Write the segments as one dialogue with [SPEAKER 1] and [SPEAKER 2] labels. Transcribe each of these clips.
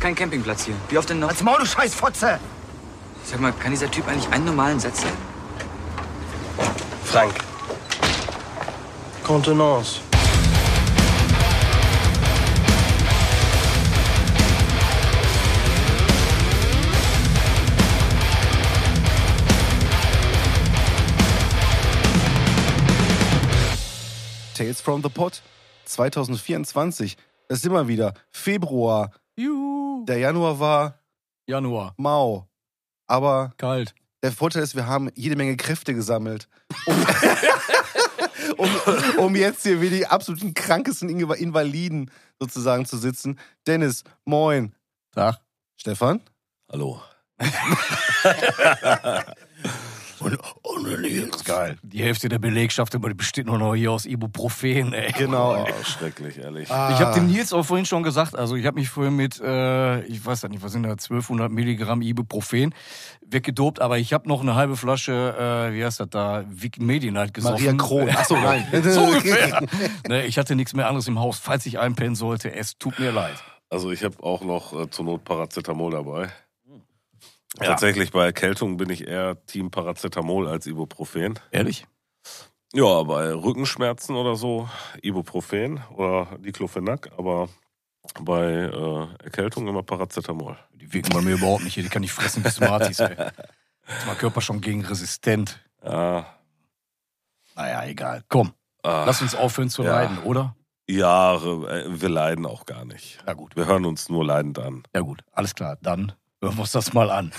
[SPEAKER 1] kein Campingplatz hier. Wie oft denn noch?
[SPEAKER 2] Als Maul, du Scheißfotze!
[SPEAKER 1] Sag mal, kann dieser Typ eigentlich einen normalen Satz sagen?
[SPEAKER 3] Frank. Contenance.
[SPEAKER 4] Tales from the Pot 2024. Das sind wir wieder. Februar.
[SPEAKER 5] Juhu.
[SPEAKER 4] Der Januar war
[SPEAKER 5] Januar.
[SPEAKER 4] mau. Aber
[SPEAKER 5] Kalt.
[SPEAKER 4] Der Vorteil ist, wir haben jede Menge Kräfte gesammelt, um, um, um jetzt hier wie die absoluten krankesten Inge- Invaliden sozusagen zu sitzen. Dennis, moin.
[SPEAKER 5] Tag.
[SPEAKER 4] Stefan?
[SPEAKER 3] Hallo. Und ohne nichts. Geil.
[SPEAKER 5] Die Hälfte der Belegschaft aber die besteht nur noch hier aus Ibuprofen, ey.
[SPEAKER 4] Genau.
[SPEAKER 6] Ah,
[SPEAKER 3] schrecklich, ehrlich.
[SPEAKER 5] Ich habe dem Nils auch vorhin schon gesagt, also ich habe mich vorhin mit, äh, ich weiß ja nicht, was sind da, 1200 Milligramm Ibuprofen weggedopt, aber ich habe noch eine halbe Flasche, äh, wie heißt das da, Vic Medinite gesoffen.
[SPEAKER 4] Maria Kron. Achso, nein.
[SPEAKER 5] so ungefähr. ne, ich hatte nichts mehr anderes im Haus, falls ich einpennen sollte, es tut mir leid.
[SPEAKER 6] Also ich habe auch noch äh, zur Not Paracetamol dabei.
[SPEAKER 5] Ja.
[SPEAKER 6] Tatsächlich bei Erkältung bin ich eher Team Paracetamol als Ibuprofen.
[SPEAKER 5] Ehrlich?
[SPEAKER 6] Ja, bei Rückenschmerzen oder so Ibuprofen oder Diclofenac, aber bei äh, Erkältung immer Paracetamol.
[SPEAKER 5] Die wirken bei mir überhaupt nicht, hier, die kann ich fressen bis zum Artis, ey. Ist mein Körper schon gegen resistent.
[SPEAKER 6] Ja,
[SPEAKER 5] Naja, egal. Komm,
[SPEAKER 6] ah,
[SPEAKER 5] lass uns aufhören zu
[SPEAKER 6] Ja.
[SPEAKER 5] leiden, oder?
[SPEAKER 6] Jahre, äh, wir leiden auch gar nicht.
[SPEAKER 5] Na gut.
[SPEAKER 6] Wir hören uns nur leidend an.
[SPEAKER 5] Ja gut, alles klar. Dann hören wir uns das mal an.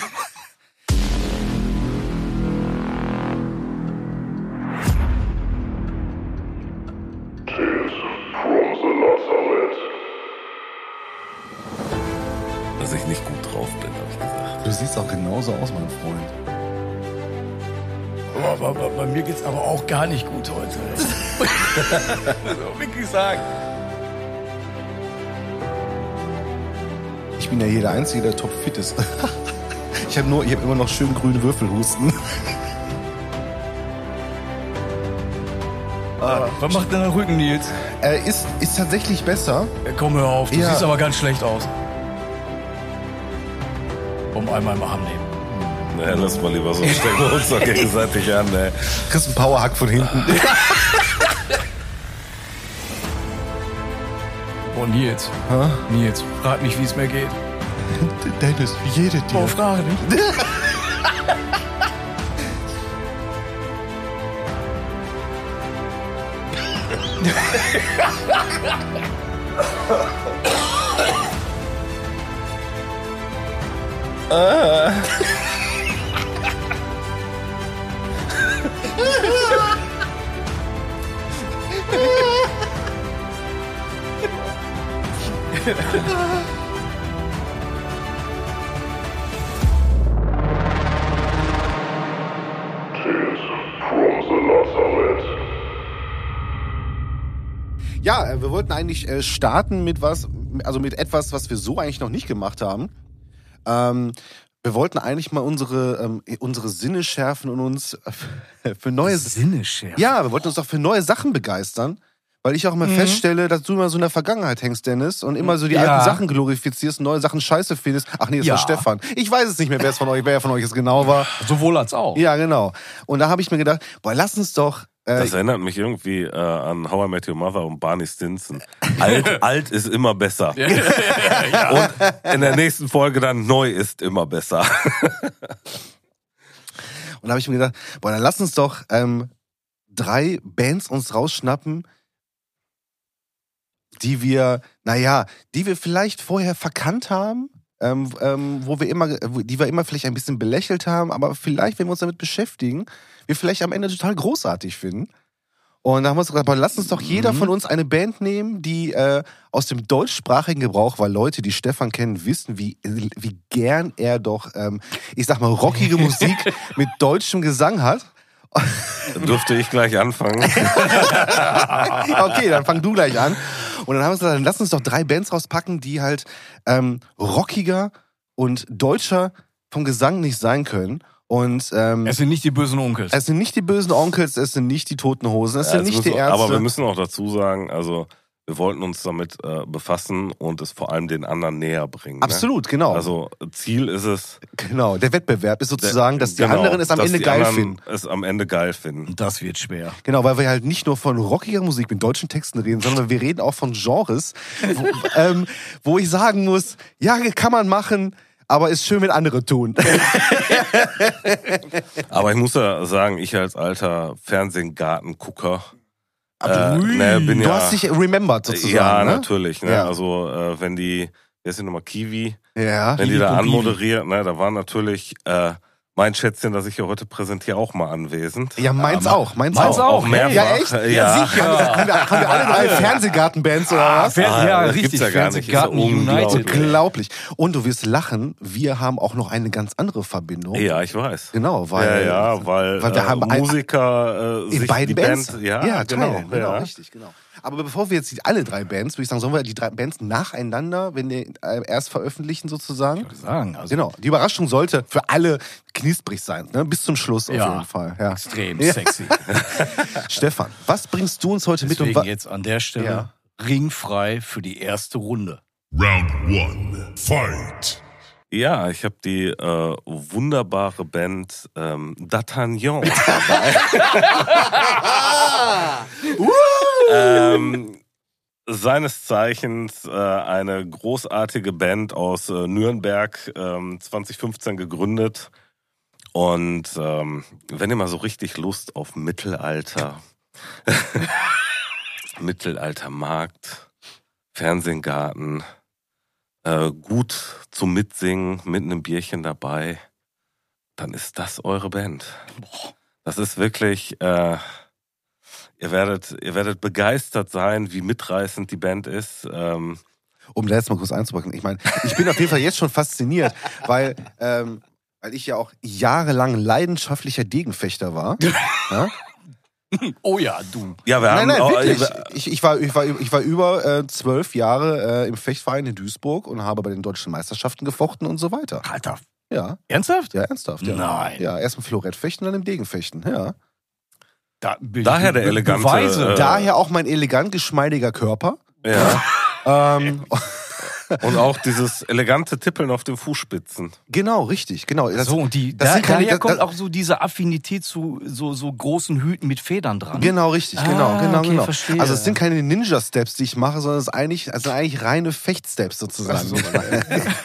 [SPEAKER 6] Dass ich nicht gut drauf bin, habe ich gesagt.
[SPEAKER 4] Du siehst auch genauso aus, mein Freund.
[SPEAKER 5] Boah, bei, bei, bei mir geht's aber auch gar nicht gut heute. muss ich wirklich sagen.
[SPEAKER 4] Ich bin ja hier der Einzige, der topfit ist. Ich habe nur, ich habe immer noch schön grünen Würfelhusten.
[SPEAKER 5] Was macht denn dein Rücken, Nils?
[SPEAKER 4] Äh, ist, ist tatsächlich besser.
[SPEAKER 5] Ja, komm, hör auf. Du
[SPEAKER 4] Ja.
[SPEAKER 5] siehst aber ganz schlecht aus. Um einmal im Arm nehmen.
[SPEAKER 6] Naja, Ne, lass mal lieber so, stecken wir uns doch gegenseitig an, ey.
[SPEAKER 4] Kriegst einen Powerhack von hinten.
[SPEAKER 5] Oh, Nils. Nils, frag mich, wie es mir geht.
[SPEAKER 4] Dennis, jede
[SPEAKER 5] Oh,
[SPEAKER 4] dir.
[SPEAKER 5] frage nicht.
[SPEAKER 4] Ja, äh, wir wollten eigentlich äh, starten mit was, also mit etwas, was wir so eigentlich noch nicht gemacht haben. Ähm, wir wollten eigentlich mal unsere, ähm, unsere Sinne schärfen und uns äh, für neue
[SPEAKER 5] Sinne schärfen.
[SPEAKER 4] Ja, wir wollten uns doch für neue Sachen begeistern. Weil ich auch immer feststelle, dass du immer so in der Vergangenheit hängst, Dennis, und immer so die
[SPEAKER 5] Ja.
[SPEAKER 4] alten Sachen glorifizierst, neue Sachen scheiße findest. Ach nee, das war
[SPEAKER 5] Ja.
[SPEAKER 4] Stefan. Ich weiß es nicht mehr, wer es von euch, wer von euch es genau war.
[SPEAKER 5] Sowohl als auch.
[SPEAKER 4] Ja, genau. Und da habe ich mir gedacht, boah, lass uns doch. Äh,
[SPEAKER 6] Das erinnert mich irgendwie äh, an How I Met Your Mother und Barney Stinson. Alt, alt ist immer besser. Und in der nächsten Folge dann neu ist immer besser.
[SPEAKER 4] Und da habe ich mir gedacht, boah, dann lass uns doch ähm, drei Bands uns rausschnappen, die wir, naja, die wir vielleicht vorher verkannt haben, ähm, ähm, wo wir immer, wo- die wir immer vielleicht ein bisschen belächelt haben, aber vielleicht, wenn wir uns damit beschäftigen, wir vielleicht am Ende total großartig finden. Und da haben wir uns gedacht, boah, lass uns doch jeder von uns eine Band nehmen, die äh, aus dem deutschsprachigen Gebrauch, weil Leute, die Stefan kennen, wissen, wie, wie gern er doch, ähm, ich sag mal, rockige Musik mit deutschem Gesang hat.
[SPEAKER 6] Dürfte ich gleich anfangen.
[SPEAKER 4] okay, dann fang du gleich an. Und dann haben wir gesagt, dann lass uns doch drei Bands rauspacken, die halt ähm, rockiger und deutscher vom Gesang nicht sein können. Und ähm,
[SPEAKER 5] Es
[SPEAKER 4] es,
[SPEAKER 5] sind nicht die bösen Onkels.
[SPEAKER 4] sind nicht die bösen Onkels, es sind nicht die toten Hosen, es
[SPEAKER 6] Ja,
[SPEAKER 4] sind
[SPEAKER 6] jetzt
[SPEAKER 4] nicht die
[SPEAKER 6] müssen- ne?
[SPEAKER 4] Ärzte.
[SPEAKER 6] aber wir müssen auch dazu sagen, also wir wollten uns damit äh, befassen und es vor allem den anderen näher bringen.
[SPEAKER 4] Absolut, genau.
[SPEAKER 6] Ne? Also Ziel ist es,
[SPEAKER 4] genau. Der Wettbewerb ist
[SPEAKER 6] der-
[SPEAKER 4] sozusagen, dass die
[SPEAKER 6] genau,
[SPEAKER 4] anderen es am
[SPEAKER 6] dass
[SPEAKER 4] Ende
[SPEAKER 6] die
[SPEAKER 4] geil
[SPEAKER 6] anderen
[SPEAKER 4] finden.
[SPEAKER 6] Es am Ende geil finden.
[SPEAKER 5] Das wird schwer.
[SPEAKER 4] Genau, weil wir halt nicht nur von rockiger Musik mit deutschen Texten reden, sondern wir reden auch von Genres, wo, ähm, wo ich sagen muss, ja, kann man machen, aber ist schön, wenn andere tun.
[SPEAKER 6] Äh, Aber ich muss ja sagen, ich als alter Fernsehgartengucker äh, ne, bin
[SPEAKER 4] du
[SPEAKER 6] ja,
[SPEAKER 4] hast dich remembered sozusagen.
[SPEAKER 6] ja
[SPEAKER 4] ne?
[SPEAKER 6] natürlich. Ne?
[SPEAKER 4] Ja.
[SPEAKER 6] Also äh, wenn die, wer ist denn nochmal Kiwi,
[SPEAKER 4] Ja.
[SPEAKER 6] wenn die da
[SPEAKER 5] Kiwi.
[SPEAKER 6] anmoderiert, ne, da war natürlich äh, mein Schätzchen, das ich hier heute präsentiere, auch mal anwesend.
[SPEAKER 4] Ja, meins auch. Meins,
[SPEAKER 6] Meins auch, mehrfach.
[SPEAKER 4] Ja, echt?
[SPEAKER 6] Ja.
[SPEAKER 4] sicher. Haben wir, haben wir, haben wir alle drei Fernsehgartenbands oder was?
[SPEAKER 5] Fer
[SPEAKER 6] Ah,
[SPEAKER 5] ja,
[SPEAKER 6] das
[SPEAKER 5] richtig.
[SPEAKER 6] gibt's ja gar nicht. Ist ja
[SPEAKER 5] Fernsehgarten United.
[SPEAKER 6] unglaublich.
[SPEAKER 4] Unglaublich. Und du wirst lachen, wir haben auch noch eine ganz andere Verbindung.
[SPEAKER 6] Ja, ich weiß.
[SPEAKER 4] Oh. Genau, weil.
[SPEAKER 6] ja, ja, weil,
[SPEAKER 4] weil wir
[SPEAKER 6] äh,
[SPEAKER 4] haben ein-
[SPEAKER 6] Musiker äh,
[SPEAKER 4] In
[SPEAKER 6] sich
[SPEAKER 4] beiden
[SPEAKER 6] die
[SPEAKER 4] Bands?
[SPEAKER 6] Band, ja,
[SPEAKER 4] genau,
[SPEAKER 6] genau,
[SPEAKER 4] genau, richtig, genau. Aber bevor wir jetzt die, alle drei Bands, würde ich sagen, sollen wir die drei Bands nacheinander, wenn die äh, erst veröffentlichen sozusagen?
[SPEAKER 5] Sagen, also
[SPEAKER 4] Genau, die Überraschung sollte für alle knisprig sein, ne? bis zum Schluss auf
[SPEAKER 5] Ja.
[SPEAKER 4] jeden Fall. Ja.
[SPEAKER 5] extrem
[SPEAKER 4] Ja.
[SPEAKER 5] sexy.
[SPEAKER 4] Stefan, was bringst du uns heute mit
[SPEAKER 5] Deswegen
[SPEAKER 4] und wa-
[SPEAKER 5] jetzt an der Stelle
[SPEAKER 4] Ja.
[SPEAKER 5] ringfrei für die erste Runde.
[SPEAKER 2] Round one, fight.
[SPEAKER 6] Ja, ich habe die äh, wunderbare Band ähm, D'Artagnan dabei. ähm, seines Zeichens äh, eine großartige Band aus äh, Nürnberg, ähm, 2015 gegründet. Und ähm, wenn ihr mal so richtig Lust auf Mittelalter, Mittelaltermarkt, Fernsehgarten, äh, gut zum Mitsingen mit einem Bierchen dabei, dann ist das eure Band. Das ist wirklich, äh, ihr, werdet, ihr werdet begeistert sein, wie mitreißend die Band ist. Ähm,
[SPEAKER 4] um da jetzt mal kurz einzubacken. Ich meine, ich bin auf jeden Fall jetzt schon fasziniert, weil, ähm, weil ich ja auch jahrelang leidenschaftlicher Degenfechter war. Ja?
[SPEAKER 5] Oh ja, du.
[SPEAKER 6] ja, wir haben
[SPEAKER 5] Ähm,
[SPEAKER 4] Nein, nein,
[SPEAKER 5] oh,
[SPEAKER 6] auch- äh,
[SPEAKER 4] wirklich.
[SPEAKER 6] wir-
[SPEAKER 4] Ich, ich, war, ich, war, ich war über äh, zwölf Jahre äh, im Fechtverein in Duisburg und habe bei den deutschen Meisterschaften gefochten und so weiter.
[SPEAKER 5] Alter,
[SPEAKER 4] Ja,
[SPEAKER 5] ernsthaft?
[SPEAKER 4] ja, ernsthaft. Ja.
[SPEAKER 5] Nein. Äh.
[SPEAKER 4] Ja, erst im Florettfechten, dann im Degenfechten. Ja.
[SPEAKER 5] Da- Be-
[SPEAKER 6] Daher der
[SPEAKER 5] Be-
[SPEAKER 6] elegante,
[SPEAKER 5] Beweise.
[SPEAKER 6] äh,
[SPEAKER 4] Daher auch mein elegant geschmeidiger Körper.
[SPEAKER 6] ja.
[SPEAKER 4] Ähm,
[SPEAKER 6] Und auch dieses elegante Tippeln auf den Fußspitzen.
[SPEAKER 4] genau, richtig, genau. Das,
[SPEAKER 5] so, und die,
[SPEAKER 4] das
[SPEAKER 5] da,
[SPEAKER 4] sind keine-
[SPEAKER 5] daher
[SPEAKER 4] das-
[SPEAKER 5] kommt
[SPEAKER 4] das-
[SPEAKER 5] auch so diese Affinität zu so, so großen Hüten mit Federn dran.
[SPEAKER 4] Genau, richtig,
[SPEAKER 5] Ah,
[SPEAKER 4] genau, genau,
[SPEAKER 5] okay,
[SPEAKER 4] genau.
[SPEAKER 5] verstehe.
[SPEAKER 4] Also es sind keine Ninja-Steps, die ich mache, sondern es sind eigentlich, also eigentlich reine Fecht-Steps sozusagen.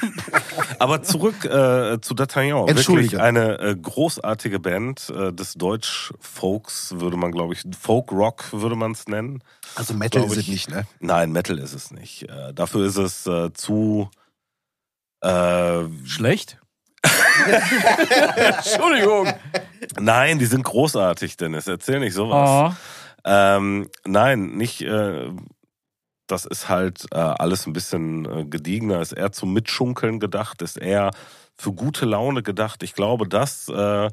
[SPEAKER 6] Aber zurück äh, zu D'Artagnan.
[SPEAKER 4] Entschuldige.
[SPEAKER 6] Wirklich eine äh, großartige Band äh, des Deutsch-Folks, würde man, glaube ich, Folk-Rock würde man es nennen.
[SPEAKER 4] also Metal
[SPEAKER 6] Glaub
[SPEAKER 4] ist es
[SPEAKER 6] ich.
[SPEAKER 4] nicht, ne?
[SPEAKER 6] Nein, Metal ist es nicht. Äh, dafür ist es äh, zu. Äh,
[SPEAKER 5] Schlecht? Entschuldigung.
[SPEAKER 6] nein, die sind großartig, Dennis. Erzähl nicht sowas.
[SPEAKER 5] Oh.
[SPEAKER 6] Ähm, nein, nicht. Äh, das ist halt äh, alles ein bisschen äh, gediegener. Ist eher zum Mitschunkeln gedacht. Ist eher für gute Laune gedacht. Ich glaube, das. Äh, äh,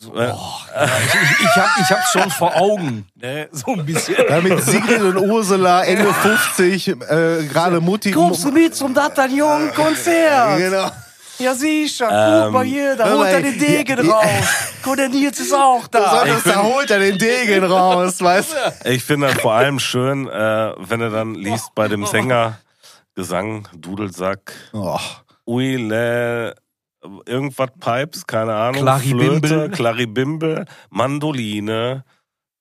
[SPEAKER 5] Ich, ich, hab, ich hab's schon vor Augen. Ne? So ein bisschen.
[SPEAKER 4] Damit Sigrid und Ursula Ende 50 äh, gerade Mutti.
[SPEAKER 5] Kommst du mit zum D'Artagnan-Konzert?
[SPEAKER 4] Genau.
[SPEAKER 5] Ja, sicher. Guck mal hier, da
[SPEAKER 4] Ähm, hör
[SPEAKER 5] holt
[SPEAKER 4] mal,
[SPEAKER 5] er den
[SPEAKER 4] ja,
[SPEAKER 5] Degen
[SPEAKER 4] ja.
[SPEAKER 5] raus. Guck, der Nils ist auch da.
[SPEAKER 4] Besonders da holt er den Degen raus, weißt du?
[SPEAKER 6] Ich finde dann vor allem schön, äh, wenn er dann liest bei dem Sänger Gesang, Dudelsack,
[SPEAKER 4] Oh.
[SPEAKER 6] Uile, irgendwas Pipes, keine Ahnung.
[SPEAKER 5] Klaribimbel.
[SPEAKER 6] Flöte, Klaribimbel, Mandoline,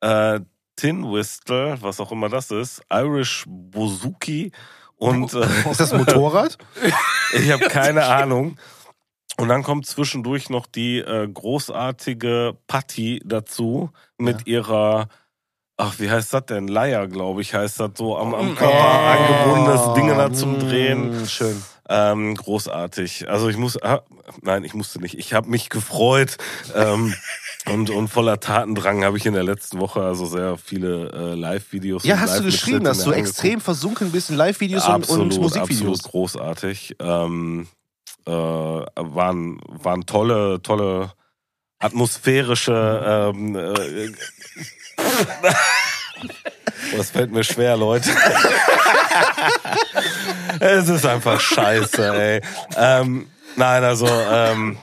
[SPEAKER 6] äh, Tin Whistle, was auch immer das ist, Irish Bouzouki und äh,
[SPEAKER 4] Ist das ein Motorrad?
[SPEAKER 6] ich habe keine Ahnung. Und dann kommt zwischendurch noch die äh, großartige Patty dazu mit ihrer, ach, wie heißt das denn? Leier, glaube ich, heißt das so, am, am Körper angebundenes Ding da zum Drehen.
[SPEAKER 4] Oh. Mm, Schön.
[SPEAKER 6] Ähm, großartig. Also ich muss, ah, nein, ich musste nicht. Ich habe mich gefreut ähm, und, und voller Tatendrang habe ich in der letzten Woche also sehr viele äh, Live-Videos.
[SPEAKER 4] Ja,
[SPEAKER 6] und
[SPEAKER 4] hast du
[SPEAKER 6] Live-Mitschnitte
[SPEAKER 4] geschrieben, dass
[SPEAKER 6] mir
[SPEAKER 4] du
[SPEAKER 6] angeguckt.
[SPEAKER 4] extrem versunken bist in Live-Videos und, und Musikvideos.
[SPEAKER 6] Absolut großartig. Ähm, äh, waren, waren tolle, tolle atmosphärische. Ähm, äh, das fällt mir schwer, Leute. es ist einfach scheiße, ey. Ähm, nein, also. Ähm,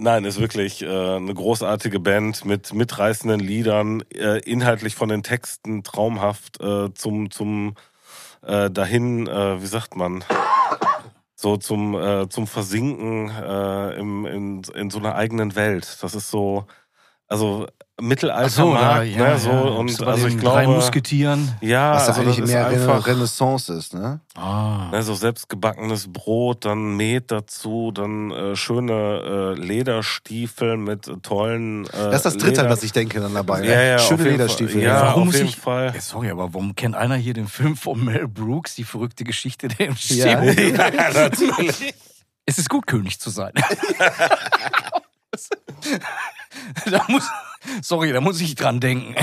[SPEAKER 6] Nein, ist wirklich äh, eine großartige Band mit mitreißenden Liedern, äh, inhaltlich von den Texten traumhaft äh, zum, zum äh, dahin, äh, wie sagt man, so zum, äh, zum Versinken äh, im, in, in so einer eigenen Welt. Das ist so, also Mittelaltermarkt,
[SPEAKER 5] da,
[SPEAKER 6] ne, so und
[SPEAKER 5] bei
[SPEAKER 6] also
[SPEAKER 5] den
[SPEAKER 6] ich
[SPEAKER 5] drei
[SPEAKER 6] glaube,
[SPEAKER 5] Musketieren.
[SPEAKER 6] ja,
[SPEAKER 4] Was
[SPEAKER 6] also
[SPEAKER 4] ja eigentlich
[SPEAKER 6] das ist
[SPEAKER 4] mehr Rena-
[SPEAKER 6] einfach,
[SPEAKER 4] Renaissance ist, ne?
[SPEAKER 5] Ah.
[SPEAKER 6] Ne, so selbstgebackenes Brot, dann Met dazu, dann äh, schöne äh, Lederstiefel mit äh, tollen. Äh,
[SPEAKER 4] Das ist das dritte,
[SPEAKER 6] Leder
[SPEAKER 4] an was ich denke dann dabei. ne?
[SPEAKER 6] Ja, ja, auf
[SPEAKER 4] Schöne
[SPEAKER 6] jeden
[SPEAKER 4] Lederstiefel.
[SPEAKER 6] Fall. Ja,
[SPEAKER 5] warum
[SPEAKER 6] auf
[SPEAKER 5] muss
[SPEAKER 6] jeden
[SPEAKER 5] ich,
[SPEAKER 6] Fall.
[SPEAKER 5] Ja, sorry, aber warum kennt einer hier den Film von Mel Brooks, die verrückte Geschichte der im
[SPEAKER 4] Ja.
[SPEAKER 5] ja, natürlich. Es ist gut, König zu sein. da muss, sorry, da muss ich dran denken.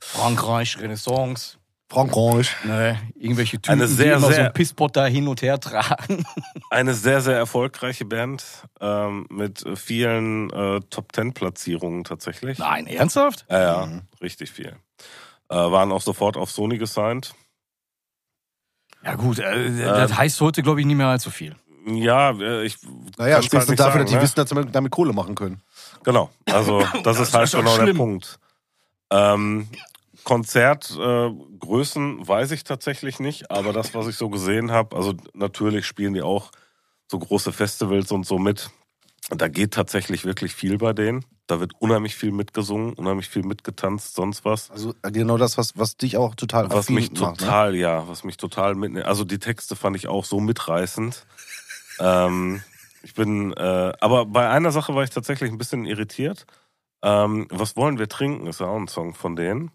[SPEAKER 5] Frankreich, Renaissance.
[SPEAKER 4] Frankreich.
[SPEAKER 5] Ne, irgendwelche Typen,
[SPEAKER 6] Eine sehr,
[SPEAKER 5] die immer so
[SPEAKER 6] sehr-
[SPEAKER 5] einen Pisspot da hin und her tragen.
[SPEAKER 6] Eine sehr, sehr erfolgreiche Band ähm, mit vielen äh, Top-Ten-Platzierungen tatsächlich.
[SPEAKER 5] Nein, ernsthaft?
[SPEAKER 6] Ja, ja,
[SPEAKER 4] Mhm.
[SPEAKER 6] richtig viel. Äh, waren auch sofort auf Sony gesigned.
[SPEAKER 5] Ja gut, äh,
[SPEAKER 6] Ähm.
[SPEAKER 5] das heißt heute, glaube ich, nicht mehr allzu viel.
[SPEAKER 6] Ja, äh, ich.
[SPEAKER 4] Naja,
[SPEAKER 6] kann's
[SPEAKER 4] spätestens
[SPEAKER 6] halt nicht
[SPEAKER 4] dafür,
[SPEAKER 6] sagen,
[SPEAKER 4] dass die
[SPEAKER 6] ne?
[SPEAKER 4] wissen, dass sie damit Kohle machen können.
[SPEAKER 6] Genau, also das, ist halt
[SPEAKER 5] ist doch
[SPEAKER 6] genau
[SPEAKER 5] schlimm.
[SPEAKER 6] der Punkt. Ähm, Konzertgrößen äh, Größen weiß ich tatsächlich nicht, aber das, was ich so gesehen habe, also natürlich spielen die auch so große Festivals und so mit. Und Da geht tatsächlich wirklich viel bei denen. Da wird unheimlich viel mitgesungen, unheimlich viel mitgetanzt, sonst was.
[SPEAKER 4] Also äh, genau das, was, was dich auch total
[SPEAKER 6] Was
[SPEAKER 4] affin
[SPEAKER 6] mich
[SPEAKER 4] macht, ne?
[SPEAKER 6] total, ja, was mich total mitnimmt. Also die Texte fand ich auch so mitreißend. ähm, ich bin, äh, aber bei einer Sache war ich tatsächlich ein bisschen irritiert. Ähm, was wollen wir trinken? Ist ja auch ein Song von denen.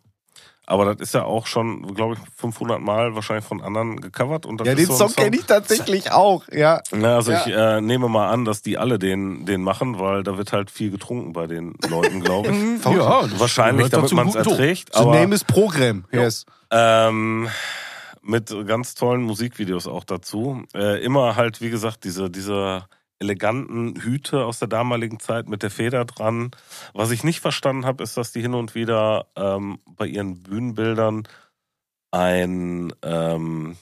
[SPEAKER 6] Aber das ist ja auch schon, glaube ich, 500 Mal wahrscheinlich von anderen gecovert. Und das
[SPEAKER 4] Ja,
[SPEAKER 6] ist
[SPEAKER 4] den
[SPEAKER 6] so ein
[SPEAKER 4] Song kenne ich tatsächlich auch. Ja.
[SPEAKER 6] Na, also ich äh, nehme mal an, dass die alle den, den machen, weil da wird halt viel getrunken bei den Leuten, glaube ich.
[SPEAKER 5] Ja, das
[SPEAKER 6] Wahrscheinlich,
[SPEAKER 5] gehört doch
[SPEAKER 6] damit
[SPEAKER 5] zum
[SPEAKER 6] man es
[SPEAKER 5] guten Ton.
[SPEAKER 6] erträgt.
[SPEAKER 4] To
[SPEAKER 6] aber-
[SPEAKER 4] name is Program. Yes.
[SPEAKER 6] ähm, mit ganz tollen Musikvideos auch dazu. Äh, immer halt, wie gesagt, diese, diese eleganten Hüte aus der damaligen Zeit mit der Feder dran. Was ich nicht verstanden habe, ist, dass die hin und wieder ähm, bei ihren Bühnenbildern ein, ähm,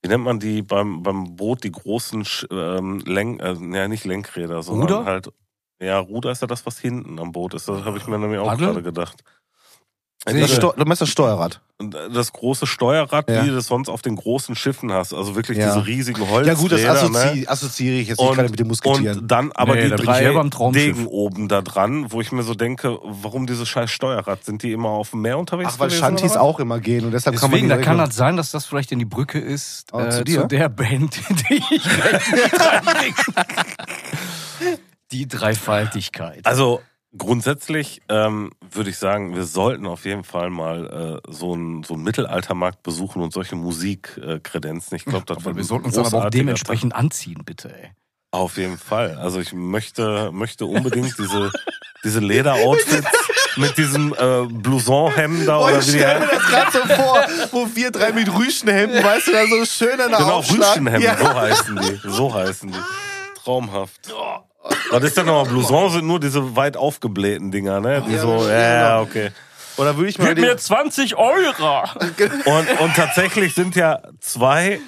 [SPEAKER 6] wie nennt man die beim, beim Boot, die großen Sch- ähm, Lenk, äh, ja, nicht Lenkräder, sondern
[SPEAKER 5] Ruder?
[SPEAKER 6] halt, ja, Ruder ist ja das, was hinten am Boot ist. Das habe ich mir nämlich auch
[SPEAKER 5] Paddel?
[SPEAKER 6] gerade gedacht. Äh,
[SPEAKER 4] Das Steu- Du meinst das Steuerrad.
[SPEAKER 6] Und äh, das große Steuerrad,
[SPEAKER 4] Ja.
[SPEAKER 6] wie du das sonst auf den großen Schiffen hast. Also wirklich
[SPEAKER 4] Ja.
[SPEAKER 6] diese riesigen Holzräder.
[SPEAKER 4] Ja gut, das assozi
[SPEAKER 6] ne?
[SPEAKER 4] assoziiere ich jetzt nicht
[SPEAKER 6] und,
[SPEAKER 4] gerade mit den Musketieren.
[SPEAKER 6] und dann aber
[SPEAKER 5] Nee,
[SPEAKER 6] die
[SPEAKER 5] da bin ich
[SPEAKER 6] drei
[SPEAKER 5] eher beim Traumschiff.
[SPEAKER 6] Degen oben da dran, wo ich mir so denke, warum dieses scheiß Steuerrad? Sind die immer auf dem Meer unterwegs?
[SPEAKER 4] Ach, weil
[SPEAKER 6] gewesen oder
[SPEAKER 4] Shanties
[SPEAKER 6] was?
[SPEAKER 4] auch immer gehen und deshalb
[SPEAKER 5] Deswegen, da
[SPEAKER 4] kann man die
[SPEAKER 5] kann
[SPEAKER 4] Regelung-
[SPEAKER 5] das sein, dass das vielleicht in die Brücke ist
[SPEAKER 4] Oh,
[SPEAKER 5] äh,
[SPEAKER 4] zu
[SPEAKER 5] zu,
[SPEAKER 4] dir?
[SPEAKER 5] der Band, die ich gleich mit reinbringe. Die Dreifaltigkeit.
[SPEAKER 6] Also grundsätzlich ähm, würde ich sagen, wir sollten auf jeden Fall mal äh, so einen so einen Mittelaltermarkt besuchen und solche Musikkredenzen. Äh, kredenzen. ich glaube, das
[SPEAKER 5] aber Also,
[SPEAKER 6] wird
[SPEAKER 5] wir
[SPEAKER 6] ein
[SPEAKER 5] sollten uns dann aber auch
[SPEAKER 6] großartiger
[SPEAKER 5] dementsprechend anziehen, bitte. Ey.
[SPEAKER 6] Auf jeden Fall. Also ich möchte, möchte unbedingt diese, diese Lederoutfits mit diesem äh, Blouson-Hemd da
[SPEAKER 4] Oh,
[SPEAKER 6] oder
[SPEAKER 4] ich
[SPEAKER 6] wie die
[SPEAKER 4] stell mir das gerade so vor, wo wir drei mit Rüschenhemden, weißt du, da so schön an der
[SPEAKER 6] Genau,
[SPEAKER 4] Aufschlag.
[SPEAKER 6] Rüschenhemd, so heißen die. So heißen die. Traumhaft.
[SPEAKER 4] Oh.
[SPEAKER 6] Was ist denn nochmal? Blouson sind nur diese weit aufgeblähten Dinger, ne? Die so,
[SPEAKER 4] genau.
[SPEAKER 6] ja, okay.
[SPEAKER 4] Oder würde ich mal den,
[SPEAKER 5] 20 Euro!
[SPEAKER 6] Und, und tatsächlich sind ja zwei,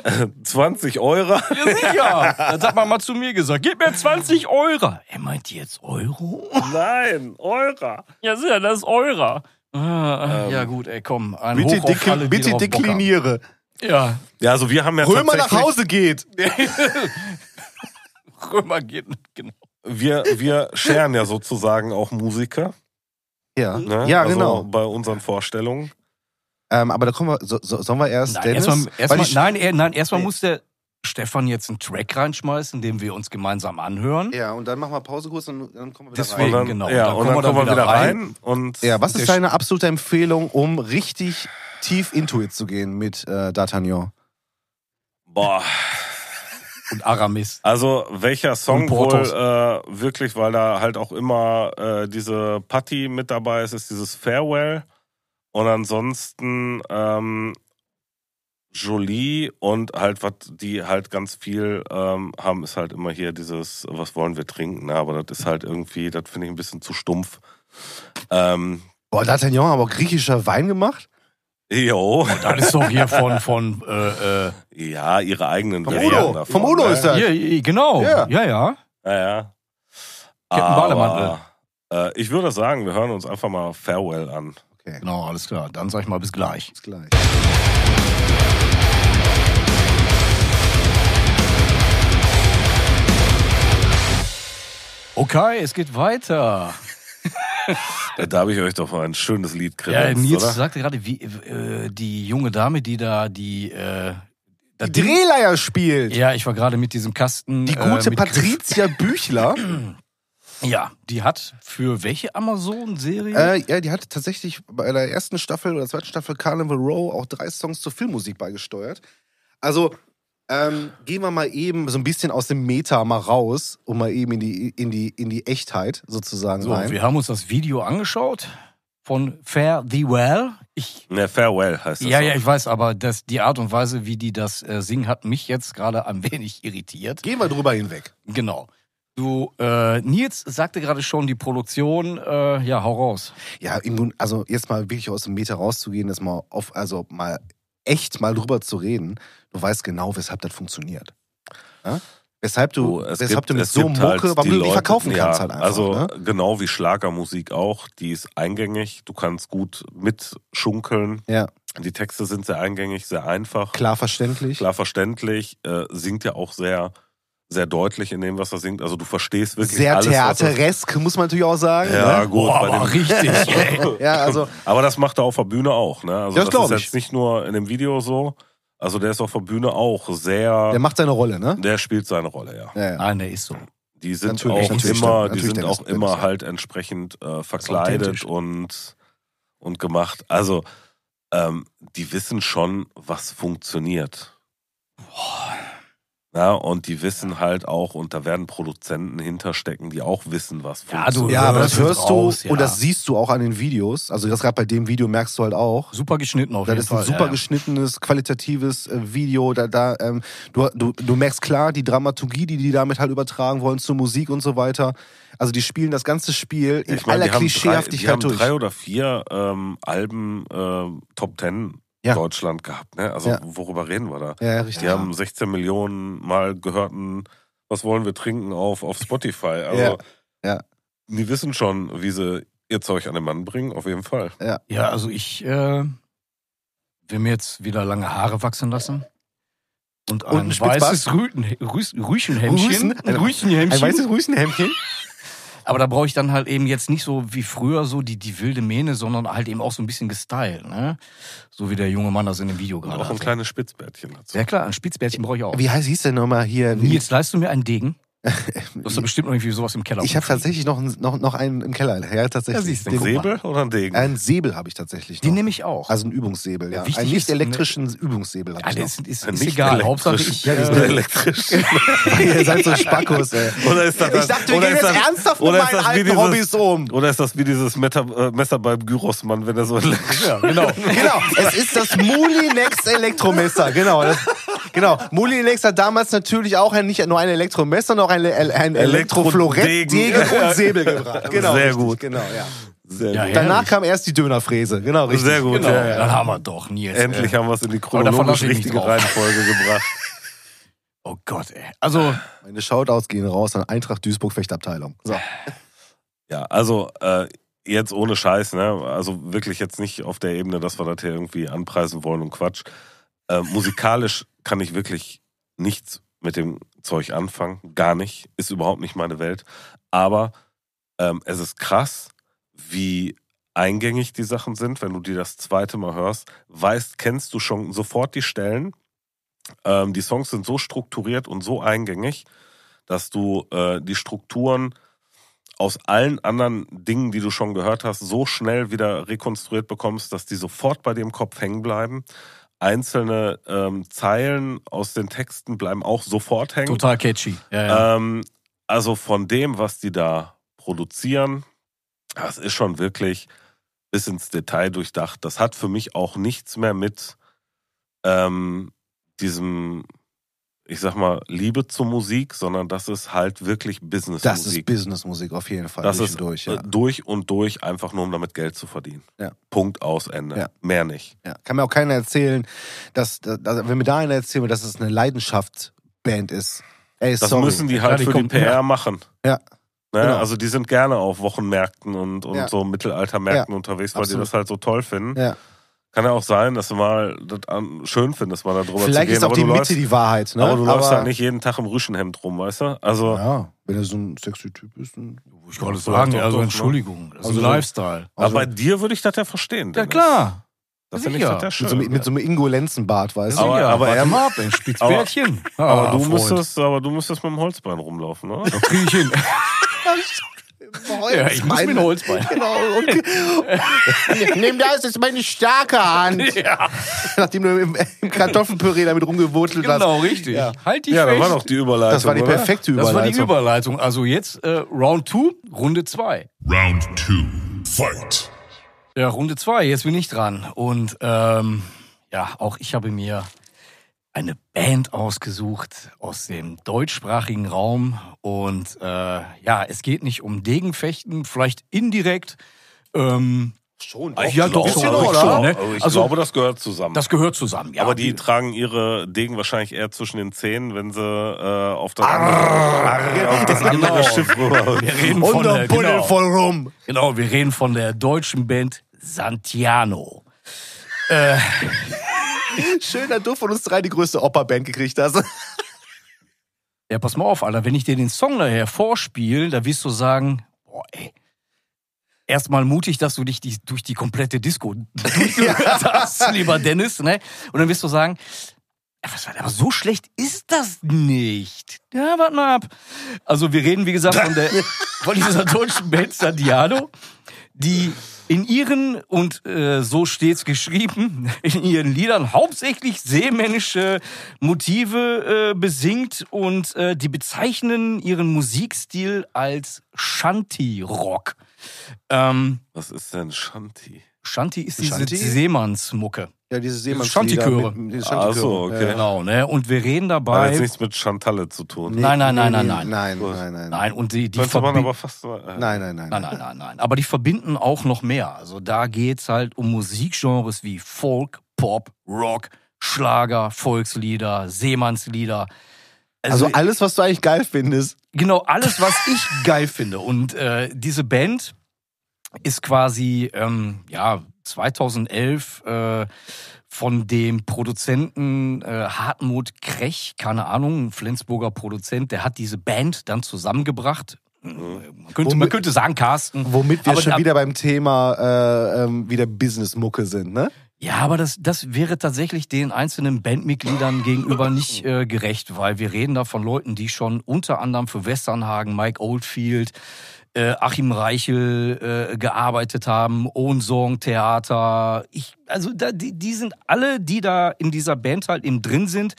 [SPEAKER 6] 20 Euro.
[SPEAKER 5] Ja, sicher! Das hat man mal zu mir gesagt. Gib mir 20 Euro! Er meint jetzt Euro?
[SPEAKER 6] Nein, Euro.
[SPEAKER 5] Ja, sicher, das ist Euro. Ah, ja, gut, ey, komm. Ein
[SPEAKER 4] bitte,
[SPEAKER 5] Hoch auf
[SPEAKER 4] dekli-
[SPEAKER 5] alle, die
[SPEAKER 4] bitte
[SPEAKER 5] drauf Bock haben.
[SPEAKER 4] dekliniere.
[SPEAKER 5] Ja,
[SPEAKER 6] Ja, also wir haben ja
[SPEAKER 4] Römer nach
[SPEAKER 6] tatsächlich-
[SPEAKER 4] Hause geht.
[SPEAKER 5] Römer geht, genau.
[SPEAKER 6] Wir, wir scheren ja sozusagen auch Musiker.
[SPEAKER 4] Ja,
[SPEAKER 6] Ne?
[SPEAKER 4] ja
[SPEAKER 6] also
[SPEAKER 4] genau.
[SPEAKER 6] Bei unseren Vorstellungen.
[SPEAKER 4] Ähm, aber da kommen wir, so, so, sollen wir erst
[SPEAKER 5] Nein,
[SPEAKER 4] Dennis?
[SPEAKER 5] erstmal,
[SPEAKER 4] Weil
[SPEAKER 5] erstmal,
[SPEAKER 4] die-
[SPEAKER 5] nein, er, nein, erstmal muss der Stefan jetzt einen Track reinschmeißen, den wir uns gemeinsam anhören.
[SPEAKER 4] Ja, und dann machen wir Pause kurz und dann kommen wir wieder rein.
[SPEAKER 5] Deswegen.
[SPEAKER 6] Und dann,
[SPEAKER 5] genau.
[SPEAKER 6] Ja, und dann, kommen wir wieder rein. und
[SPEAKER 4] Ja, was ist
[SPEAKER 5] Der-
[SPEAKER 4] deine absolute Empfehlung, um richtig tief into it zu gehen mit äh, D'Artagnan?
[SPEAKER 6] boah,
[SPEAKER 5] Und Aramis.
[SPEAKER 6] also welcher Song
[SPEAKER 5] Und
[SPEAKER 6] wohl
[SPEAKER 5] Portos.
[SPEAKER 6] äh, wirklich, weil da halt auch immer äh, diese Patty mit dabei ist, ist dieses Farewell. Und ansonsten ähm, Jolie und halt, was die halt ganz viel ähm, haben, ist halt immer hier dieses, was wollen wir trinken, ne? aber das ist halt irgendwie, das finde ich ein bisschen zu stumpf. Ähm,
[SPEAKER 4] Boah, D'Artagnan hat aber auch griechischer Wein gemacht?
[SPEAKER 6] jo.
[SPEAKER 5] Das ist doch hier von, von äh, äh,
[SPEAKER 6] Ja, ihre eigenen
[SPEAKER 4] Vom
[SPEAKER 6] Varianten
[SPEAKER 4] Udo,
[SPEAKER 6] davon,
[SPEAKER 4] vom Udo
[SPEAKER 6] ne?
[SPEAKER 4] ist das.
[SPEAKER 5] hier, genau.
[SPEAKER 4] Ja.
[SPEAKER 5] Ja, ja.
[SPEAKER 6] Ja, ja.
[SPEAKER 5] Captain Bademantel.
[SPEAKER 6] Aber, äh, ich würde sagen, wir hören uns einfach mal Farewell an.
[SPEAKER 4] Okay,
[SPEAKER 5] Genau, alles klar. Dann sag ich mal bis gleich.
[SPEAKER 4] bis gleich.
[SPEAKER 5] Okay, es geht weiter.
[SPEAKER 6] Äh, Da habe ich euch doch mal ein schönes Lied
[SPEAKER 5] Ja,
[SPEAKER 6] kredenzt,
[SPEAKER 5] Nils
[SPEAKER 6] oder?
[SPEAKER 5] sagte gerade, wie äh, die junge Dame, die da die äh, da
[SPEAKER 4] Die Drehleier spielt.
[SPEAKER 5] Ja, ich war gerade mit diesem Kasten. äh,
[SPEAKER 4] Die gute
[SPEAKER 5] mit Griff-
[SPEAKER 4] Patricia Büchler.
[SPEAKER 5] Ja, die hat für welche Amazon-Serie?
[SPEAKER 4] Äh, ja, die hat tatsächlich bei der ersten Staffel oder zweiten Staffel Carnival Row auch drei Songs zur Filmmusik beigesteuert. Also ähm, gehen wir mal eben so ein bisschen aus dem Meta mal raus und mal eben in die, in die, in die Echtheit sozusagen
[SPEAKER 5] so,
[SPEAKER 4] rein.
[SPEAKER 5] wir haben uns das Video angeschaut von Fare Thee Well. Ich,
[SPEAKER 6] Ne, Farewell heißt das.
[SPEAKER 5] ja,
[SPEAKER 6] doch.
[SPEAKER 5] ja, ich weiß, aber das, die Art und Weise, wie die das äh, singen, hat mich jetzt gerade ein wenig irritiert.
[SPEAKER 4] Gehen wir drüber hinweg.
[SPEAKER 5] Genau. Du, äh, Nils sagte gerade schon, die Produktion, äh, ja, hau raus.
[SPEAKER 4] Ja, im Grund- also jetzt mal wirklich aus dem Meta rauszugehen, das mal auf, also mal echt mal drüber zu reden. Du weißt genau, weshalb das funktioniert. Ja? Weshalb du,
[SPEAKER 6] Oh, es
[SPEAKER 4] weshalb
[SPEAKER 6] gibt-
[SPEAKER 4] du mit
[SPEAKER 6] es
[SPEAKER 4] so
[SPEAKER 6] gibt
[SPEAKER 4] Mucke,
[SPEAKER 6] halt
[SPEAKER 4] warum du die
[SPEAKER 6] Leute-
[SPEAKER 4] verkaufen
[SPEAKER 6] ja,
[SPEAKER 4] kannst halt einfach.
[SPEAKER 6] Also
[SPEAKER 4] ne?
[SPEAKER 6] genau wie Schlagermusik auch, die ist eingängig, du kannst gut mitschunkeln.
[SPEAKER 4] Ja.
[SPEAKER 6] Die Texte sind sehr eingängig, sehr einfach,
[SPEAKER 4] Klar verständlich.
[SPEAKER 6] klar verständlich, äh, singt ja auch sehr, sehr deutlich in dem, was er singt. Also du verstehst wirklich
[SPEAKER 4] Sehr
[SPEAKER 6] alles, was er-
[SPEAKER 4] theateresk, muss man natürlich auch sagen.
[SPEAKER 6] Ja,
[SPEAKER 4] ne?
[SPEAKER 6] gut.
[SPEAKER 5] Boah,
[SPEAKER 6] bei
[SPEAKER 5] aber
[SPEAKER 6] dem-
[SPEAKER 5] richtig. ey.
[SPEAKER 4] ja also
[SPEAKER 6] Aber das macht er auf der Bühne auch. Ne? Also
[SPEAKER 4] Das
[SPEAKER 6] das,
[SPEAKER 4] glaub
[SPEAKER 6] ist
[SPEAKER 4] ich.
[SPEAKER 6] jetzt nicht nur in dem Video so. Also der ist auf der Bühne auch sehr.
[SPEAKER 4] der macht seine Rolle, ne?
[SPEAKER 6] der spielt seine Rolle, ja.
[SPEAKER 4] Ja, ja.
[SPEAKER 5] Nein, der ist so.
[SPEAKER 6] Die sind
[SPEAKER 4] Natürlich,
[SPEAKER 6] auch
[SPEAKER 4] natürlich,
[SPEAKER 6] immer,
[SPEAKER 4] Dennis,
[SPEAKER 6] die sind
[SPEAKER 4] natürlich,
[SPEAKER 6] auch
[SPEAKER 4] Dennis,
[SPEAKER 6] immer
[SPEAKER 4] Dennis, ja.
[SPEAKER 6] halt entsprechend äh,
[SPEAKER 5] authentisch.
[SPEAKER 6] verkleidet und, und gemacht. Also, ähm, die wissen schon, was funktioniert. Na, und die wissen halt auch, und da werden Produzenten hinterstecken, die auch wissen, was
[SPEAKER 5] Ja,
[SPEAKER 6] funktioniert.
[SPEAKER 5] du-
[SPEAKER 4] Ja, aber das
[SPEAKER 5] Das
[SPEAKER 4] hörst
[SPEAKER 5] wird
[SPEAKER 4] du
[SPEAKER 5] raus, ja.
[SPEAKER 4] und das siehst du auch an den Videos. Also das gerade bei dem Video merkst du halt auch.
[SPEAKER 5] Super geschnitten auf
[SPEAKER 4] Das
[SPEAKER 5] jeden
[SPEAKER 4] ist
[SPEAKER 5] Fall.
[SPEAKER 4] ein super
[SPEAKER 5] ja, ja.
[SPEAKER 4] geschnittenes, qualitatives äh, Video. Da, da, ähm, du, du, du merkst klar die Dramaturgie, die die damit halt übertragen wollen zur Musik und so weiter. Also die spielen das ganze Spiel in
[SPEAKER 6] Ich meine,
[SPEAKER 4] aller
[SPEAKER 6] die haben drei,
[SPEAKER 4] Klischeehaftigkeit
[SPEAKER 6] die haben
[SPEAKER 4] durch.
[SPEAKER 6] drei oder vier ähm, Alben ähm, Top Ten
[SPEAKER 4] Ja.
[SPEAKER 6] Deutschland gehabt. Ne? Also
[SPEAKER 4] Ja.
[SPEAKER 6] worüber reden wir da?
[SPEAKER 4] ja, richtig.
[SPEAKER 6] Die haben 16 Millionen Mal gehörten, was wollen wir trinken auf, auf Spotify. Also
[SPEAKER 4] Ja. Ja.
[SPEAKER 6] die wissen schon, wie sie ihr Zeug an den Mann bringen, auf jeden Fall.
[SPEAKER 5] Ja, also ich äh, will mir jetzt wieder lange Haare wachsen lassen. Und ein,
[SPEAKER 4] Und ein Spitzbart.
[SPEAKER 5] weißes Rüten, Rüß, Rüschenhemdchen.
[SPEAKER 4] Rüßen?
[SPEAKER 5] Ein Rüschenhemdchen.
[SPEAKER 4] Ein weißes Rüschenhemdchen.
[SPEAKER 5] Aber da brauche ich dann halt eben jetzt nicht so wie früher so die, die wilde Mähne, sondern halt eben auch so ein bisschen gestylt. Ne? So wie der junge Mann das in dem Video
[SPEAKER 6] Und
[SPEAKER 5] gerade
[SPEAKER 6] auch ein
[SPEAKER 5] hatte.
[SPEAKER 6] kleines Spitzbärtchen dazu.
[SPEAKER 5] Ja klar, ein Spitzbärtchen brauche ich auch.
[SPEAKER 4] Wie heißt hieß denn nochmal hier?
[SPEAKER 5] Nils, leist du mir einen Degen? Du hast doch bestimmt irgendwie sowas im Keller.
[SPEAKER 4] Ich habe
[SPEAKER 5] rumfliegen.
[SPEAKER 4] tatsächlich noch, einen- noch, noch einen im Keller. Ja,
[SPEAKER 5] Ja,
[SPEAKER 4] tatsächlich.
[SPEAKER 5] siehst du,
[SPEAKER 6] Ein
[SPEAKER 5] guck mal.
[SPEAKER 6] Säbel oder ein Degen?
[SPEAKER 4] Einen Säbel habe ich tatsächlich noch.
[SPEAKER 5] Den nehme ich auch.
[SPEAKER 4] also einen Übungssäbel, ja.
[SPEAKER 5] Wichtig
[SPEAKER 4] Einen nicht
[SPEAKER 5] ist, ne-
[SPEAKER 4] elektrischen Übungssäbel habe
[SPEAKER 5] Ah,
[SPEAKER 4] ich
[SPEAKER 5] der
[SPEAKER 4] noch.
[SPEAKER 5] ist, ist,
[SPEAKER 6] Ein
[SPEAKER 5] ist
[SPEAKER 6] nicht
[SPEAKER 5] egal. Hauptsache ich.
[SPEAKER 6] elektrisch-
[SPEAKER 5] Äh,
[SPEAKER 6] nicht elektrisch.
[SPEAKER 4] Ihr seid so Spackos, ey.
[SPEAKER 6] Oder ist das,
[SPEAKER 4] Ich dachte, wir
[SPEAKER 6] oder
[SPEAKER 4] gehen
[SPEAKER 6] ist
[SPEAKER 4] jetzt ernsthaft mit
[SPEAKER 6] oder ist
[SPEAKER 4] meinen
[SPEAKER 6] das wie
[SPEAKER 4] alten
[SPEAKER 6] dieses-
[SPEAKER 4] Hobbys um.
[SPEAKER 6] Oder ist das wie dieses Meta, äh, Messer beim Gyrosmann, wenn er so elektrisch
[SPEAKER 5] ja, genau.
[SPEAKER 4] Genau, es ist das Mulinex Elektromesser, genau. Das, genau, Mulinex hat damals natürlich auch ein, nicht nur ein Elektromesser, sondern auch ein, Le- ein Elektroflorett,
[SPEAKER 6] Elektrodegen.
[SPEAKER 4] Degen und Säbel gebracht. Genau,
[SPEAKER 6] Sehr
[SPEAKER 4] richtig,
[SPEAKER 6] gut.
[SPEAKER 4] Genau, ja.
[SPEAKER 6] Sehr
[SPEAKER 5] Ja,
[SPEAKER 6] gut.
[SPEAKER 5] ja.
[SPEAKER 4] Danach kam erst die Dönerfräse, genau, richtig.
[SPEAKER 6] Sehr gut,
[SPEAKER 5] genau.
[SPEAKER 6] ja, ja.
[SPEAKER 5] Dann haben wir doch Nils. ey.
[SPEAKER 6] Endlich haben wir es in die
[SPEAKER 5] da verlasse
[SPEAKER 6] chronologisch
[SPEAKER 5] ich mich
[SPEAKER 6] richtige
[SPEAKER 5] drauf.
[SPEAKER 6] Reihenfolge gebracht.
[SPEAKER 5] Oh Gott, ey. Also,
[SPEAKER 4] Meine Shoutouts gehen raus an Eintracht Duisburg Fechtabteilung. So.
[SPEAKER 6] Ja, also äh, jetzt ohne Scheiß, ne? Also wirklich jetzt nicht auf der Ebene, dass wir das hier irgendwie anpreisen wollen und Quatsch. Äh, musikalisch kann ich wirklich nichts mit dem Zeug anfangen. Gar nicht. Ist überhaupt nicht meine Welt. Aber ähm, es ist krass, wie eingängig die Sachen sind, wenn du die das zweite Mal hörst, weißt, kennst du schon sofort die Stellen. Ähm, die Songs sind so strukturiert und so eingängig, dass du äh, die Strukturen aus allen anderen Dingen, die du schon gehört hast, so schnell wieder rekonstruiert bekommst, dass die sofort bei dir im Kopf hängen bleiben. Einzelne ähm, Zeilen aus den Texten bleiben auch sofort hängen.
[SPEAKER 5] total catchy. Ja, ja.
[SPEAKER 6] Ähm, also von dem, was die da produzieren, das ist schon wirklich bis ins Detail durchdacht. Das hat für mich auch nichts mehr mit ähm, diesem, ich sag mal, Liebe zur Musik, sondern das ist halt wirklich Businessmusik.
[SPEAKER 4] Das ist Businessmusik auf jeden Fall.
[SPEAKER 6] Das
[SPEAKER 4] durch
[SPEAKER 6] ist,
[SPEAKER 4] und durch,
[SPEAKER 6] äh,
[SPEAKER 4] ja.
[SPEAKER 6] durch und durch einfach nur, um damit Geld zu verdienen.
[SPEAKER 4] Ja.
[SPEAKER 6] Punkt aus Ende.
[SPEAKER 4] Ja.
[SPEAKER 6] Mehr nicht.
[SPEAKER 4] Ja. Kann mir auch keiner erzählen, dass, dass wenn mir da einer erzählt wird, dass es eine Leidenschaftsband ist. Ey,
[SPEAKER 6] Das
[SPEAKER 4] sorry.
[SPEAKER 6] müssen die
[SPEAKER 5] Klar,
[SPEAKER 6] halt
[SPEAKER 5] die
[SPEAKER 6] für die
[SPEAKER 5] kommt-
[SPEAKER 6] PR machen.
[SPEAKER 4] Ja.
[SPEAKER 6] Ne?
[SPEAKER 4] Genau.
[SPEAKER 6] Also die sind gerne auf Wochenmärkten und, und
[SPEAKER 4] Ja.
[SPEAKER 6] so Mittelaltermärkten unterwegs, weil die
[SPEAKER 4] absolut.
[SPEAKER 6] das halt so toll finden.
[SPEAKER 4] Ja.
[SPEAKER 6] Kann ja auch sein, dass du mal das an, schön findest, mal darüber zu
[SPEAKER 4] Vielleicht
[SPEAKER 6] gehen.
[SPEAKER 4] ist auch
[SPEAKER 6] aber
[SPEAKER 4] die
[SPEAKER 6] du
[SPEAKER 4] Mitte
[SPEAKER 6] läufst,
[SPEAKER 4] die Wahrheit. Ne?
[SPEAKER 6] Aber du läufst halt nicht jeden Tag im Rüschenhemd rum, weißt du? Also,
[SPEAKER 4] Ja, wenn er so ein sexy Typ ist. Dann
[SPEAKER 5] Ich wollte
[SPEAKER 6] So,
[SPEAKER 5] sagen,
[SPEAKER 6] doch,
[SPEAKER 5] also
[SPEAKER 6] doch, ne?
[SPEAKER 5] Entschuldigung. Das ist
[SPEAKER 4] Also-
[SPEAKER 5] ein Lifestyle.
[SPEAKER 6] aber
[SPEAKER 4] also-
[SPEAKER 6] bei dir würde ich das ja verstehen.
[SPEAKER 5] Ja
[SPEAKER 6] Dennis.
[SPEAKER 5] klar.
[SPEAKER 6] Das finde ich
[SPEAKER 5] sicher.
[SPEAKER 6] das ja schön.
[SPEAKER 4] mit, so, einem- mit so einem Ingo-Lenzenbart, weißt du?
[SPEAKER 6] Aber-
[SPEAKER 5] Sicher.
[SPEAKER 6] aber
[SPEAKER 5] Warte
[SPEAKER 6] er-
[SPEAKER 5] mal ab, ey, Spitzbärtchen.
[SPEAKER 6] aber,
[SPEAKER 5] Ah,
[SPEAKER 6] du
[SPEAKER 5] Freund.
[SPEAKER 6] müsstest, aber du müsstest mit dem Holzbein rumlaufen, ne?
[SPEAKER 5] Das krieg ich hin. Ja, ich muss mir ein Holzbein.
[SPEAKER 4] Genau. Und, nimm das, das ist meine starke Hand. Nachdem du im, im Kartoffelpüree damit rumgewurzelt hast.
[SPEAKER 5] Genau, richtig.
[SPEAKER 4] Ja.
[SPEAKER 5] Halt die
[SPEAKER 6] ja, da
[SPEAKER 5] fest.
[SPEAKER 6] war noch die Überleitung.
[SPEAKER 4] Das war die
[SPEAKER 6] oder?
[SPEAKER 4] perfekte
[SPEAKER 5] das
[SPEAKER 4] Überleitung.
[SPEAKER 5] war die Überleitung. Also jetzt äh, Round 2, Runde 2.
[SPEAKER 2] Round two. Fight.
[SPEAKER 5] Ja, Runde zwei, jetzt bin ich dran. Und ähm, ja, auch ich habe mir eine Band ausgesucht aus dem deutschsprachigen Raum. Und äh, ja, es geht nicht um Degenfechten, vielleicht indirekt. Ähm,
[SPEAKER 4] Schon.
[SPEAKER 5] Ja, doch,
[SPEAKER 6] Bisschen,
[SPEAKER 5] schon,
[SPEAKER 6] aber ich,
[SPEAKER 5] oder?
[SPEAKER 6] glaube,
[SPEAKER 5] Ne?
[SPEAKER 6] ich
[SPEAKER 5] Also-
[SPEAKER 6] glaube, das gehört zusammen.
[SPEAKER 5] das gehört zusammen. Ja,
[SPEAKER 6] aber die tragen ihre Degen wahrscheinlich eher zwischen den Zähnen, wenn sie äh, auf das andere, auf das andere
[SPEAKER 5] Ah, Genau.
[SPEAKER 6] Schiff rüber.
[SPEAKER 5] wir reden von
[SPEAKER 4] Und
[SPEAKER 5] der,
[SPEAKER 4] ein Puddel
[SPEAKER 5] genau,
[SPEAKER 4] voll rum.
[SPEAKER 5] genau, wir reden von der deutschen Band Santiano.
[SPEAKER 4] Schön, dass du von uns drei die größte Opernband gekriegt hast.
[SPEAKER 5] Ja, pass mal auf, Alter. Wenn ich dir den Song nachher vorspiele, da wirst du sagen, boah, ey. Erstmal mutig, dass du dich die, durch die komplette Disco durchgehört hast, lieber Dennis, ne? Und dann wirst du sagen, ja, was war das? aber so schlecht ist das nicht. Ja, warte mal ab. Also wir reden, wie gesagt, von, der, von dieser deutschen Band Sandiano, die in ihren, und äh, so steht's geschrieben, in ihren Liedern hauptsächlich seemännische Motive äh, besingt und äh, die bezeichnen ihren Musikstil als Shanty-Rock. Ähm,
[SPEAKER 6] Was ist denn Shanti?
[SPEAKER 5] Shanty ist diese
[SPEAKER 4] Shanty?
[SPEAKER 5] Seemannsmucke.
[SPEAKER 4] Ja, diese
[SPEAKER 5] Seemannslieder Shantychöre.
[SPEAKER 4] mit- mit-
[SPEAKER 6] Ach so,
[SPEAKER 4] Shantychöre.
[SPEAKER 6] okay.
[SPEAKER 4] Ja.
[SPEAKER 5] Genau, ne? Und wir reden
[SPEAKER 6] Hat jetzt
[SPEAKER 5] dabei...
[SPEAKER 6] nichts mit Chantalle zu tun.
[SPEAKER 4] Nee,
[SPEAKER 5] Nein, nein,
[SPEAKER 4] nee,
[SPEAKER 5] nein, nein,
[SPEAKER 4] nee, Nein,
[SPEAKER 5] nein.
[SPEAKER 4] nein, nein.
[SPEAKER 5] Nein, und die, die
[SPEAKER 6] Könnte man
[SPEAKER 5] verbi-
[SPEAKER 6] aber fast. Äh,
[SPEAKER 4] Nein, nein, nein.
[SPEAKER 5] Nein, nein, nein, nein. Aber die verbinden auch noch mehr. Also da geht's halt um Musikgenres wie Folk, Pop, Rock, Schlager, Volkslieder, Seemannslieder.
[SPEAKER 4] Also alles, was du eigentlich geil findest.
[SPEAKER 5] Genau, alles, was ich geil finde. Und äh, diese Band ist quasi, ähm, ja, 2011 äh, von dem Produzenten äh, Hartmut Krech, keine Ahnung, ein Flensburger Produzent, der hat diese Band dann zusammengebracht. Man könnte, man
[SPEAKER 4] Womit-
[SPEAKER 5] könnte sagen, Carsten.
[SPEAKER 4] Womit wir
[SPEAKER 5] Aber
[SPEAKER 4] schon
[SPEAKER 5] da-
[SPEAKER 4] wieder beim Thema äh, ähm, wieder Business-Mucke sind, ne?
[SPEAKER 5] Ja, aber das, das wäre tatsächlich den einzelnen Bandmitgliedern gegenüber nicht äh, gerecht, weil wir reden da von Leuten, die schon unter anderem für Westernhagen, Mike Oldfield, äh, Achim Reichel äh, gearbeitet haben, Ohnsorg Theater. Ich, also da, die, die sind alle, die da in dieser Band halt eben drin sind.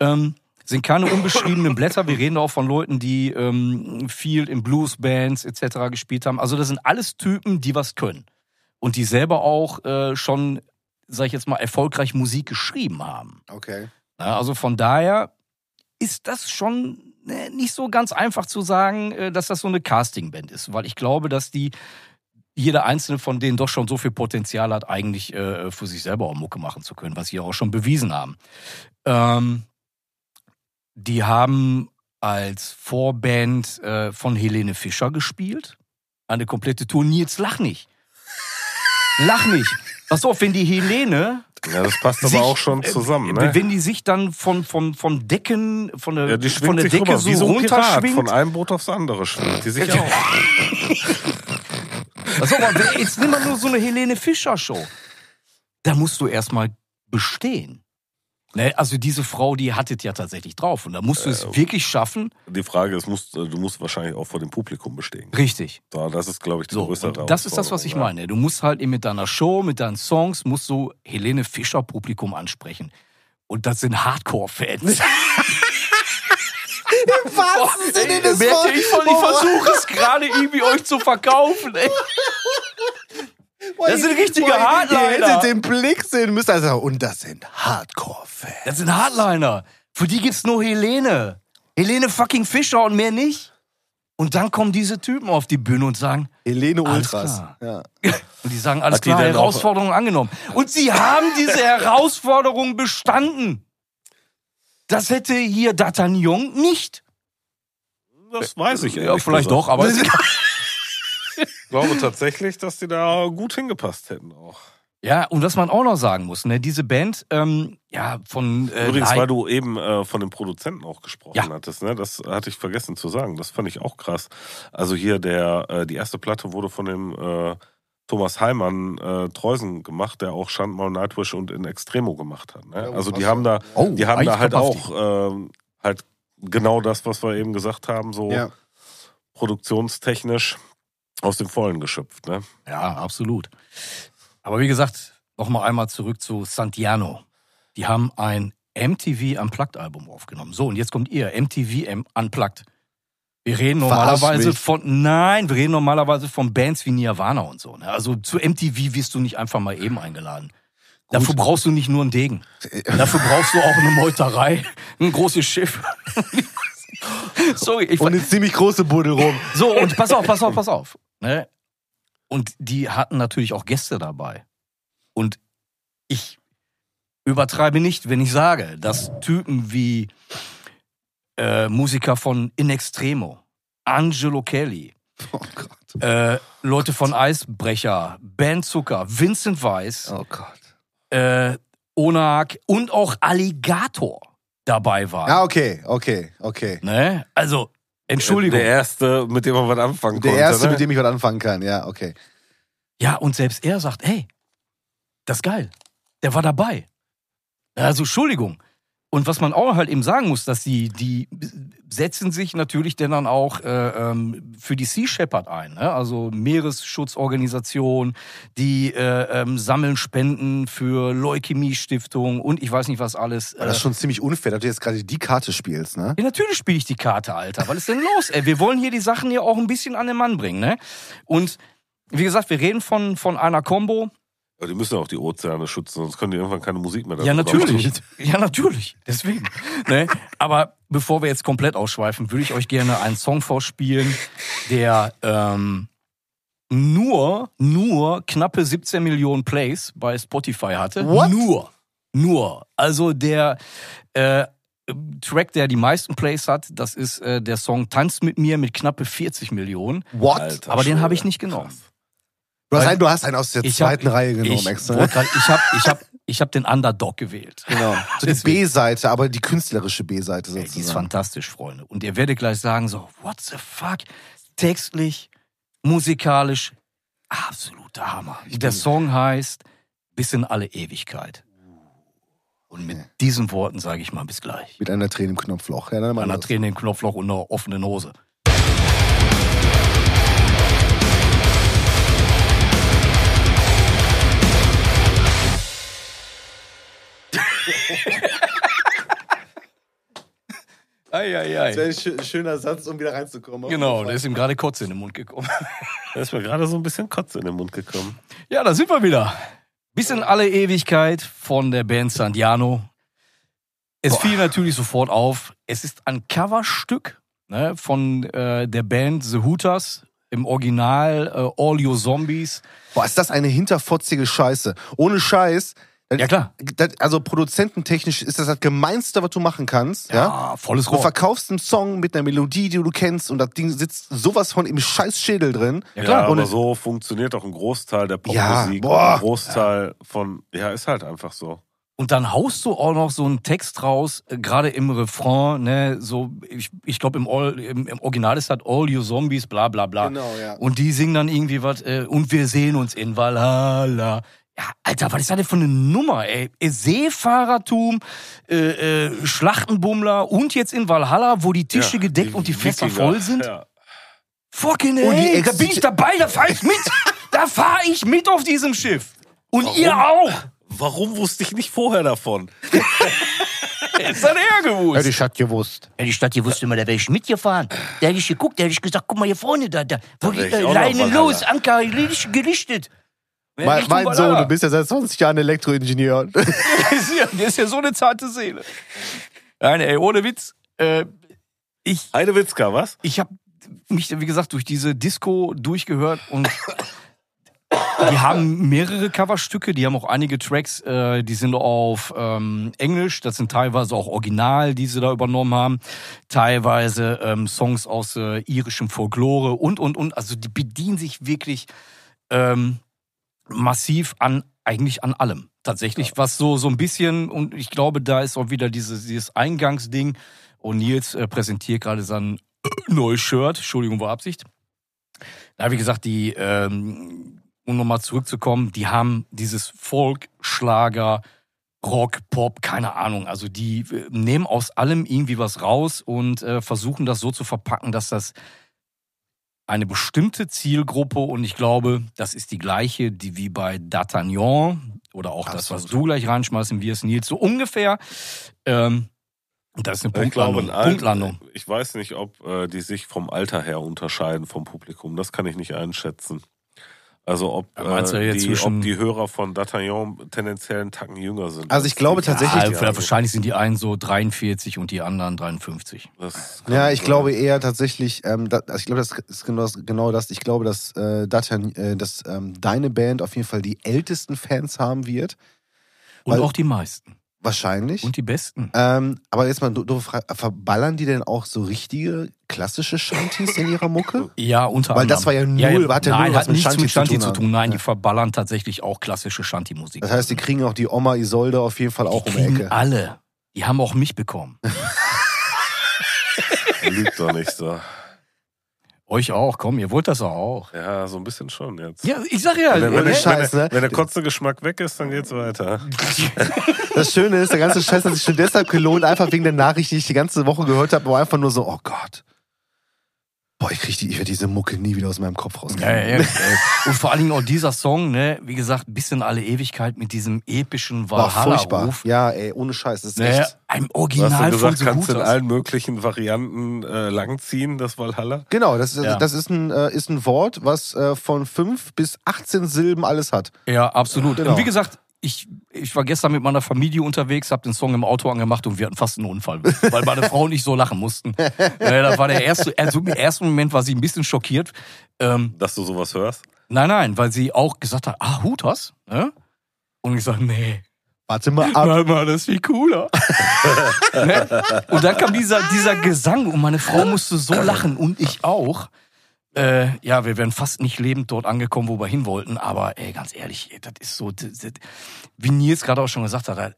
[SPEAKER 5] Ähm, sind keine unbeschriebenen Blätter. Wir reden auch von Leuten, die ähm, viel in Bluesbands etc. gespielt haben. Also das sind alles Typen, die was können und die selber auch äh, schon, sag ich jetzt mal, erfolgreich Musik geschrieben haben.
[SPEAKER 4] Okay.
[SPEAKER 5] Ja, also von daher ist das schon ne, nicht so ganz einfach zu sagen, äh, dass das so eine Castingband ist, weil ich glaube, dass die jeder einzelne von denen doch schon so viel Potenzial hat, eigentlich äh, für sich selber auch Mucke machen zu können, was sie auch schon bewiesen haben. Ähm, die haben als Vorband äh, von Helene Fischer gespielt. Eine komplette Tour. Nils, lach nicht. Lach nicht. Pass auf, wenn die Helene
[SPEAKER 6] Ja, das passt aber
[SPEAKER 5] sich- äh,
[SPEAKER 6] auch schon zusammen, ne?
[SPEAKER 5] wenn die sich dann von, von, von Decken, von der,
[SPEAKER 6] Ja, die schwingt
[SPEAKER 5] von der
[SPEAKER 6] sich
[SPEAKER 5] Decke Genau.
[SPEAKER 6] rüber,
[SPEAKER 5] so
[SPEAKER 6] wie so ein Pirat.
[SPEAKER 5] runterschwingt.
[SPEAKER 6] Von einem Boot aufs andere schwingt die sich
[SPEAKER 5] Ja.
[SPEAKER 6] auch.
[SPEAKER 5] Pass auf, aber jetzt nimm mal nur so eine Helene Fischer-Show. Da musst du erstmal bestehen. Ne, also diese Frau, die hat es ja tatsächlich drauf. Und da musst du es wirklich schaffen.
[SPEAKER 6] Die Frage ist, musst, äh, du musst wahrscheinlich auch vor dem Publikum bestehen.
[SPEAKER 5] Richtig.
[SPEAKER 6] Da, das ist, glaube ich, die
[SPEAKER 5] So,
[SPEAKER 6] größere
[SPEAKER 5] und das ist das, was ich
[SPEAKER 6] Herausforderung,
[SPEAKER 5] meine. Du musst halt eben mit deiner Show, mit deinen Songs, musst so Helene Fischer Publikum ansprechen. Und das sind Hardcore-Fans.
[SPEAKER 4] Was?
[SPEAKER 5] Ey, merke ich voll, ich versuche es gerade irgendwie euch zu verkaufen. Ey. Das sind richtige Hardliner.
[SPEAKER 4] Ihr hättet den Blick sehen müssen. Also, und das sind Hardcore-Fans.
[SPEAKER 5] Das sind Hardliner. Für die gibt's nur Helene. Helene fucking Fischer und mehr nicht. Und dann kommen diese Typen auf die Bühne und sagen,
[SPEAKER 4] Helene
[SPEAKER 5] Alles
[SPEAKER 4] Ultras.
[SPEAKER 5] klar.
[SPEAKER 4] Ja.
[SPEAKER 5] und die sagen, alles
[SPEAKER 6] Hat die
[SPEAKER 5] klar,
[SPEAKER 6] denn auch-
[SPEAKER 5] Herausforderung angenommen. Und sie haben diese Herausforderung bestanden. Das hätte hier D'Artagnan nicht.
[SPEAKER 3] Das weiß ich
[SPEAKER 6] Ja,
[SPEAKER 5] Ja,
[SPEAKER 3] ehrlich
[SPEAKER 5] vielleicht
[SPEAKER 3] gesagt.
[SPEAKER 5] doch, aber
[SPEAKER 6] Ich glaube tatsächlich, dass die da gut hingepasst hätten auch.
[SPEAKER 5] ja, und was man auch noch sagen muss, ne, diese Band, ähm, ja, von äh,
[SPEAKER 6] Übrigens,
[SPEAKER 5] Live-
[SPEAKER 6] weil du eben äh, von dem Produzenten auch gesprochen
[SPEAKER 5] Ja.
[SPEAKER 6] hattest, ne? das hatte ich vergessen zu sagen. Das fand ich auch krass. Also hier, der, äh, die erste Platte wurde von dem äh, Thomas Heimann äh, Treusen gemacht, der auch Schandmaul, Nightwish und In Extremo gemacht hat. Ne?
[SPEAKER 4] Ja,
[SPEAKER 6] also die
[SPEAKER 4] krass.
[SPEAKER 6] haben da,
[SPEAKER 5] Oh,
[SPEAKER 6] die haben da
[SPEAKER 5] Eich
[SPEAKER 6] halt
[SPEAKER 5] Kapafti.
[SPEAKER 6] auch ähm, halt genau das, was wir eben gesagt haben, so
[SPEAKER 4] Ja.
[SPEAKER 6] produktionstechnisch aus dem Vollen geschöpft. Ne?
[SPEAKER 5] Ja, absolut. Aber wie gesagt, nochmal einmal zurück zu Santiano. Die haben ein MTV Unplugged-Album aufgenommen. So, und jetzt kommt ihr, MTV M- Unplugged. Wir reden
[SPEAKER 4] Verarsch
[SPEAKER 5] normalerweise
[SPEAKER 4] mich.
[SPEAKER 5] von, nein, wir reden normalerweise von Bands wie Nirvana und so. Ne? Also zu MTV wirst du nicht einfach mal eben eingeladen. Dafür brauchst du nicht nur einen Degen. Dafür brauchst du auch eine Meuterei, ein großes Schiff. Sorry, ich
[SPEAKER 4] Und eine ziemlich große Buddel rum.
[SPEAKER 5] so, und pass auf, pass auf, pass auf. Ne? Und die hatten natürlich auch Gäste dabei. Und ich übertreibe nicht, wenn ich sage, dass Typen wie äh, Musiker von In Extremo, Angelo Kelly,
[SPEAKER 4] Oh Gott.
[SPEAKER 5] äh, Leute von Eisbrecher, Ben Zucker, Vincent Weiss,
[SPEAKER 4] Oh Gott.
[SPEAKER 5] äh, Onak und auch Alligator dabei waren.
[SPEAKER 4] Ja, okay, okay, okay.
[SPEAKER 5] Ne? Also, Entschuldigung.
[SPEAKER 6] Der erste, mit dem man was anfangen
[SPEAKER 4] Der
[SPEAKER 6] konnte.
[SPEAKER 4] erste,
[SPEAKER 6] ne?
[SPEAKER 4] mit dem ich was anfangen kann, ja, okay.
[SPEAKER 5] Ja, und selbst er sagt, hey, das ist geil. Der war dabei. Also, Entschuldigung. Und was man auch halt eben sagen muss, dass die, die setzen sich natürlich denn dann auch äh, ähm, für die Sea Shepherd ein. Ne? Also Meeresschutzorganisation, die äh, ähm, sammeln Spenden für Leukämie-Stiftung und ich weiß nicht was alles. äh.
[SPEAKER 4] Aber das ist schon ziemlich unfair, dass du jetzt gerade die Karte spielst, ne?
[SPEAKER 5] Ja, natürlich spiele ich die Karte, Alter. Was ist denn los, ey? Wir wollen hier die Sachen hier auch ein bisschen an den Mann bringen, ne? Und wie gesagt, wir reden von, von einer Combo.
[SPEAKER 6] Aber die müssen auch die Ozeane schützen, sonst können die irgendwann keine Musik mehr
[SPEAKER 5] Ja,
[SPEAKER 6] darüber
[SPEAKER 5] natürlich.
[SPEAKER 6] machen.
[SPEAKER 5] Ja, natürlich. Deswegen. ne? Aber bevor wir jetzt komplett ausschweifen, würde ich euch gerne einen Song vorspielen, der ähm, nur, nur knappe 17 Millionen Plays bei Spotify hatte.
[SPEAKER 4] What?
[SPEAKER 5] Nur. Nur. Also der äh, Track, der die meisten Plays hat, das ist äh, der Song Tanz mit mir mit knappe 40 Millionen.
[SPEAKER 4] What?
[SPEAKER 6] Alter,
[SPEAKER 5] Aber den
[SPEAKER 6] Schwede.
[SPEAKER 5] habe ich nicht genommen.
[SPEAKER 6] Krass.
[SPEAKER 4] Du hast,
[SPEAKER 5] Weil-
[SPEAKER 4] einen, du hast einen aus der
[SPEAKER 5] Ich hab-
[SPEAKER 4] zweiten Reihe genommen,
[SPEAKER 5] ich
[SPEAKER 4] extra. ne?
[SPEAKER 5] wollte grad- Ich habe ich hab, ich hab den Underdog gewählt.
[SPEAKER 4] Genau. So die
[SPEAKER 5] Deswegen. genau.
[SPEAKER 4] B-Seite, aber die künstlerische B-Seite
[SPEAKER 5] Ey, die ist
[SPEAKER 4] sozusagen.
[SPEAKER 5] fantastisch, Freunde. Und ihr werdet gleich sagen so, what the fuck? Textlich, musikalisch, absoluter Hammer. Der Song heißt Bis in alle Ewigkeit. Und mit diesen Worten sage ich mal bis gleich.
[SPEAKER 4] Mit einer Träne im Knopfloch. Ja, dann mal
[SPEAKER 5] Mit einer
[SPEAKER 4] los.
[SPEAKER 5] Träne im Knopfloch und einer offenen Hose. Eieiei.
[SPEAKER 4] Das wäre ein schö- schöner Satz, um wieder reinzukommen.
[SPEAKER 5] Genau, da ist ihm gerade Kotze in den Mund gekommen.
[SPEAKER 6] Da ist mir gerade so ein bisschen Kotze in den Mund gekommen.
[SPEAKER 5] Ja, da sind wir wieder. Bis in alle Ewigkeit von der Band Sandiano. Es fiel natürlich sofort auf, es ist ein Coverstück ne, von äh, der Band The Hooters, im Original äh, All Your Zombies.
[SPEAKER 4] Boah, ist das eine hinterfotzige Scheiße. Ohne Scheiß.
[SPEAKER 5] Ja, klar.
[SPEAKER 4] Das, also produzententechnisch ist das das Gemeinste, was du machen kannst. Ja.
[SPEAKER 5] Ah, volles
[SPEAKER 4] Du
[SPEAKER 5] Rohr.
[SPEAKER 4] verkaufst einen Song mit einer Melodie, die du kennst, und das Ding sitzt sowas von im Scheißschädel drin.
[SPEAKER 5] Ja,
[SPEAKER 6] Ja,
[SPEAKER 5] klar.
[SPEAKER 6] aber
[SPEAKER 4] und-
[SPEAKER 6] so funktioniert auch ein Großteil der
[SPEAKER 4] Ja,
[SPEAKER 6] Popmusik.
[SPEAKER 4] boah.
[SPEAKER 6] ein Großteil von, ja, ist halt einfach so.
[SPEAKER 5] Und dann haust du auch noch so einen Text raus, äh, gerade im Refrain, ne, so, ich, ich glaube im, All- im, im Original ist das All You Zombies, bla bla bla.
[SPEAKER 4] Genau, ja.
[SPEAKER 5] Und die singen dann irgendwie was, äh, und wir sehen uns in Valhalla. Ja, Alter, was ist das denn für eine Nummer, ey? Äh, Seefahrertum, äh, äh, Schlachtenbummler und jetzt in Valhalla, wo die Tische
[SPEAKER 6] ja,
[SPEAKER 5] gedeckt und die Fässer
[SPEAKER 6] Wikinger,
[SPEAKER 5] voll sind.
[SPEAKER 6] Ja.
[SPEAKER 5] Fucking
[SPEAKER 4] Und die
[SPEAKER 5] ey, da
[SPEAKER 4] Ex-
[SPEAKER 5] bin ich dabei, da fahr ich mit. da fahr ich mit auf diesem Schiff. Und ihr auch.
[SPEAKER 6] Warum wusste ich nicht vorher davon?
[SPEAKER 5] Ist dann eher gewusst.
[SPEAKER 4] ich hatte gewusst.
[SPEAKER 5] Ja, die Stadt, die wusste immer, da wäre ich mitgefahren. Da hätte ich geguckt, da hätte ich gesagt, guck mal hier vorne, da, da, wo
[SPEAKER 6] wär
[SPEAKER 5] geht
[SPEAKER 6] ich
[SPEAKER 5] äh,
[SPEAKER 6] auch noch
[SPEAKER 5] Leine
[SPEAKER 6] Valhalla.
[SPEAKER 5] los, Anker gelicht- gelichtet.
[SPEAKER 4] Mein, mein Sohn, du bist ja seit 20 Jahren Elektroingenieur.
[SPEAKER 5] Der ist, ja, der ist ja so eine zarte Seele. Nein, ey, ohne Witz. Äh, ich
[SPEAKER 6] Heide Witzka, was?
[SPEAKER 5] ich habe mich, wie gesagt, durch diese Disco durchgehört und Die haben mehrere Coverstücke, die haben auch einige Tracks, äh, die sind auf ähm, Englisch, das sind teilweise auch Original, die sie da übernommen haben, teilweise ähm, Songs aus äh, irischem Folklore und, und, und. Also die bedienen sich wirklich ähm, massiv an, eigentlich an allem. Tatsächlich, was so, so ein bisschen, und ich glaube, da ist auch wieder dieses, dieses Eingangsding. Und Nils äh, präsentiert gerade sein äh, neues Shirt. Entschuldigung, war Absicht. Na, wie gesagt, die, ähm, um nochmal zurückzukommen, die haben dieses Folk, Schlager, Rock, Pop, keine Ahnung. Also die äh, nehmen aus allem irgendwie was raus und äh, versuchen das so zu verpacken, dass das eine bestimmte Zielgruppe und ich glaube, das ist die gleiche, die wie bei D'Artagnan oder auch das, was du gleich reinschmeißen wirst, Nils, so ungefähr. Ähm, und das ist eine
[SPEAKER 6] Ich glaube,
[SPEAKER 5] Punktlandung.
[SPEAKER 6] ein Alt-
[SPEAKER 5] Punktlandung.
[SPEAKER 6] Ich weiß nicht, ob äh, die sich vom Alter her unterscheiden vom Publikum. Das kann ich nicht einschätzen. Also ob,
[SPEAKER 5] Ja, meinst du
[SPEAKER 6] äh,
[SPEAKER 5] jetzt
[SPEAKER 6] die,
[SPEAKER 5] zwischen-
[SPEAKER 6] ob die Hörer von D'Artagnan tendenziell einen Tacken jünger sind.
[SPEAKER 4] Also ich
[SPEAKER 6] als
[SPEAKER 4] glaube
[SPEAKER 6] die-
[SPEAKER 4] tatsächlich-
[SPEAKER 5] Ja, wahrscheinlich sind die einen so 43 und die anderen 53.
[SPEAKER 6] Das kann
[SPEAKER 4] Ja, ich
[SPEAKER 6] sein.
[SPEAKER 4] glaube
[SPEAKER 5] ne?
[SPEAKER 4] eher tatsächlich, ähm, da, also ich glaube, das ist genau das, genau das. Ich glaube, dass, äh, Datan, äh, dass ähm, deine Band auf jeden Fall die ältesten Fans haben wird.
[SPEAKER 5] Und
[SPEAKER 4] Weil-
[SPEAKER 5] auch die meisten.
[SPEAKER 4] Wahrscheinlich.
[SPEAKER 5] Und die besten.
[SPEAKER 4] Ähm, aber jetzt mal, du, du fra- verballern die denn auch so richtige klassische Shanties in ihrer Mucke?
[SPEAKER 5] Ja, unter
[SPEAKER 4] Weil
[SPEAKER 5] anderem.
[SPEAKER 4] das war ja null, hat ja
[SPEAKER 5] nein,
[SPEAKER 4] null was
[SPEAKER 5] hat
[SPEAKER 4] mit
[SPEAKER 5] nichts
[SPEAKER 4] Shanti
[SPEAKER 5] mit
[SPEAKER 4] zu
[SPEAKER 5] Shanti
[SPEAKER 4] tun
[SPEAKER 5] zu
[SPEAKER 4] haben.
[SPEAKER 5] tun. Nein, die verballern tatsächlich auch klassische Shanti-Musik.
[SPEAKER 4] Das heißt, die kriegen auch die Oma Isolde auf jeden Fall auch um die
[SPEAKER 5] kriegen
[SPEAKER 4] Ecke.
[SPEAKER 5] alle. Die haben auch mich bekommen.
[SPEAKER 6] Lügt doch nicht so.
[SPEAKER 5] Euch auch, komm, ihr wollt das auch.
[SPEAKER 6] Ja, so ein bisschen schon jetzt.
[SPEAKER 5] Ja, ich sag ja,
[SPEAKER 6] Wenn, wenn,
[SPEAKER 4] Ohne
[SPEAKER 6] der,
[SPEAKER 5] ne?
[SPEAKER 4] Scheiß,
[SPEAKER 6] wenn,
[SPEAKER 4] ne?
[SPEAKER 6] der, wenn der Kotze-Geschmack weg ist, dann geht's weiter.
[SPEAKER 4] Das Schöne ist, der ganze Scheiß hat sich schon deshalb gelohnt, einfach wegen der Nachricht, die ich die ganze Woche gehört habe, wo einfach nur so, oh Gott. Boah, ich krieg die, ich werde diese Mucke nie wieder aus meinem Kopf
[SPEAKER 5] Ja,
[SPEAKER 4] rauskriegen.
[SPEAKER 5] ja, ja. Und vor allen Dingen auch dieser Song, ne, wie gesagt, bis in alle Ewigkeit mit diesem epischen
[SPEAKER 4] War furchtbar.
[SPEAKER 5] Valhalla-Ruf.
[SPEAKER 4] Ja, ey, ohne Scheiß, das ist
[SPEAKER 5] Ne,
[SPEAKER 4] echt.
[SPEAKER 5] Ein
[SPEAKER 6] Du hast ja
[SPEAKER 5] Original von
[SPEAKER 6] gesagt,
[SPEAKER 5] so
[SPEAKER 6] kannst
[SPEAKER 5] gut
[SPEAKER 6] in
[SPEAKER 5] aus.
[SPEAKER 6] allen möglichen Varianten äh, langziehen, das Valhalla.
[SPEAKER 4] Genau, das, ist-
[SPEAKER 5] Ja.
[SPEAKER 4] das ist, ein, äh, ist ein Wort, was äh, von 5 bis 18 Silben alles hat.
[SPEAKER 5] Ja, absolut.
[SPEAKER 4] Genau.
[SPEAKER 5] Und wie gesagt, ich, ich war gestern mit meiner Familie unterwegs, hab den Song im Auto angemacht und wir hatten fast einen Unfall, weil meine Frau und ich so lachen mussten. Äh, Das war der erste, also im ersten Moment war sie ein bisschen schockiert. Ähm,
[SPEAKER 6] Dass du sowas hörst.
[SPEAKER 5] nein, nein, weil sie auch gesagt hat, ah, Hutas, ne? Und ich sage, nee,
[SPEAKER 4] Warte mal ab.
[SPEAKER 5] Mann, Mann, das ist viel cooler. ne? Und dann kam dieser, dieser Gesang und meine Frau musste so lachen und ich auch. Äh, ja, wir wären fast nicht lebend dort angekommen, wo wir hin wollten, aber ey, ganz ehrlich, ey, das ist so, das, das, wie Nils gerade auch schon gesagt hat, das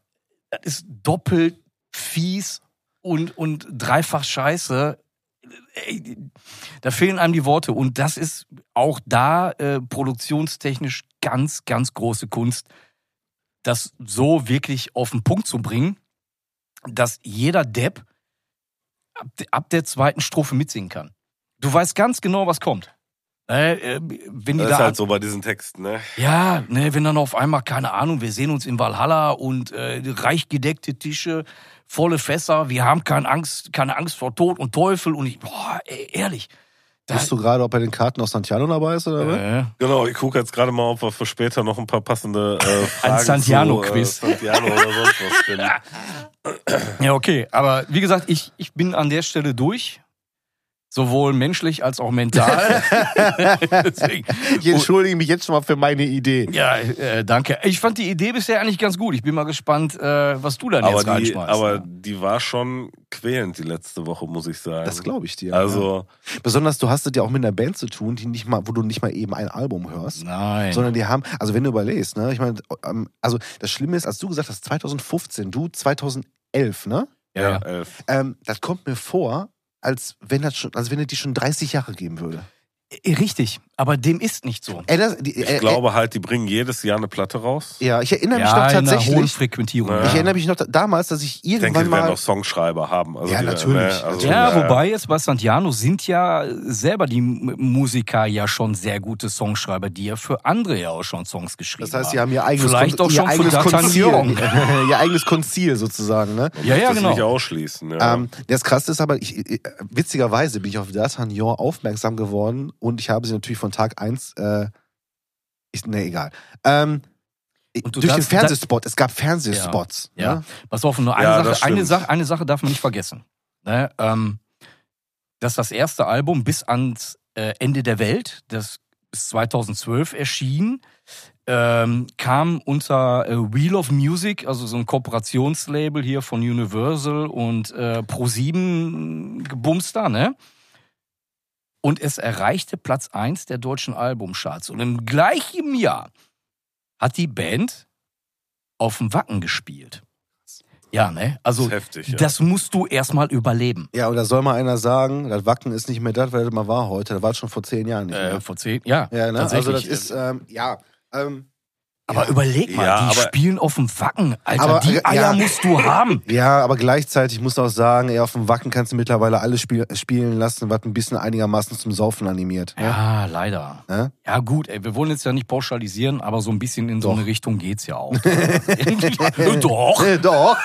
[SPEAKER 5] das ist doppelt fies und, und dreifach scheiße. Ey, da fehlen einem die Worte und das ist auch da äh, produktionstechnisch ganz, ganz große Kunst das so wirklich auf den Punkt zu bringen, dass jeder Depp ab, ab der zweiten Strophe mitsingen kann. Du weißt ganz genau, was kommt. Äh, äh, wenn die
[SPEAKER 6] Das
[SPEAKER 5] da
[SPEAKER 6] ist halt so bei diesen Texten, ne?
[SPEAKER 5] ja, ne, wenn dann auf einmal, keine Ahnung, wir sehen uns in Valhalla und äh, reich gedeckte Tische, volle Fässer, wir haben keine Angst, keine Angst vor Tod und Teufel und ich, boah, ey, ehrlich. Das,
[SPEAKER 4] Bist du gerade, ob bei den Karten aus Santiano dabei ist oder was?
[SPEAKER 5] äh,
[SPEAKER 6] Genau, ich gucke jetzt gerade mal, ob wir für später noch ein paar passende äh, Fragen
[SPEAKER 5] Santiano-Quiz.
[SPEAKER 6] zu äh, Santiano oder sonst was finden.
[SPEAKER 5] Ja, okay. Aber wie gesagt, ich, ich bin an der Stelle durch. Sowohl menschlich als auch mental. Deswegen, oh,
[SPEAKER 4] Ich entschuldige mich jetzt schon mal für meine Idee.
[SPEAKER 5] Äh. ja, äh, danke. Ich fand die Idee bisher eigentlich ganz gut. Ich bin mal gespannt, äh, was du da jetzt
[SPEAKER 6] Aber, die,
[SPEAKER 5] reinschmeißt. ne?
[SPEAKER 6] aber die war schon quälend die letzte Woche, muss ich sagen.
[SPEAKER 4] Das glaube ich dir.
[SPEAKER 6] Also,
[SPEAKER 4] ja. Besonders du hast es ja auch mit einer Band zu tun, die nicht mal, wo du nicht mal eben ein Album hörst.
[SPEAKER 5] Nein.
[SPEAKER 4] Sondern die haben, also wenn du überlegst, ne, ich meine, ähm, also das Schlimme ist, als du gesagt hast, 2015, du 2011, ne?
[SPEAKER 5] ja, ja.
[SPEAKER 6] äh,
[SPEAKER 4] Ähm, das kommt mir vor, als wenn das schon, als wenn es die schon 30 Jahre geben würde.
[SPEAKER 5] Äh, Richtig. Aber dem ist nicht so.
[SPEAKER 4] Ey, das, die,
[SPEAKER 6] ich glaube halt, die bringen jedes Jahr eine Platte raus.
[SPEAKER 4] äh, ja, ich erinnere mich
[SPEAKER 5] ja,
[SPEAKER 4] noch
[SPEAKER 5] in einer hohen
[SPEAKER 4] tatsächlich.
[SPEAKER 5] Frequentierung.
[SPEAKER 6] Ja.
[SPEAKER 4] Ich erinnere mich noch da- damals, dass ich
[SPEAKER 6] Ich denke,
[SPEAKER 4] irgendwann
[SPEAKER 6] die werden
[SPEAKER 4] mal.
[SPEAKER 6] auch Songschreiber haben. Also
[SPEAKER 4] Ja,
[SPEAKER 6] die,
[SPEAKER 4] natürlich,
[SPEAKER 6] Ne, also,
[SPEAKER 5] Ja,
[SPEAKER 6] äh,
[SPEAKER 5] wobei jetzt bei Santiano sind ja selber die M- Musiker ja schon sehr gute Songschreiber, die ja für andere ja auch schon Songs geschrieben
[SPEAKER 4] Das heißt,
[SPEAKER 5] haben.
[SPEAKER 4] sie haben ihr eigenes,
[SPEAKER 5] Vielleicht
[SPEAKER 4] Kon-
[SPEAKER 5] auch
[SPEAKER 4] ihr
[SPEAKER 5] schon
[SPEAKER 4] eigenes
[SPEAKER 5] von
[SPEAKER 4] Konzil.
[SPEAKER 5] D'Artagnan.
[SPEAKER 4] ihr eigenes Konzil sozusagen, ne?
[SPEAKER 5] ja, ja,
[SPEAKER 6] das
[SPEAKER 5] genau.
[SPEAKER 6] nicht ausschließen. Ja.
[SPEAKER 4] Ähm, das Krasse ist aber, ich, ich- äh, witzigerweise bin ich auf D'Artagnan aufmerksam geworden und ich habe sie natürlich von Tag 1, äh, ich, ne, egal. Ähm,
[SPEAKER 5] Und
[SPEAKER 4] durch
[SPEAKER 5] du
[SPEAKER 4] den
[SPEAKER 5] darfst-
[SPEAKER 4] Fernsehspot, es gab Fernsehspots.
[SPEAKER 5] Ja.
[SPEAKER 4] Ne?
[SPEAKER 5] Pass auf, nur eine,
[SPEAKER 6] Ja, das
[SPEAKER 5] Sache, eine,
[SPEAKER 6] stimmt.
[SPEAKER 5] Sache, eine Sache darf man nicht vergessen. Ne? Ähm, dass das erste Album bis ans äh, Ende der Welt, das bis 2012 erschien, ähm, kam unter äh, Wheel of Music, also so ein Kooperationslabel hier von Universal und äh, Pro7 gebumster, ne? Und es erreichte Platz 1 der deutschen Albumcharts. Und im gleichen Jahr hat die Band auf dem Wacken gespielt. Ja, ne? Also,
[SPEAKER 6] ist heftig. Ja.
[SPEAKER 5] das musst du erstmal überleben.
[SPEAKER 4] Ja, und da soll mal einer sagen, das Wacken ist nicht mehr das, was das mal war heute. Das war schon vor zehn Jahren nicht
[SPEAKER 5] Äh,
[SPEAKER 4] mehr.
[SPEAKER 5] vor zehn, ja.
[SPEAKER 4] Ja, ne? Also das
[SPEAKER 5] tatsächlich.
[SPEAKER 4] ist, ähm, ja. Ähm,
[SPEAKER 5] Aber überleg mal,
[SPEAKER 6] Ja,
[SPEAKER 5] die
[SPEAKER 6] aber-
[SPEAKER 5] spielen auf dem Wacken. Alter,
[SPEAKER 4] Aber, äh,
[SPEAKER 5] die
[SPEAKER 4] ja.
[SPEAKER 5] Eier musst du haben.
[SPEAKER 4] ja, aber gleichzeitig muss auch sagen, ey, auf dem Wacken kannst du mittlerweile alles spiel spielen lassen, was ein bisschen einigermaßen zum Saufen animiert.
[SPEAKER 5] Ja, leider.
[SPEAKER 4] Ne?
[SPEAKER 5] Ja, gut, ey, wir wollen jetzt ja nicht pauschalisieren, aber so ein bisschen in so eine Richtung geht's ja auch. Doch.
[SPEAKER 4] Äh, doch.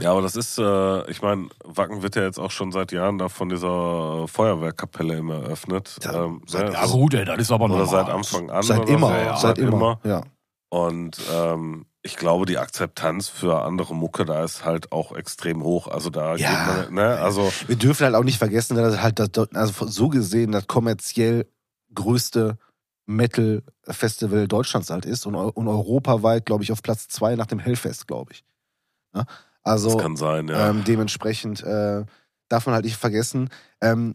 [SPEAKER 6] Ja, aber das ist, äh, ich meine, Wacken wird ja jetzt auch schon seit Jahren da von dieser Feuerwehrkapelle immer eröffnet.
[SPEAKER 4] Ja,
[SPEAKER 6] ähm,
[SPEAKER 4] seit-
[SPEAKER 6] ne?
[SPEAKER 5] Ja, gut, ey, das ist aber
[SPEAKER 6] Oder
[SPEAKER 5] normal.
[SPEAKER 6] seit Anfang an.
[SPEAKER 4] Seit
[SPEAKER 6] oder
[SPEAKER 4] immer,
[SPEAKER 6] So,
[SPEAKER 5] ja,
[SPEAKER 4] seit immer. Ja.
[SPEAKER 6] Und ähm, ich glaube, die Akzeptanz für andere Mucke da ist halt auch extrem hoch. Also
[SPEAKER 4] Ja.
[SPEAKER 6] da geht man, ne? Also
[SPEAKER 4] Wir dürfen halt auch nicht vergessen, dass das halt das, also so gesehen das kommerziell größte Metal-Festival Deutschlands halt ist und, eu- und europaweit, glaube ich, auf Platz zwei nach dem Hellfest, glaube ich. Ne? Also
[SPEAKER 6] das kann sein, ja.
[SPEAKER 4] ähm, dementsprechend äh, darf man halt nicht vergessen, ähm,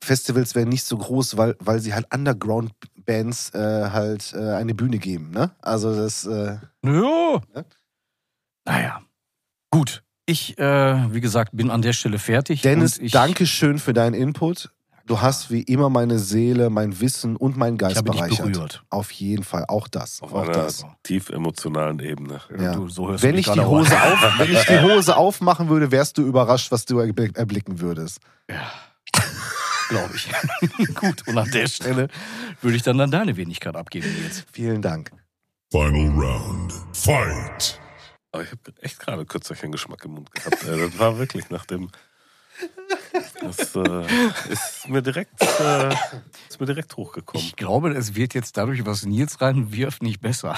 [SPEAKER 4] Festivals werden nicht so groß, weil, weil sie halt Underground-Bands äh, halt äh, eine Bühne geben. Ne? Also das, äh,
[SPEAKER 5] Ja.
[SPEAKER 4] Ne?
[SPEAKER 5] Naja. Gut. Ich, äh, wie gesagt, bin an der Stelle fertig.
[SPEAKER 4] Dennis,
[SPEAKER 5] und ich,
[SPEAKER 4] danke schön für deinen Input. Du hast wie immer meine Seele, mein Wissen und meinen
[SPEAKER 5] Ich
[SPEAKER 4] Geist
[SPEAKER 5] habe dich
[SPEAKER 4] bereichert.
[SPEAKER 5] berührt.
[SPEAKER 4] Auf jeden Fall, auch das.
[SPEAKER 6] auf
[SPEAKER 4] auch
[SPEAKER 6] einer
[SPEAKER 4] das.
[SPEAKER 6] tief emotionalen Ebene.
[SPEAKER 4] Ja.
[SPEAKER 5] Du, so hörst du
[SPEAKER 4] Wenn
[SPEAKER 5] mich
[SPEAKER 4] ich, die
[SPEAKER 5] gerade auch
[SPEAKER 4] Hose
[SPEAKER 5] an.
[SPEAKER 4] auf, wenn ich die Hose aufmachen würde, wärst du überrascht, was du erblick- erblicken würdest.
[SPEAKER 5] glaube ich. Gut, und an der Stelle würde ich dann an deine Wenigkeit abgeben jetzt.
[SPEAKER 4] Vielen Dank.
[SPEAKER 2] Final round. Fight.
[SPEAKER 6] Aber ich habe echt gerade kürzlich einen Geschmack im Mund gehabt. Ey. Das war wirklich nach dem. Das äh, ist mir direkt äh, ist mir direkt hochgekommen.
[SPEAKER 5] Ich glaube, es wird jetzt dadurch, was Nils reinwirft, nicht besser.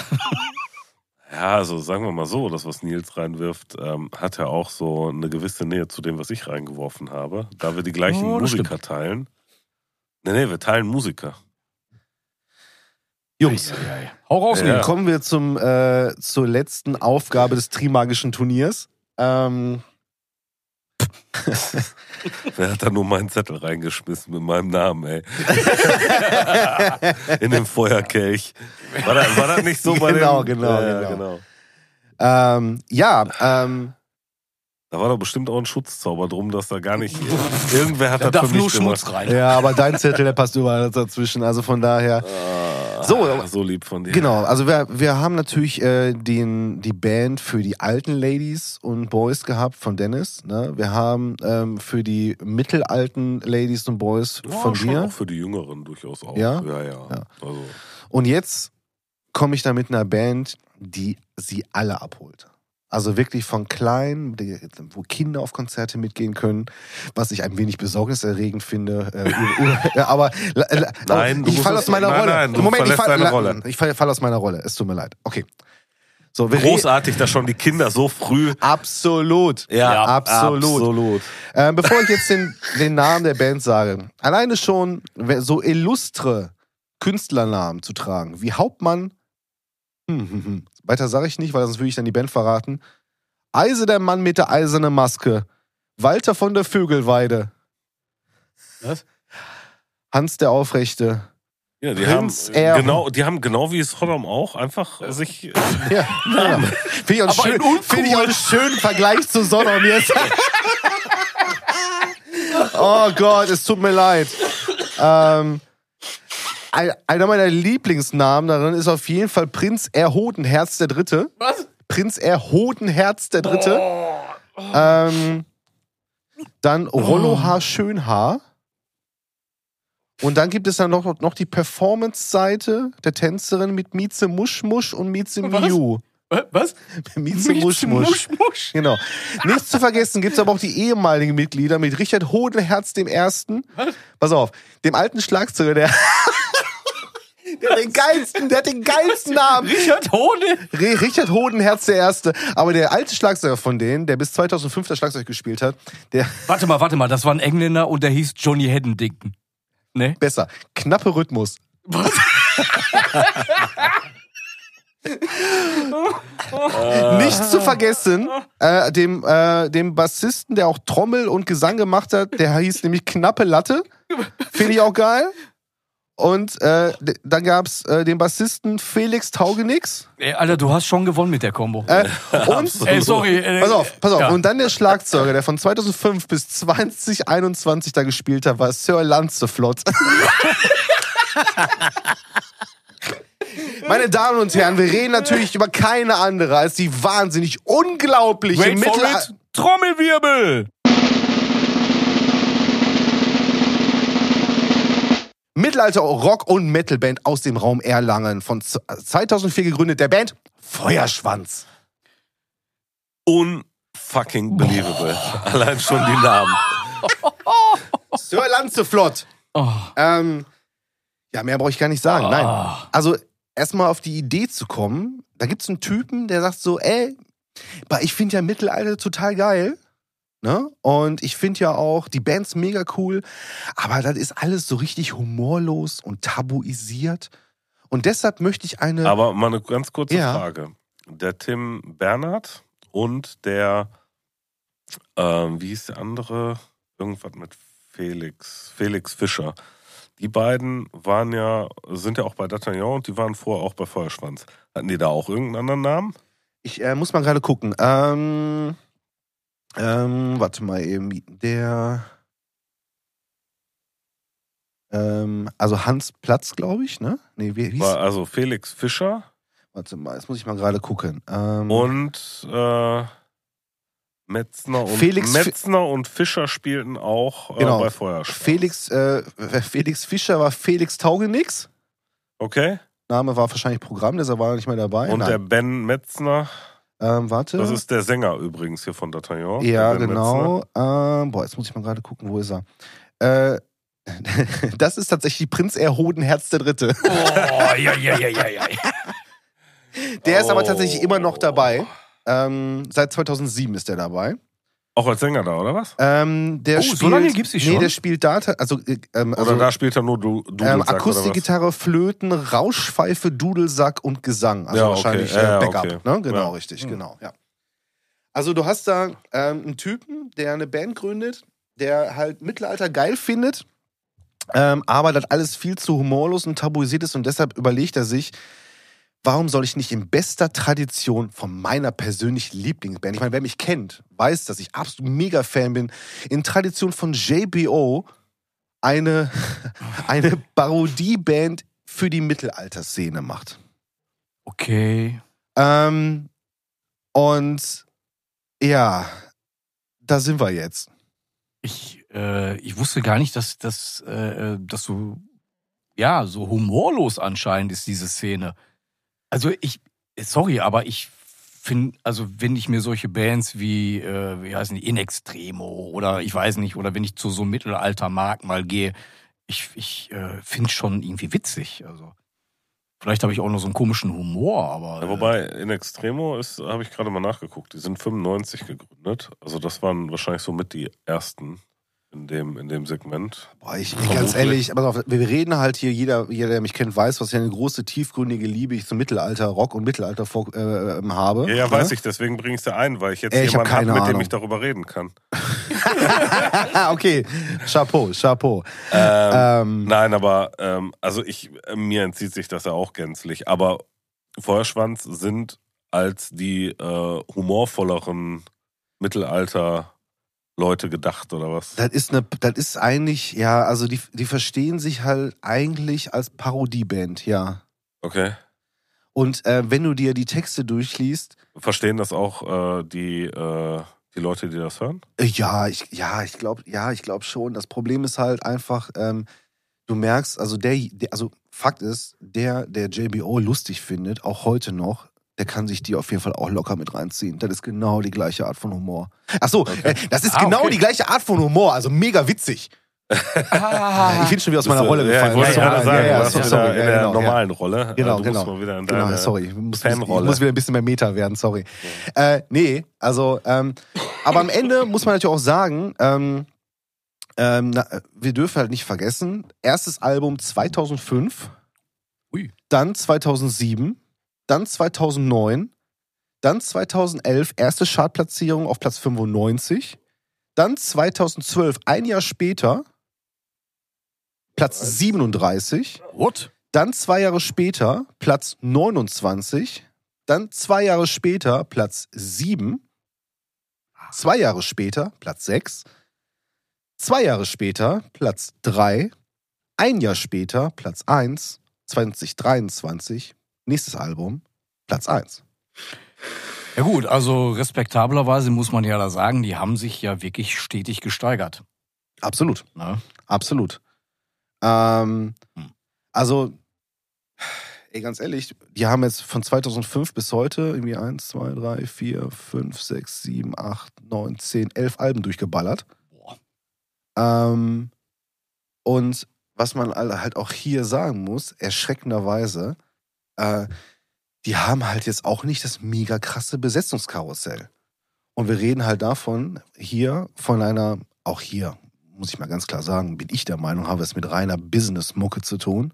[SPEAKER 6] Ja, also sagen wir mal so, das, was Nils reinwirft, ähm, hat ja auch so eine gewisse Nähe zu dem, was ich reingeworfen habe. Da wir die gleichen
[SPEAKER 5] Oh, das
[SPEAKER 6] Musiker teilen. Nee, nee, wir teilen Musiker.
[SPEAKER 4] Jungs,
[SPEAKER 5] Eieiei. Hau raus,
[SPEAKER 6] Ja.
[SPEAKER 5] Nils.
[SPEAKER 4] kommen wir zum, äh, zur letzten Aufgabe des Trimagischen Turniers. Ähm,
[SPEAKER 6] Wer hat da nur meinen Zettel reingeschmissen mit meinem Namen, ey? In den Feuerkelch. War das, war das nicht so bei
[SPEAKER 4] Genau,
[SPEAKER 6] dem?
[SPEAKER 4] genau,
[SPEAKER 6] Ja,
[SPEAKER 4] genau.
[SPEAKER 6] genau.
[SPEAKER 4] ähm, ja, ähm,
[SPEAKER 6] Da war doch bestimmt auch ein Schutzzauber drum, dass da gar nicht. Irgendwer hat
[SPEAKER 5] Da
[SPEAKER 6] das
[SPEAKER 5] darf
[SPEAKER 6] für mich
[SPEAKER 5] nur Schmutz
[SPEAKER 6] gemacht.
[SPEAKER 5] rein.
[SPEAKER 4] ja, aber dein Zettel, der passt überall dazwischen. Also von daher.
[SPEAKER 6] Ah,
[SPEAKER 4] So,
[SPEAKER 6] so lieb von dir.
[SPEAKER 4] Genau, also wir, wir haben natürlich äh, den, die Band für die alten Ladies und Boys gehabt von Dennis. Ne? Wir haben ähm, für die mittelalten Ladies und Boys
[SPEAKER 6] Ja,
[SPEAKER 4] von
[SPEAKER 6] schon
[SPEAKER 4] mir.
[SPEAKER 6] Auch für die Jüngeren durchaus auch.
[SPEAKER 4] Ja?
[SPEAKER 6] ja.
[SPEAKER 4] Ja.
[SPEAKER 6] ja. Also,
[SPEAKER 4] Und jetzt komme ich da mit einer Band, die sie alle abholt. Also wirklich von klein, die- wo Kinder auf Konzerte mitgehen können, was ich ein wenig besorgniserregend finde. Äh, ur- ur- aber la- la-
[SPEAKER 6] Nein, du
[SPEAKER 4] ich falle
[SPEAKER 6] musst-
[SPEAKER 4] aus meiner
[SPEAKER 6] nein,
[SPEAKER 4] Rolle.
[SPEAKER 6] nein, du
[SPEAKER 4] ich
[SPEAKER 6] verlässt
[SPEAKER 4] fall-
[SPEAKER 6] deine
[SPEAKER 4] la-
[SPEAKER 6] Rolle.
[SPEAKER 4] Ich falle fall aus meiner Rolle. Es tut mir leid. Okay. So, wir re-
[SPEAKER 6] großartig, dass schon die Kinder so früh.
[SPEAKER 4] Absolut.
[SPEAKER 6] Ja,
[SPEAKER 4] absolut.
[SPEAKER 6] absolut.
[SPEAKER 4] Ähm, bevor ich jetzt den, den Namen der Band sage, alleine schon wer- so illustre Künstlernamen zu tragen, wie Hauptmann, hm, hm, hm. weiter sage ich nicht, weil sonst würde ich dann die Band verraten. Eise der Mann mit der eisernen Maske, Walter von der Vögelweide.
[SPEAKER 5] Was?
[SPEAKER 4] Hans der Aufrechte.
[SPEAKER 6] Ja, die
[SPEAKER 4] Prinz
[SPEAKER 6] haben
[SPEAKER 4] Erben.
[SPEAKER 6] genau, die haben genau wie es Sodom auch einfach sich
[SPEAKER 4] Ja, ja. Finde ich, auch
[SPEAKER 5] Aber
[SPEAKER 4] schön-
[SPEAKER 5] in uncool.
[SPEAKER 4] finde ich auch einen schönen Vergleich zu Sodom jetzt. oh Gott, es tut mir leid. Ähm, ein- einer meiner Lieblingsnamen darin ist auf jeden Fall Prinz Erhodenherz der Dritte.
[SPEAKER 5] Was? Oh.
[SPEAKER 4] Prinz Erhodenherz der Dritte. Ähm, dann Rollohaar Schönhaar. Und dann gibt es dann noch, noch die Performance-Seite der Tänzerin mit Mieze Muschmusch und Mieze
[SPEAKER 5] Was?
[SPEAKER 4] Miu.
[SPEAKER 5] Was?
[SPEAKER 4] Mieze Muschmusch.
[SPEAKER 5] Musch.
[SPEAKER 4] Genau. Nichts zu vergessen gibt es aber auch die ehemaligen Mitglieder mit Richard Hodelherz dem Ersten. Pass auf, dem alten Schlagzeuger, der, der hat den geilsten, der hat den geilsten Namen.
[SPEAKER 5] Richard Hone.
[SPEAKER 4] Re- Richard Hodenherz der Erste. Aber der alte Schlagzeuger von denen, der bis 2005 das Schlagzeug gespielt hat, der
[SPEAKER 5] Warte mal, warte mal, das war ein Engländer und der hieß Johnny Heddendinken. Ne?
[SPEAKER 4] besser. Knappe Rhythmus.
[SPEAKER 5] Was?
[SPEAKER 4] Nicht zu vergessen, äh, dem, äh, dem Bassisten, der auch Trommel und Gesang gemacht hat, der hieß nämlich Knappe Latte. Finde ich auch geil. Und äh, d- dann gab es äh, den Bassisten Felix Taugenix.
[SPEAKER 5] Ey, Alter, du hast schon gewonnen mit der Combo.
[SPEAKER 4] Äh, und,
[SPEAKER 5] Ey, sorry. Äh,
[SPEAKER 4] Pass auf, pass auf.
[SPEAKER 5] Ja.
[SPEAKER 4] Und dann der Schlagzeuger, der von 2005 bis 2021 da gespielt hat, war Sir Lancelot. Meine Damen und Herren, wir reden natürlich über keine andere als die wahnsinnig unglaubliche
[SPEAKER 5] Wait for
[SPEAKER 4] Mittelalter.
[SPEAKER 5] it. Trommelwirbel.
[SPEAKER 4] Mittelalter-Rock- und Metal-Band aus dem Raum Erlangen. Von z- 2004 gegründet, der Band Feuerschwanz.
[SPEAKER 6] Unfucking believable. Allein schon die Namen.
[SPEAKER 4] Sir Lancelot.
[SPEAKER 5] Oh.
[SPEAKER 4] Ähm, ja, mehr brauche ich gar nicht sagen. Nein. Also, erstmal auf die Idee zu kommen, da gibt es einen Typen, der sagt so, ey, bah, ich finde ja Mittelalter total geil. Ne? Und ich finde ja auch die Bands mega cool, aber das ist alles so richtig humorlos und tabuisiert. Und deshalb möchte ich eine.
[SPEAKER 6] Aber mal eine ganz kurze
[SPEAKER 4] Ja.
[SPEAKER 6] Frage. Der Tim Bernhard und der, ähm, wie hieß der andere? Irgendwas mit Felix, Felix Fischer. Die beiden waren ja, sind ja auch bei D'Artagnan und die waren vorher auch bei Feuerschwanz. Hatten die da auch irgendeinen anderen Namen?
[SPEAKER 4] Ich äh, muss mal gerade gucken. Ähm, ähm, warte mal eben. Der. Ähm, also Hans Platz, glaube ich, ne? Nee, wie hieß.
[SPEAKER 6] War also Felix Fischer
[SPEAKER 4] Warte mal, jetzt muss ich mal gerade gucken. Ähm,
[SPEAKER 6] und äh, Metzner und
[SPEAKER 4] Felix Fi-
[SPEAKER 6] Metzner und Fischer spielten auch äh,
[SPEAKER 4] Genau.
[SPEAKER 6] bei Feuerschwanz.
[SPEAKER 4] Felix, äh, Felix Fischer war Felix Taugenix.
[SPEAKER 6] Okay.
[SPEAKER 4] Name war wahrscheinlich Programm, deshalb war er nicht mehr dabei.
[SPEAKER 6] Und der
[SPEAKER 4] Nein.
[SPEAKER 6] Ben Metzner.
[SPEAKER 4] ähm, warte.
[SPEAKER 6] Das ist der Sänger übrigens hier von D'Artagnan.
[SPEAKER 4] ja,
[SPEAKER 6] der ne? Ben Metzner.
[SPEAKER 4] genau. Ähm, boah, jetzt muss ich mal gerade gucken, wo ist er? Äh, das ist tatsächlich Prinz Erhoden Herz der Dritte.
[SPEAKER 5] Oh, ja, ja, ja, ja, ja.
[SPEAKER 4] Der ist aber
[SPEAKER 6] Oh.
[SPEAKER 4] tatsächlich immer noch dabei. Ähm, seit 2007 ist er dabei.
[SPEAKER 6] Auch als Sänger da, oder was?
[SPEAKER 4] Ähm, der
[SPEAKER 5] Oh, so
[SPEAKER 4] spielt,
[SPEAKER 5] lange gibt's die
[SPEAKER 4] Nee,
[SPEAKER 5] schon?
[SPEAKER 4] der spielt da, ta- also, äh, ähm,
[SPEAKER 6] Oder
[SPEAKER 4] also
[SPEAKER 6] da spielt er nur du Dudelsack,
[SPEAKER 4] ähm,
[SPEAKER 6] oder
[SPEAKER 4] Akustikgitarre, Flöten, Rauschpfeife, Dudelsack und Gesang. Also
[SPEAKER 6] Ja, okay.
[SPEAKER 4] wahrscheinlich
[SPEAKER 6] Ja, ja,
[SPEAKER 4] äh, Backup.
[SPEAKER 6] okay.
[SPEAKER 4] Ne? Genau,
[SPEAKER 6] Ja.
[SPEAKER 4] richtig, genau. Ja. Also du hast da ähm, einen Typen, der eine Band gründet, der halt Mittelalter geil findet, ähm, aber das alles viel zu humorlos und tabuisiert ist und deshalb überlegt er sich, warum soll ich nicht in bester Tradition von meiner persönlichen Lieblingsband, ich meine, wer mich kennt, weiß, dass ich absolut mega Fan bin, in Tradition von JBO eine, eine Parodieband für die Mittelalterszene macht.
[SPEAKER 5] Okay.
[SPEAKER 4] Ähm, und ja, da sind wir jetzt.
[SPEAKER 5] Ich, äh, ich wusste gar nicht, dass, dass, äh, dass so, ja, so humorlos anscheinend ist diese Szene. Also ich, sorry, aber ich finde, also wenn ich mir solche Bands wie, äh, wie heißen die, In Extremo oder ich weiß nicht, oder wenn ich zu so einem Mittelaltermarkt mal gehe, ich, ich äh, finde es schon irgendwie witzig. Also vielleicht habe ich auch nur so einen komischen Humor, aber.
[SPEAKER 6] was? Ja, wobei, in Extremo ist, habe ich gerade mal nachgeguckt, die sind 95 gegründet. Also das waren wahrscheinlich somit die ersten in dem, in dem Segment.
[SPEAKER 4] Boah, ich bin ganz ehrlich, aber auf, wir reden halt hier, jeder, jeder, der mich kennt, weiß, was ich eine große, tiefgründige Liebe ich zum Mittelalter, Rock und Mittelalter vor, äh, ähm, habe.
[SPEAKER 6] Ja, ja, weiß ich, deswegen bringe ich sie ein, weil ich jetzt
[SPEAKER 4] Ey, ich hab
[SPEAKER 6] jemanden habe,
[SPEAKER 4] keine
[SPEAKER 6] mit dem
[SPEAKER 4] Ahnung.
[SPEAKER 6] ich darüber reden kann.
[SPEAKER 4] Ne? Ah, okay, Chapeau, Chapeau.
[SPEAKER 6] Ähm,
[SPEAKER 4] Ähm,
[SPEAKER 6] Nein, aber ähm, also ich äh, mir entzieht sich das ja auch gänzlich. Aber Feuerschwanz sind als die äh, humorvolleren Mittelalter-Leute gedacht oder was?
[SPEAKER 4] Das ist eine, das ist eigentlich, ja, also die, die verstehen sich halt eigentlich als Parodieband, ja.
[SPEAKER 6] Okay.
[SPEAKER 4] Und äh, wenn du dir die Texte durchliest,
[SPEAKER 6] Verstehen das auch äh, die, äh, die Leute, die das hören?
[SPEAKER 4] äh, ja, ich, ja, ich glaube, ja, ich glaube schon. Das Problem ist halt einfach, ähm, du merkst, also der, der, also Fakt ist, der, der JBO lustig findet, auch heute noch, der kann sich die auf jeden Fall auch locker mit reinziehen. Das ist genau die gleiche Art von Humor. Ach so, äh, das ist
[SPEAKER 5] Ah,
[SPEAKER 4] genau
[SPEAKER 5] okay.
[SPEAKER 4] die gleiche Art von Humor, also mega witzig.
[SPEAKER 5] Ah.
[SPEAKER 4] Ich bin schon wieder aus meiner
[SPEAKER 6] Das, äh,
[SPEAKER 4] Rolle
[SPEAKER 6] Ja, ich
[SPEAKER 4] gefallen.
[SPEAKER 6] wollte
[SPEAKER 5] Ja,
[SPEAKER 6] gerade
[SPEAKER 5] ja,
[SPEAKER 6] sagen,
[SPEAKER 5] ja,
[SPEAKER 6] du
[SPEAKER 5] ja,
[SPEAKER 6] warst
[SPEAKER 5] sorry,
[SPEAKER 6] wieder in
[SPEAKER 4] ja,
[SPEAKER 6] der
[SPEAKER 4] genau, ja.
[SPEAKER 6] normalen Rolle.
[SPEAKER 4] Genau,
[SPEAKER 6] du
[SPEAKER 4] genau.
[SPEAKER 6] musst mal Also wieder in
[SPEAKER 4] Genau,
[SPEAKER 6] deine
[SPEAKER 4] sorry, ich muss, ich
[SPEAKER 6] Fanrolle.
[SPEAKER 4] muss wieder ein bisschen mehr Meta werden, sorry. Äh, nee, also, ähm, aber am Ende muss man natürlich auch sagen, ähm, ähm, na, wir dürfen halt nicht vergessen, erstes Album 2005,
[SPEAKER 5] Ui.
[SPEAKER 4] dann 2007, dann 2009, dann 2011 erste Chartplatzierung auf Platz 95, dann 2012, ein Jahr später, Platz 37,
[SPEAKER 5] What?
[SPEAKER 4] dann zwei Jahre später Platz 29, dann zwei Jahre später Platz 7, zwei Jahre später Platz 6, zwei Jahre später Platz 3, ein Jahr später Platz 1, 2023, nächstes Album, Platz 1.
[SPEAKER 5] Ja gut, also respektablerweise muss man ja da sagen, die haben sich ja wirklich stetig gesteigert.
[SPEAKER 4] Absolut,
[SPEAKER 5] Ne?
[SPEAKER 4] absolut. Ähm,
[SPEAKER 5] Hm.
[SPEAKER 4] also, ey, ganz ehrlich, die haben jetzt von 2005 bis heute irgendwie 1, 2, 3, 4, 5, 6, 7, 8, 9, 10, 11 Alben durchgeballert.
[SPEAKER 5] Boah.
[SPEAKER 4] Ähm, und was man alle halt auch hier sagen muss, erschreckenderweise, äh, die haben halt jetzt auch nicht das mega krasse Besetzungskarussell. Und wir reden halt davon, hier von einer, auch hier, muss ich mal ganz klar sagen, bin ich der Meinung, habe es mit reiner Business-Mucke zu tun,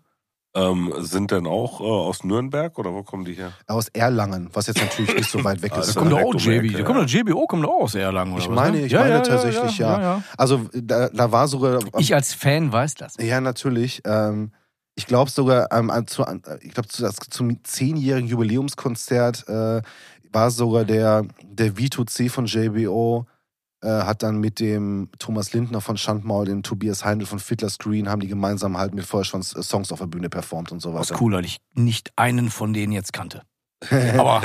[SPEAKER 6] Ähm, sind denn auch äh, aus Nürnberg oder wo kommen die her?
[SPEAKER 4] aus Erlangen, was jetzt natürlich nicht so weit weg
[SPEAKER 6] Ah,
[SPEAKER 4] ist. Also,
[SPEAKER 6] das
[SPEAKER 5] Kommt doch
[SPEAKER 6] Direkt
[SPEAKER 5] auch
[SPEAKER 6] um die
[SPEAKER 5] JB,
[SPEAKER 6] Ecke,
[SPEAKER 5] da kommt
[SPEAKER 6] ja.
[SPEAKER 5] doch JBO, kommt doch auch aus Erlangen oder
[SPEAKER 4] Ich
[SPEAKER 5] was,
[SPEAKER 4] meine-
[SPEAKER 5] ne?
[SPEAKER 4] ich meine tatsächlich, ja. Also da, da war sogar
[SPEAKER 5] Ich als Fan weiß das.
[SPEAKER 4] Ja, natürlich. Ähm, ich glaube sogar, ähm, an- zu, an- ich glaube zu, das- zum zehnjährigen Jubiläumskonzert äh, war sogar der, der Vito C von JBO, äh, hat dann mit dem Thomas Lindner von Schandmaul, dem Tobias Heindl von Fiddler's Green, haben die gemeinsam halt mit Feuerschwanz äh, Songs auf der Bühne performt und so
[SPEAKER 5] Was
[SPEAKER 4] weiter.
[SPEAKER 5] cool, weil ich nicht einen von denen jetzt kannte. Aber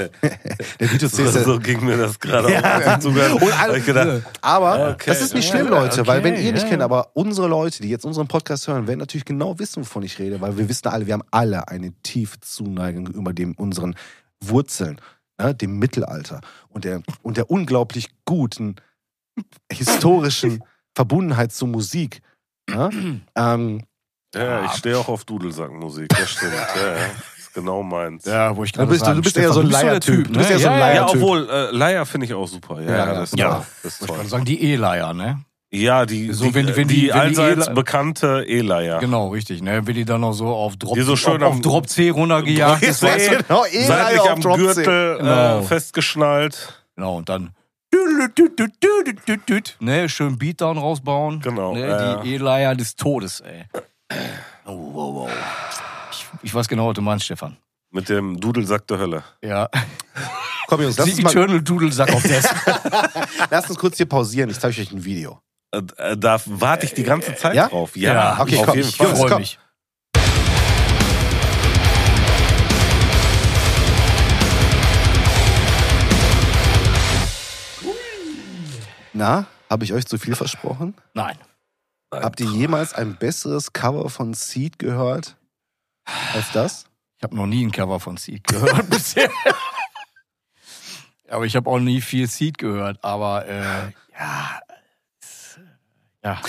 [SPEAKER 4] Der Vito C
[SPEAKER 6] So,
[SPEAKER 4] ist der,
[SPEAKER 6] Also, so ging mir das gerade
[SPEAKER 4] Ja.
[SPEAKER 6] auch. im Zugang.
[SPEAKER 4] Und alle-
[SPEAKER 6] Hab ich gedacht,
[SPEAKER 4] Aber
[SPEAKER 6] Okay.
[SPEAKER 4] das ist nicht
[SPEAKER 5] Ja,
[SPEAKER 4] schlimm,
[SPEAKER 5] ja,
[SPEAKER 4] Leute, weil wenn
[SPEAKER 5] okay,
[SPEAKER 4] ihr nicht
[SPEAKER 5] ja,
[SPEAKER 4] kennt,
[SPEAKER 5] ja.
[SPEAKER 4] aber unsere Leute, die jetzt unseren Podcast hören, werden natürlich genau wissen, wovon ich rede, weil wir wissen alle, wir haben alle eine tiefe Zuneigung über dem unseren Wurzeln, ne, dem Mittelalter und der, und der unglaublich guten historischen Verbundenheit zur Musik. Ne? Ähm,
[SPEAKER 6] ja,
[SPEAKER 5] Ah,
[SPEAKER 6] ich stehe auch auf Dudelsackmusik, das stimmt. Ja, ja. Ist genau meins.
[SPEAKER 5] ja, wo ich gerade
[SPEAKER 4] Du bist-
[SPEAKER 5] sagen,
[SPEAKER 4] du bist
[SPEAKER 5] Stefan,
[SPEAKER 4] eher so ein
[SPEAKER 5] der ne?
[SPEAKER 4] Leiertyp, du bist eher so ein
[SPEAKER 5] Ja, ja,
[SPEAKER 6] Ja,
[SPEAKER 4] Typ.
[SPEAKER 6] obwohl, äh, Leier finde ich auch super. Ja,
[SPEAKER 4] Ja,
[SPEAKER 6] ja,
[SPEAKER 4] ja.
[SPEAKER 6] das ist
[SPEAKER 5] Ja.
[SPEAKER 6] toll. Das ist
[SPEAKER 5] Ich wollte
[SPEAKER 6] toll.
[SPEAKER 5] sagen, die E-Leier, ne?
[SPEAKER 6] Ja, die,
[SPEAKER 5] So,
[SPEAKER 6] die,
[SPEAKER 5] wenn- wenn die-
[SPEAKER 6] die,
[SPEAKER 5] wenn die
[SPEAKER 6] allseits
[SPEAKER 5] Ele-
[SPEAKER 6] bekannte E-Leier.
[SPEAKER 5] Genau, richtig, ne? Wenn die dann noch so auf Drop,
[SPEAKER 6] Die so schön
[SPEAKER 5] auf, auf
[SPEAKER 6] am-
[SPEAKER 5] Drop C runtergejagt ist, weißt du?
[SPEAKER 4] Genau, eh
[SPEAKER 6] Seitlich
[SPEAKER 4] leider auf
[SPEAKER 6] am
[SPEAKER 4] Drop C.
[SPEAKER 6] Gürtel
[SPEAKER 5] Genau.
[SPEAKER 6] äh, festgeschnallt.
[SPEAKER 5] Genau, und dann. düdelüt, düdelüt, düdelüt, düdelüt, Ne, schön Beatdown rausbauen.
[SPEAKER 6] Genau,
[SPEAKER 5] Ne,
[SPEAKER 6] ja,
[SPEAKER 5] die E-Leier des Todes, ey. Oh, wow, wow. Ich, ich weiß genau, was du meinst, Stefan.
[SPEAKER 6] Mit dem Dudelsack der Hölle.
[SPEAKER 5] Ja.
[SPEAKER 4] Komm Jungs, lass
[SPEAKER 5] Die
[SPEAKER 4] uns, mal,
[SPEAKER 5] Eternal Dudelsack auf der
[SPEAKER 4] lass uns kurz hier pausieren, ich zeige euch ein Video.
[SPEAKER 6] Äh, äh, da warte ich die ganze Zeit
[SPEAKER 4] Ja?
[SPEAKER 6] drauf.
[SPEAKER 5] Äh, Ja,
[SPEAKER 4] okay,
[SPEAKER 6] auf
[SPEAKER 4] komm,
[SPEAKER 6] jeden
[SPEAKER 4] ich-
[SPEAKER 6] Fall.
[SPEAKER 4] Jungs,
[SPEAKER 5] freu
[SPEAKER 4] komm.
[SPEAKER 5] mich.
[SPEAKER 4] Na, habe ich euch zu viel versprochen?
[SPEAKER 5] Nein.
[SPEAKER 4] Habt ihr jemals ein besseres Cover von Seed gehört als das?
[SPEAKER 5] Ich habe noch nie ein Cover von Seed gehört bisher. aber ich habe auch nie viel Seed gehört. Aber äh, ja, es- ja.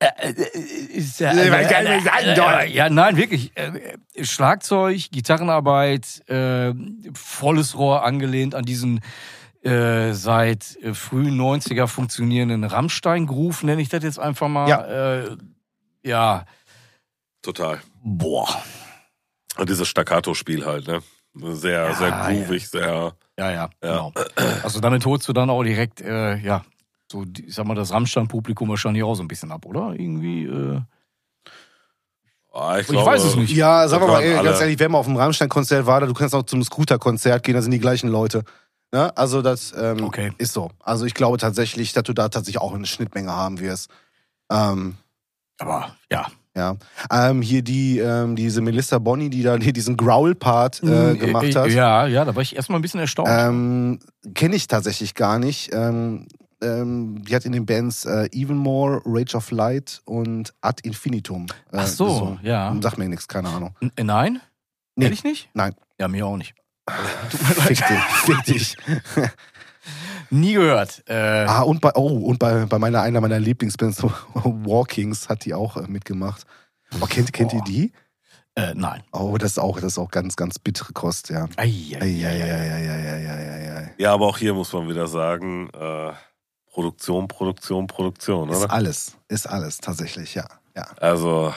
[SPEAKER 5] Äh, äh, ist ja-
[SPEAKER 4] Ich weiß gar nicht, was ich sagen soll.
[SPEAKER 5] Äh, Ja, nein, wirklich. Äh, äh, Schlagzeug, Gitarrenarbeit, äh, volles Rohr angelehnt an diesen äh, seit äh, frühen 90er funktionierenden Rammstein-Groove, nenne ich das jetzt einfach mal.
[SPEAKER 4] Ja.
[SPEAKER 5] Äh, ja.
[SPEAKER 6] Total.
[SPEAKER 5] Boah.
[SPEAKER 6] Und dieses Staccato-Spiel halt, ne? Sehr,
[SPEAKER 5] Ja,
[SPEAKER 6] sehr groovig, sehr.
[SPEAKER 5] Ja, ja, genau. Also damit holst du dann auch direkt, äh, ja, so, die- ich sag mal, das Rammstein-Publikum wahrscheinlich auch so ein bisschen ab, oder? Irgendwie, äh,
[SPEAKER 6] Ah, ich,
[SPEAKER 5] Ich
[SPEAKER 6] glaube,
[SPEAKER 5] weiß es nicht.
[SPEAKER 4] Ja, sagen wir
[SPEAKER 6] Da
[SPEAKER 4] mal
[SPEAKER 6] waren
[SPEAKER 4] ey, ganz
[SPEAKER 6] alle.
[SPEAKER 4] ehrlich, wer mal auf dem Rammstein-Konzert war, du kannst auch zum Scooter-Konzert gehen, da sind die gleichen Leute. Ne? Also das ähm,
[SPEAKER 5] Okay.
[SPEAKER 4] ist so. Also ich glaube tatsächlich, dass du da tatsächlich auch eine Schnittmenge haben wirst. Ähm,
[SPEAKER 5] aber ja.
[SPEAKER 4] ja. Ähm, hier die, ähm, diese Melissa Bonny, die da hier diesen Growl-Part äh, gemacht hat.
[SPEAKER 5] Hm, Ja, ja, da war ich erstmal ein bisschen erstaunt.
[SPEAKER 4] Ähm, Kenne ich tatsächlich gar nicht. Ähm, ähm, die hat in den Bands äh, Evenmore, Rage of Light und Ad Infinitum. Äh,
[SPEAKER 5] Ach so,
[SPEAKER 4] gesungen.
[SPEAKER 5] ja.
[SPEAKER 4] Sagt mir nichts, keine Ahnung.
[SPEAKER 5] N äh, nein?
[SPEAKER 4] Nee.
[SPEAKER 5] Ehrlich nicht?
[SPEAKER 4] Nein.
[SPEAKER 5] Ja, mir auch nicht.
[SPEAKER 4] Fick dich, fick dich.
[SPEAKER 5] Nie gehört. Äh,
[SPEAKER 4] Ah, und bei, oh, und bei, bei meiner, einer meiner Lieblingsbands, Walkings, hat die auch äh, mitgemacht. Oh, kennt, kennt ihr
[SPEAKER 5] Boah.
[SPEAKER 4] die?
[SPEAKER 5] äh, nein.
[SPEAKER 4] Oh, das ist auch, das ist auch ganz, ganz bittere Kost, ja.
[SPEAKER 5] Eieieiei.
[SPEAKER 4] Eieieiei.
[SPEAKER 6] Ja, aber auch hier muss man wieder sagen, äh, Produktion, Produktion, Produktion,
[SPEAKER 4] Ist
[SPEAKER 6] oder?
[SPEAKER 4] alles, ist alles, tatsächlich, ja. ja.
[SPEAKER 6] Also,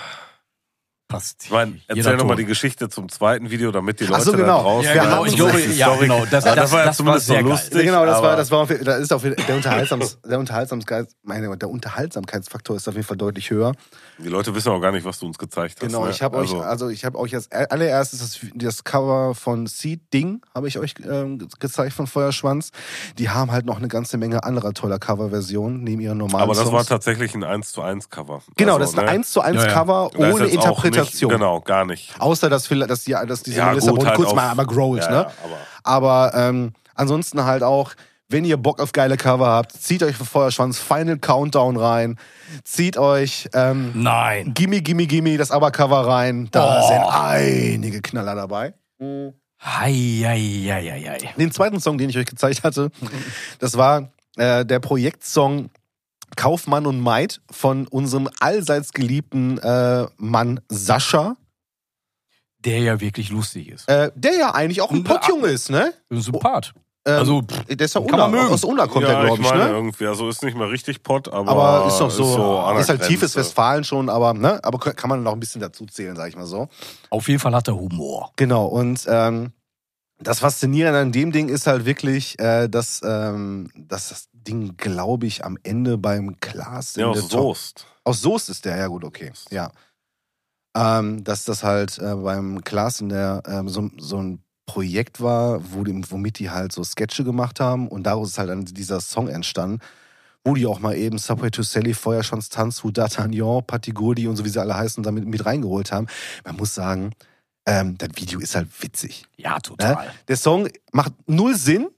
[SPEAKER 5] passt.
[SPEAKER 6] Ich meine, erzähl
[SPEAKER 5] Ton.
[SPEAKER 6] nochmal die Geschichte zum zweiten Video, damit die
[SPEAKER 4] Ach
[SPEAKER 6] Leute
[SPEAKER 4] so, genau.
[SPEAKER 6] da draußen.
[SPEAKER 4] Ja, genau, ich glaube,
[SPEAKER 6] die
[SPEAKER 5] ja,
[SPEAKER 6] Story-
[SPEAKER 5] genau, das-
[SPEAKER 6] Aber
[SPEAKER 5] das-
[SPEAKER 6] war ja
[SPEAKER 5] das war
[SPEAKER 6] zumindest so
[SPEAKER 5] sehr geil.
[SPEAKER 6] lustig.
[SPEAKER 4] genau, das war,
[SPEAKER 6] aber-
[SPEAKER 4] das war auf, jeden- da ist auf, jeden- der, Unterhaltsams, der, Unterhaltsamkeits, meine, Gott, der Unterhaltsamkeitsfaktor ist auf jeden Fall deutlich höher.
[SPEAKER 6] Die Leute wissen auch gar nicht, was du uns gezeigt hast.
[SPEAKER 4] Genau,
[SPEAKER 6] ne?
[SPEAKER 4] ich habe
[SPEAKER 6] also,
[SPEAKER 4] euch, also ich habe euch als allererstes das, das Cover von Seed Ding habe ich euch ähm, ge- gezeigt von Feuerschwanz. Die haben halt noch eine ganze Menge anderer toller Coverversionen neben ihren normalen
[SPEAKER 6] Aber das
[SPEAKER 4] Songs.
[SPEAKER 6] war tatsächlich ein 1 zu 1 Cover.
[SPEAKER 4] genau,
[SPEAKER 6] also,
[SPEAKER 4] das ist ein
[SPEAKER 6] ne?
[SPEAKER 4] 1 zu 1
[SPEAKER 5] Ja, ja.
[SPEAKER 4] Cover
[SPEAKER 6] Da ist
[SPEAKER 4] ohne
[SPEAKER 6] jetzt auch
[SPEAKER 4] Interpretation.
[SPEAKER 6] Nicht, genau, gar nicht.
[SPEAKER 4] Außer dass, vielleicht- dass, die, dass diese Melissa
[SPEAKER 6] gut,
[SPEAKER 4] Brun
[SPEAKER 6] halt
[SPEAKER 4] kurz
[SPEAKER 6] auf-
[SPEAKER 4] mal einmal growlt,
[SPEAKER 6] ja,
[SPEAKER 4] ne?
[SPEAKER 6] Ja, aber
[SPEAKER 4] Aber ähm, ansonsten halt auch, wenn ihr Bock auf geile Cover habt, zieht euch von Feuerschwanz Final Countdown rein, zieht euch ähm,
[SPEAKER 5] Nein.
[SPEAKER 4] Gimme, Gimme, Gimme das Aber-Cover rein. Da
[SPEAKER 5] Oh.
[SPEAKER 4] sind einige Knaller dabei.
[SPEAKER 5] Hei, hei, hei, hei, hei.
[SPEAKER 4] Den zweiten Song, den ich euch gezeigt hatte, das war äh, der Projektsong Kaufmann und Maid von unserem allseits geliebten äh, Mann Sascha,
[SPEAKER 5] Der ja wirklich lustig ist.
[SPEAKER 4] äh, der ja eigentlich auch ein Pottjunge ist, ne?
[SPEAKER 5] Ein Sympath.
[SPEAKER 4] Ähm,
[SPEAKER 5] Also, pff,
[SPEAKER 4] der ist ja
[SPEAKER 5] kann man
[SPEAKER 4] Unna,
[SPEAKER 5] mögen.
[SPEAKER 4] aus Unna kommt
[SPEAKER 6] ja,
[SPEAKER 4] der, glaube
[SPEAKER 6] ich
[SPEAKER 4] ich,
[SPEAKER 6] meine,
[SPEAKER 4] ne?
[SPEAKER 6] irgendwie, also ist nicht mehr richtig Pott, aber,
[SPEAKER 4] Aber ist doch so, ist,
[SPEAKER 6] an der
[SPEAKER 4] halt tiefes
[SPEAKER 6] Grenze.
[SPEAKER 4] Westfalen schon, aber ne, aber kann man noch ein bisschen dazu zählen, sag ich mal so.
[SPEAKER 5] auf jeden Fall hat er Humor.
[SPEAKER 4] Genau, und ähm, das Faszinierende an dem Ding ist halt wirklich, äh, dass, ähm, dass das Ding, glaube ich, am Ende beim Klaas
[SPEAKER 6] Ja,
[SPEAKER 4] in
[SPEAKER 6] aus
[SPEAKER 4] der Top-
[SPEAKER 6] Soest.
[SPEAKER 4] Aus Soest ist der, ja gut, okay. Ja. Ähm, dass das halt äh, beim Klaas in der ähm, so, so ein Projekt war, wo die, womit die halt so Sketche gemacht haben und daraus ist halt dann dieser Song entstanden, wo die auch mal eben Subway to Sally, Feuerschwanz, Tanzhu, D'Artagnan, Patigurdi und so wie sie alle heißen, damit mit reingeholt haben. Man muss sagen, ähm, das Video ist halt witzig.
[SPEAKER 5] Ja, total.
[SPEAKER 4] Der Song macht null Sinn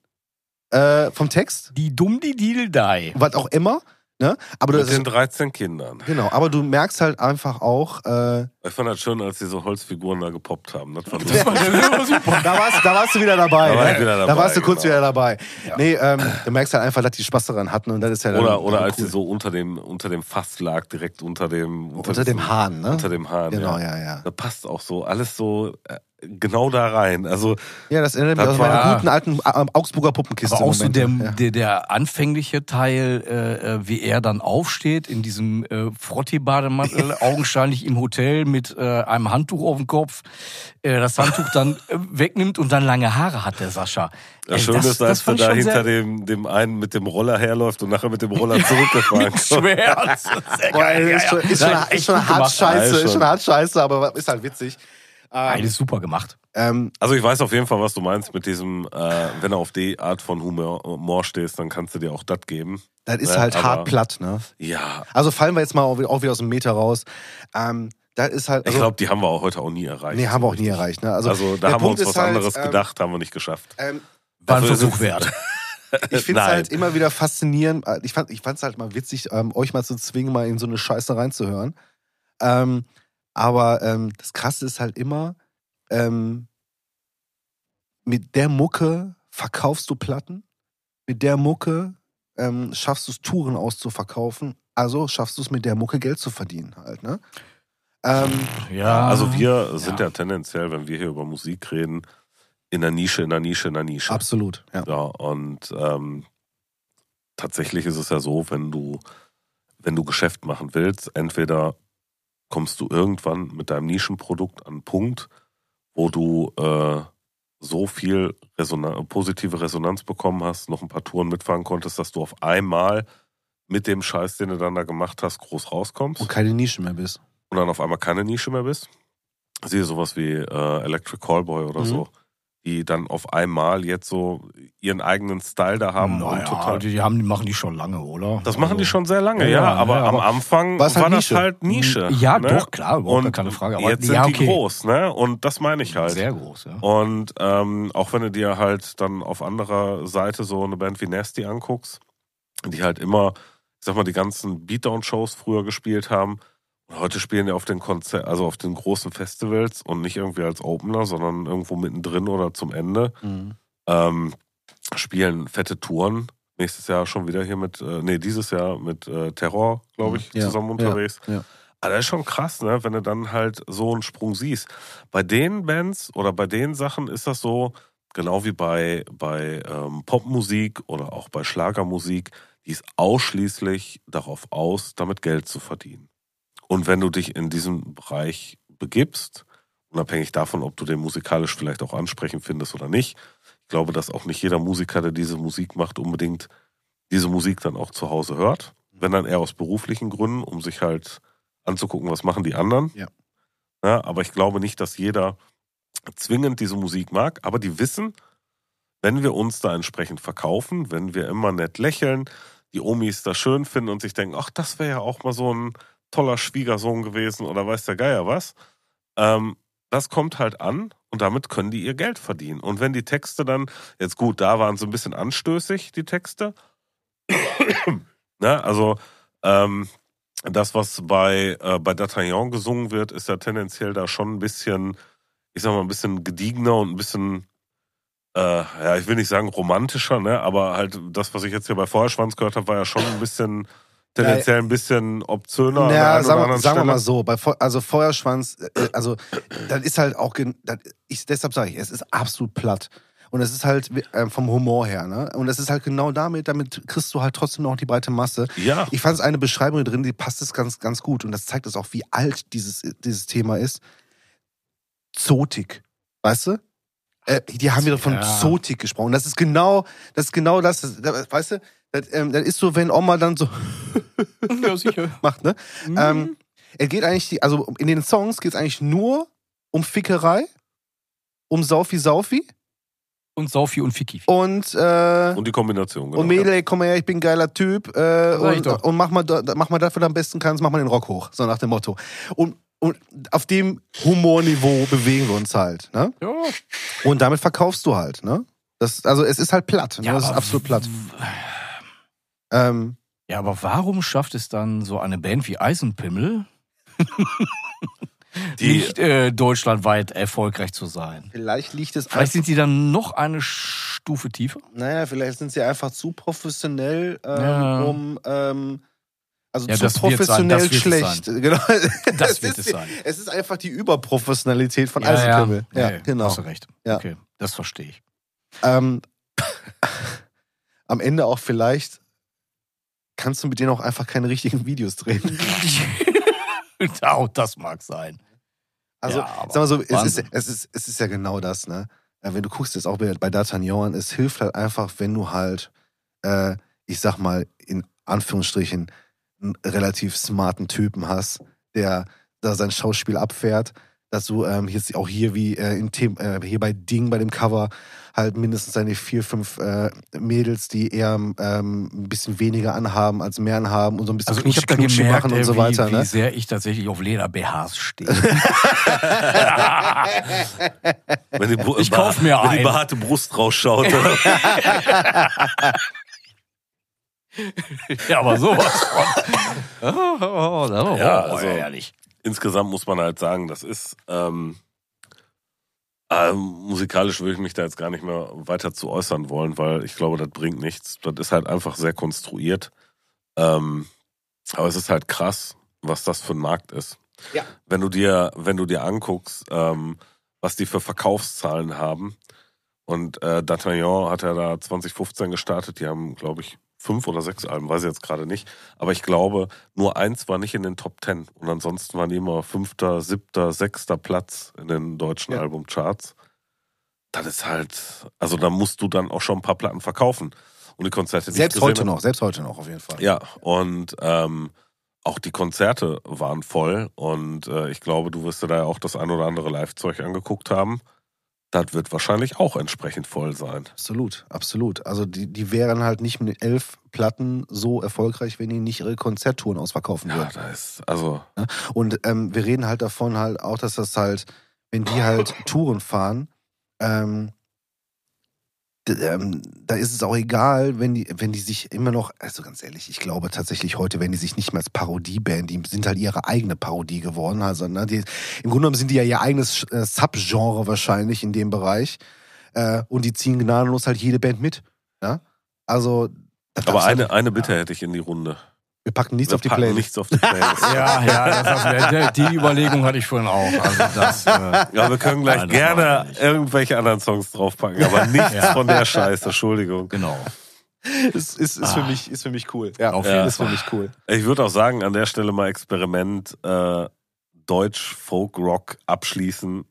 [SPEAKER 4] äh, vom Text,
[SPEAKER 5] Die dumm die Dildei.
[SPEAKER 4] was auch immer. Ne? Aber
[SPEAKER 6] Mit
[SPEAKER 4] das
[SPEAKER 6] den 13 Kindern.
[SPEAKER 4] Genau, aber du merkst halt einfach auch, äh,
[SPEAKER 6] Ich fand das schön, als diese Holzfiguren da gepoppt haben. ne? Das war
[SPEAKER 4] Ja.
[SPEAKER 6] lustig.
[SPEAKER 4] da, warst, da warst du wieder dabei.
[SPEAKER 6] Da war ich
[SPEAKER 4] ne?
[SPEAKER 6] wieder
[SPEAKER 4] da
[SPEAKER 6] dabei,
[SPEAKER 4] warst du kurz
[SPEAKER 6] genau.
[SPEAKER 4] wieder dabei.
[SPEAKER 5] Ja.
[SPEAKER 4] Nee, ähm, du merkst halt einfach, dass die Spaß daran hatten und das ist ja dann
[SPEAKER 6] Oder, oder als
[SPEAKER 4] cool.
[SPEAKER 6] sie so unter dem, unter dem Fass lag, direkt unter dem.
[SPEAKER 4] unter dem Hahn, ne?
[SPEAKER 6] Unter dem Hahn.
[SPEAKER 4] Genau,
[SPEAKER 6] ja.
[SPEAKER 4] ja, ja.
[SPEAKER 6] Da passt auch so alles so äh, genau da rein. Also,
[SPEAKER 4] Ja, das erinnert mich
[SPEAKER 6] Das
[SPEAKER 4] aus meiner
[SPEAKER 5] war-
[SPEAKER 4] guten alten äh, Augsburger Puppenkiste.
[SPEAKER 5] Aber auch so der,
[SPEAKER 4] Momente.
[SPEAKER 5] der, der anfängliche Teil, äh, äh, wie er dann aufsteht in diesem äh, Frotti-Bademantel, augenscheinlich im Hotel mit äh, einem Handtuch auf dem Kopf, äh, das Handtuch dann äh, wegnimmt und dann lange Haare hat, der Sascha.
[SPEAKER 6] das
[SPEAKER 5] Ey,
[SPEAKER 6] Schöne ist, als du
[SPEAKER 5] fand ich
[SPEAKER 6] da
[SPEAKER 5] schon
[SPEAKER 6] hinter
[SPEAKER 5] sehr-
[SPEAKER 6] dem, dem einen mit dem Roller herläuft und nachher mit dem Roller zurückgefahren
[SPEAKER 5] mit
[SPEAKER 6] kommt.
[SPEAKER 5] Schwert. Das ist sehr
[SPEAKER 4] ja. Boah,
[SPEAKER 5] geil, ja,
[SPEAKER 4] ist schon,
[SPEAKER 5] ja.
[SPEAKER 4] ist schon,
[SPEAKER 5] Nein,
[SPEAKER 4] ist
[SPEAKER 5] echt
[SPEAKER 4] schon
[SPEAKER 5] gut
[SPEAKER 4] hart
[SPEAKER 5] gemacht.
[SPEAKER 4] scheiße,
[SPEAKER 6] Ja,
[SPEAKER 4] ist schon
[SPEAKER 6] schon.
[SPEAKER 4] hart scheiße, aber ist halt witzig.
[SPEAKER 5] Nein,
[SPEAKER 4] Ähm,
[SPEAKER 5] ist super gemacht.
[SPEAKER 4] ähm,
[SPEAKER 6] Also ich weiß auf jeden Fall, was du meinst mit diesem, äh, wenn du auf die Art von Humor, Humor stehst, dann kannst du dir auch das geben.
[SPEAKER 4] das ist
[SPEAKER 6] Ne,
[SPEAKER 4] halt hart
[SPEAKER 6] aber-
[SPEAKER 4] platt, ne?
[SPEAKER 6] Ja.
[SPEAKER 4] Also fallen wir jetzt mal auch wieder auch wieder aus dem Meter raus. Ähm, das ist halt.
[SPEAKER 6] Ich
[SPEAKER 4] Also,
[SPEAKER 6] glaube, die haben wir auch heute auch nie erreicht.
[SPEAKER 4] nee, haben wir auch nie erreicht, ne? Also,
[SPEAKER 6] Also, da
[SPEAKER 4] der
[SPEAKER 6] haben
[SPEAKER 4] Punkt
[SPEAKER 6] wir uns
[SPEAKER 4] ist
[SPEAKER 6] was
[SPEAKER 4] halt,
[SPEAKER 6] anderes
[SPEAKER 4] ähm,
[SPEAKER 6] gedacht, haben wir nicht geschafft.
[SPEAKER 4] Ähm,
[SPEAKER 5] War ein
[SPEAKER 6] Dafür ist
[SPEAKER 5] Versuch
[SPEAKER 6] es-
[SPEAKER 5] wert.
[SPEAKER 4] Ich finde es
[SPEAKER 6] Äh, Nein.
[SPEAKER 4] halt immer wieder faszinierend. äh, Ich fand es halt mal witzig, ähm, euch mal zu zwingen, mal in so eine Scheiße reinzuhören. Ähm, aber ähm, das Krasse ist halt immer, ähm, mit der Mucke verkaufst du Platten, mit der Mucke ähm, schaffst du es, Touren auszuverkaufen, also schaffst du es, mit der Mucke Geld zu verdienen halt, ne? Ähm,
[SPEAKER 5] Ja,
[SPEAKER 6] Also wir sind ja. tendenziell, wenn wir hier über Musik reden, in der Nische, in der Nische, in der Nische.
[SPEAKER 4] absolut, ja.
[SPEAKER 6] Ja, und ähm, tatsächlich ist es ja so, wenn du, wenn du Geschäft machen willst, entweder kommst du irgendwann mit deinem Nischenprodukt an einen Punkt, wo du äh, so viel Resonan positive Resonanz bekommen hast, noch ein paar Touren mitfahren konntest, dass du auf einmal mit dem Scheiß, den du dann da gemacht hast, groß rauskommst
[SPEAKER 4] Und keine Nischen mehr bist.
[SPEAKER 6] und dann auf einmal keine Nische mehr bist. Siehe sowas wie äh, Electric Callboy oder
[SPEAKER 4] Mhm.
[SPEAKER 6] so, die dann auf einmal jetzt so ihren eigenen Style da haben und
[SPEAKER 5] naja,
[SPEAKER 6] total.
[SPEAKER 5] die, die haben, die machen die schon lange, oder?
[SPEAKER 6] das machen die
[SPEAKER 5] Also-
[SPEAKER 6] schon sehr lange,
[SPEAKER 5] Ja,
[SPEAKER 6] ja,
[SPEAKER 5] ja,
[SPEAKER 6] aber
[SPEAKER 5] ja,
[SPEAKER 6] am
[SPEAKER 5] aber-
[SPEAKER 6] Anfang
[SPEAKER 4] War's
[SPEAKER 6] war
[SPEAKER 4] halt
[SPEAKER 6] das
[SPEAKER 4] Nische.
[SPEAKER 6] halt Nische.
[SPEAKER 5] Ja,
[SPEAKER 6] ne?
[SPEAKER 5] doch, klar, überhaupt
[SPEAKER 6] Und
[SPEAKER 5] keine Frage. Aber
[SPEAKER 6] Jetzt sind
[SPEAKER 5] ja,
[SPEAKER 6] die
[SPEAKER 5] okay.
[SPEAKER 6] groß, ne? Und das meine ich halt.
[SPEAKER 5] Sehr groß, ja.
[SPEAKER 6] Und ähm, auch wenn du dir halt dann auf anderer Seite so eine Band wie Nasty anguckst, die halt immer, ich sag mal, die ganzen Beatdown-Shows früher gespielt haben. Und heute spielen die auf den Konzer also auf den großen Festivals und nicht irgendwie als Opener, sondern irgendwo mittendrin oder zum Ende.
[SPEAKER 4] Mhm.
[SPEAKER 6] Ähm, spielen fette Touren. Nächstes Jahr schon wieder hier mit, äh, nee, dieses Jahr mit äh, Terror, glaube ich,
[SPEAKER 4] Mhm. Ja,
[SPEAKER 6] zusammen
[SPEAKER 4] ja,
[SPEAKER 6] unterwegs.
[SPEAKER 4] ja.
[SPEAKER 6] Aber das ist schon krass, ne, wenn du dann halt so einen Sprung siehst. Bei den Bands oder bei den Sachen ist das so, genau wie bei, bei ähm, Popmusik oder auch bei Schlagermusik, die ist ausschließlich darauf aus, damit Geld zu verdienen. Und wenn du dich in diesem Bereich begibst, unabhängig davon, ob du den musikalisch vielleicht auch ansprechend findest oder nicht. Ich glaube, dass auch nicht jeder Musiker, der diese Musik macht, unbedingt diese Musik dann auch zu Hause hört. Wenn dann eher aus beruflichen Gründen, um sich halt anzugucken, was machen die anderen.
[SPEAKER 4] Ja.
[SPEAKER 6] Ja, aber ich glaube nicht, dass jeder zwingend diese Musik mag, aber die wissen, wenn wir uns da entsprechend verkaufen, wenn wir immer nett lächeln, die Omis das schön finden und sich denken, ach, das wäre ja auch mal so ein toller Schwiegersohn gewesen oder weiß der Geier was. Ähm, das kommt halt an und damit können die ihr Geld verdienen. Und wenn die Texte dann, jetzt gut, da waren so ein bisschen anstößig, die Texte. ne, also ähm, das, was bei, äh, bei D'Artagnan gesungen wird, ist ja tendenziell da schon ein bisschen, ich sag mal, ein bisschen gediegener und ein bisschen, äh, ja, ich will nicht sagen romantischer, ne? aber halt das, was ich jetzt hier bei Feuerschwanz gehört habe, war ja schon ein bisschen, tendenziell ein bisschen obzöner. an
[SPEAKER 4] Ja,
[SPEAKER 6] der einen oder
[SPEAKER 4] sagen, wir-
[SPEAKER 6] anderen
[SPEAKER 4] sagen wir
[SPEAKER 6] Stelle.
[SPEAKER 4] mal so, bei, Feu- also Feuerschwanz, äh, also das ist halt auch, gen- das, ich, deshalb sage ich, es ist absolut platt. Und es ist halt äh, vom Humor her, ne? Und es ist halt genau damit, damit kriegst du halt trotzdem noch die breite Masse.
[SPEAKER 6] Ja.
[SPEAKER 4] Ich fand es eine Beschreibung hier drin, die passt es ganz, ganz gut. Und das zeigt es auch, wie alt dieses, dieses Thema ist. Zotik. Weißt du? Äh, die haben wieder von
[SPEAKER 5] Ja.
[SPEAKER 4] Zotik gesprochen. Das ist genau, das ist genau das, das, das weißt du? Das, ähm, das ist so, wenn Oma dann so
[SPEAKER 5] Ja, sicher.
[SPEAKER 4] macht, ne?
[SPEAKER 5] Mhm.
[SPEAKER 4] Ähm, es geht eigentlich, die, also in den Songs geht es eigentlich nur um Fickerei, um Saufi Saufi
[SPEAKER 5] Und Saufi und Ficky.
[SPEAKER 4] und, äh,
[SPEAKER 6] Und die Kombination, genau.
[SPEAKER 4] und Mädel, ey, komm mal her, ich bin ein geiler Typ äh,
[SPEAKER 5] Sag ich
[SPEAKER 4] und,
[SPEAKER 5] doch.
[SPEAKER 4] und mach, mal, da- mach mal das, was du am besten kannst, mach mal den Rock hoch, so nach dem Motto. Und, und auf dem Humorniveau bewegen wir uns halt, ne?
[SPEAKER 5] Ja,
[SPEAKER 4] Und damit verkaufst du halt, ne? Das, also es ist halt platt, ne?
[SPEAKER 5] Ja,
[SPEAKER 4] das ist
[SPEAKER 5] aber-
[SPEAKER 4] absolut platt. Ähm,
[SPEAKER 5] Ja, aber warum schafft es dann so eine Band wie Eisenpimmel,
[SPEAKER 6] Die-
[SPEAKER 5] nicht äh, deutschlandweit erfolgreich zu sein?
[SPEAKER 4] vielleicht liegt es
[SPEAKER 5] Vielleicht sind die dann noch eine Stufe tiefer.
[SPEAKER 4] Naja, vielleicht sind sie einfach zu professionell, ähm,
[SPEAKER 5] Ja.
[SPEAKER 4] um. Ähm, also
[SPEAKER 5] Ja,
[SPEAKER 4] zu
[SPEAKER 5] das wird's sein,
[SPEAKER 4] professionell
[SPEAKER 5] das wird's
[SPEAKER 4] schlecht. Genau.
[SPEAKER 5] Das
[SPEAKER 4] Es
[SPEAKER 5] wird
[SPEAKER 4] ist
[SPEAKER 5] es
[SPEAKER 4] die-
[SPEAKER 5] sein.
[SPEAKER 4] Es ist einfach die Überprofessionalität von Eisenkimmel. Ja,
[SPEAKER 5] Nee,
[SPEAKER 4] genau.
[SPEAKER 5] Hast du recht.
[SPEAKER 4] Ja.
[SPEAKER 5] Okay, das verstehe ich.
[SPEAKER 4] Ähm, am Ende auch vielleicht kannst du mit denen auch einfach keine richtigen Videos drehen.
[SPEAKER 5] auch das mag sein.
[SPEAKER 4] Also,
[SPEAKER 5] Ja, aber
[SPEAKER 4] sag mal so, es ist,
[SPEAKER 5] Wahnsinn.
[SPEAKER 4] es, ist, es ist ja genau das, ne? Ja, Wenn du guckst, jetzt auch bei bei D'Artagnan, an, es hilft halt einfach, wenn du halt, äh, ich sag mal, in Anführungsstrichen, einen relativ smarten Typen hast, der da sein Schauspiel abfährt, dass du ähm, jetzt auch hier wie äh, im Thema, äh, hier bei Ding, bei dem Cover, halt mindestens seine vier, fünf äh, Mädels, die eher ähm, ein bisschen weniger anhaben als mehr anhaben und so ein bisschen
[SPEAKER 5] Also ich habe da
[SPEAKER 4] Knutsch-Knutschi
[SPEAKER 5] gemerkt,
[SPEAKER 4] machen
[SPEAKER 5] ey,
[SPEAKER 4] und so
[SPEAKER 5] wie,
[SPEAKER 4] weiter,
[SPEAKER 5] wie
[SPEAKER 4] ne?
[SPEAKER 5] sehr ich tatsächlich auf Leder-BHs stehe.
[SPEAKER 6] Wenn die, Bru-
[SPEAKER 5] Ich kauf mir
[SPEAKER 6] wenn die
[SPEAKER 5] einen.
[SPEAKER 6] behaarte Brust rausschaut. oder?
[SPEAKER 5] ja, aber sowas von. Oh, oh, oh, oh,
[SPEAKER 6] Ja,
[SPEAKER 5] oh,
[SPEAKER 6] also-
[SPEAKER 5] ehrlich.
[SPEAKER 6] Insgesamt muss man halt sagen, das ist ähm, ähm, musikalisch würde ich mich da jetzt gar nicht mehr weiter zu äußern wollen, weil ich glaube, das bringt nichts. Das ist halt einfach sehr konstruiert. Ähm, aber es ist halt krass, was das für ein Markt ist.
[SPEAKER 4] Ja.
[SPEAKER 6] Wenn du dir, wenn du dir anguckst, ähm, was die für Verkaufszahlen haben. Und äh, D'Artagnan hat ja da 2015 gestartet. Die haben, glaube ich, fünf oder sechs Alben, weiß ich jetzt gerade nicht. Aber ich glaube, nur eins war nicht in den Top Ten. Und ansonsten waren die immer fünfter, siebter, sechster Platz in den deutschen
[SPEAKER 4] Ja.
[SPEAKER 6] Albumcharts. Das ist halt, also da musst du dann auch schon ein paar Platten verkaufen. Und die Konzerte, die
[SPEAKER 4] Selbst
[SPEAKER 6] ich gesehen
[SPEAKER 4] heute
[SPEAKER 6] habe-
[SPEAKER 4] noch, selbst heute noch auf jeden Fall.
[SPEAKER 6] ja, und ähm, auch die Konzerte waren voll und äh, ich glaube, du wirst dir da ja auch das ein oder andere Live-Zeug angeguckt haben. Das wird wahrscheinlich auch entsprechend voll sein.
[SPEAKER 4] Absolut, absolut. Also die, die wären halt nicht mit elf Platten so erfolgreich, wenn die nicht ihre Konzerttouren ausverkaufen
[SPEAKER 6] Ja,
[SPEAKER 4] würden.
[SPEAKER 6] da ist, also,
[SPEAKER 4] Und ähm, wir reden halt davon halt auch, dass das halt, wenn die halt Touren fahren, ähm, d- ähm, da ist es auch egal, wenn die, wenn die sich immer noch, also ganz ehrlich, ich glaube tatsächlich heute, wenn die sich nicht mehr als Parodieband, die sind halt ihre eigene Parodie geworden. Also, ne, die, im Grunde genommen sind die ja ihr eigenes äh, Subgenre wahrscheinlich in dem Bereich. Äh, und die ziehen gnadenlos halt jede Band mit. Ne? Also, das
[SPEAKER 6] aber
[SPEAKER 4] darfst du
[SPEAKER 6] eine,
[SPEAKER 4] halt-
[SPEAKER 6] eine Bitte hätte ich in die Runde.
[SPEAKER 4] wir packen nichts
[SPEAKER 6] Wir
[SPEAKER 4] auf die
[SPEAKER 6] packen
[SPEAKER 4] Playlist.
[SPEAKER 6] Nichts auf die Playlist.
[SPEAKER 5] Ja, ja, das hast, du- die die Überlegung hatte ich vorhin auch. Also das, äh,
[SPEAKER 6] Ja, wir können gleich
[SPEAKER 5] Nein, das machen wir
[SPEAKER 6] gerne
[SPEAKER 5] nicht.
[SPEAKER 6] irgendwelche anderen Songs draufpacken, aber nichts
[SPEAKER 5] Ja.
[SPEAKER 6] von der Scheiße, Entschuldigung.
[SPEAKER 5] genau.
[SPEAKER 4] ist, ist, ist,
[SPEAKER 6] Ah.
[SPEAKER 4] für mich, ist für mich cool. Ja,
[SPEAKER 5] Auf jeden
[SPEAKER 4] ist für mich cool.
[SPEAKER 6] Ich würde auch sagen, an der Stelle mal Experiment äh, Deutsch-Folk-Rock abschließen.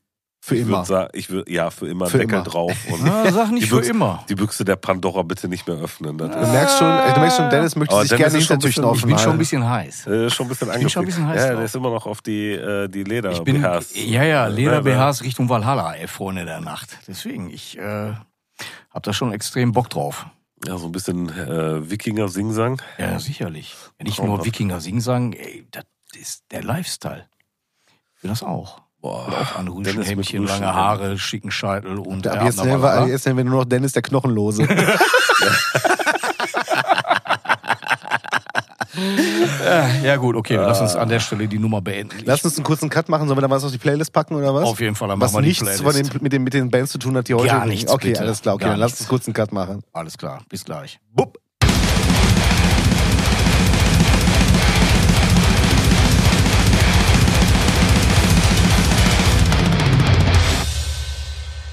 [SPEAKER 4] Für
[SPEAKER 6] ich würd
[SPEAKER 4] immer.
[SPEAKER 6] Sagen, ich würde ja für immer
[SPEAKER 4] Für
[SPEAKER 6] Deckel
[SPEAKER 4] immer. Ah,
[SPEAKER 6] drauf und
[SPEAKER 5] Na, sag
[SPEAKER 6] Die
[SPEAKER 5] nicht für
[SPEAKER 6] Würz-
[SPEAKER 5] immer. Ah.
[SPEAKER 6] die Büchse der Pandora bitte nicht mehr öffnen. Das
[SPEAKER 4] Du merkst schon, du merkst schon, Dennis möchte
[SPEAKER 6] Aber
[SPEAKER 4] sich
[SPEAKER 6] Dennis
[SPEAKER 4] gerne
[SPEAKER 6] ist schon ein
[SPEAKER 4] hinter
[SPEAKER 6] bisschen-
[SPEAKER 4] Tüchern
[SPEAKER 5] Ich bin schon ein
[SPEAKER 4] aufhalten.
[SPEAKER 5] bisschen heiß.
[SPEAKER 6] Äh, schon ein
[SPEAKER 5] bin
[SPEAKER 6] bisschen
[SPEAKER 5] schon ein
[SPEAKER 6] angefangen.
[SPEAKER 5] bisschen heiß
[SPEAKER 6] Ja,
[SPEAKER 5] drauf.
[SPEAKER 6] der ist immer noch auf die, äh, die Leder
[SPEAKER 5] Ich bin,
[SPEAKER 6] BHs.
[SPEAKER 5] ja, ja,
[SPEAKER 6] Ja, ne,
[SPEAKER 5] Leder-BHs Richtung Valhalla, ey, Freunde der Nacht. Deswegen, ich äh, habe da schon extrem Bock drauf.
[SPEAKER 6] Ja, so ein bisschen äh, Wikinger-Singsang.
[SPEAKER 5] Ja, sicherlich. Wenn ich
[SPEAKER 6] Komm,
[SPEAKER 5] nur
[SPEAKER 6] was-
[SPEAKER 5] Wikinger singen sagen, ey, das ist der Lifestyle. Ich will das auch. Will auch an
[SPEAKER 6] Dennis mit
[SPEAKER 5] Rüschenhämmchen,
[SPEAKER 6] Rüschen,
[SPEAKER 5] lange Haare, schicken Scheitel und äh,
[SPEAKER 4] Ab
[SPEAKER 5] ja,
[SPEAKER 4] jetzt
[SPEAKER 5] na,
[SPEAKER 4] nennen,
[SPEAKER 5] Valhalla.
[SPEAKER 4] wir, jetzt nennen wir nur noch Dennis der Knochenlose.
[SPEAKER 5] Äh, Ja, gut, okay, lass uns an der Stelle die Nummer beenden.
[SPEAKER 4] Lass uns einen kurzen Cut machen. Sollen wir da was auf die Playlist packen oder was?
[SPEAKER 5] Auf jeden Fall, dann
[SPEAKER 4] Was
[SPEAKER 5] machen wir die
[SPEAKER 4] nichts von den,
[SPEAKER 5] Playlist.
[SPEAKER 4] mit, den, mit den Bands zu tun hat, die heute.
[SPEAKER 5] Gar nichts,
[SPEAKER 4] Okay,
[SPEAKER 5] bitte.
[SPEAKER 4] alles klar. Okay,
[SPEAKER 5] Gar
[SPEAKER 4] dann lass
[SPEAKER 5] nichts.
[SPEAKER 4] uns kurz einen Cut machen.
[SPEAKER 5] Alles klar, bis gleich.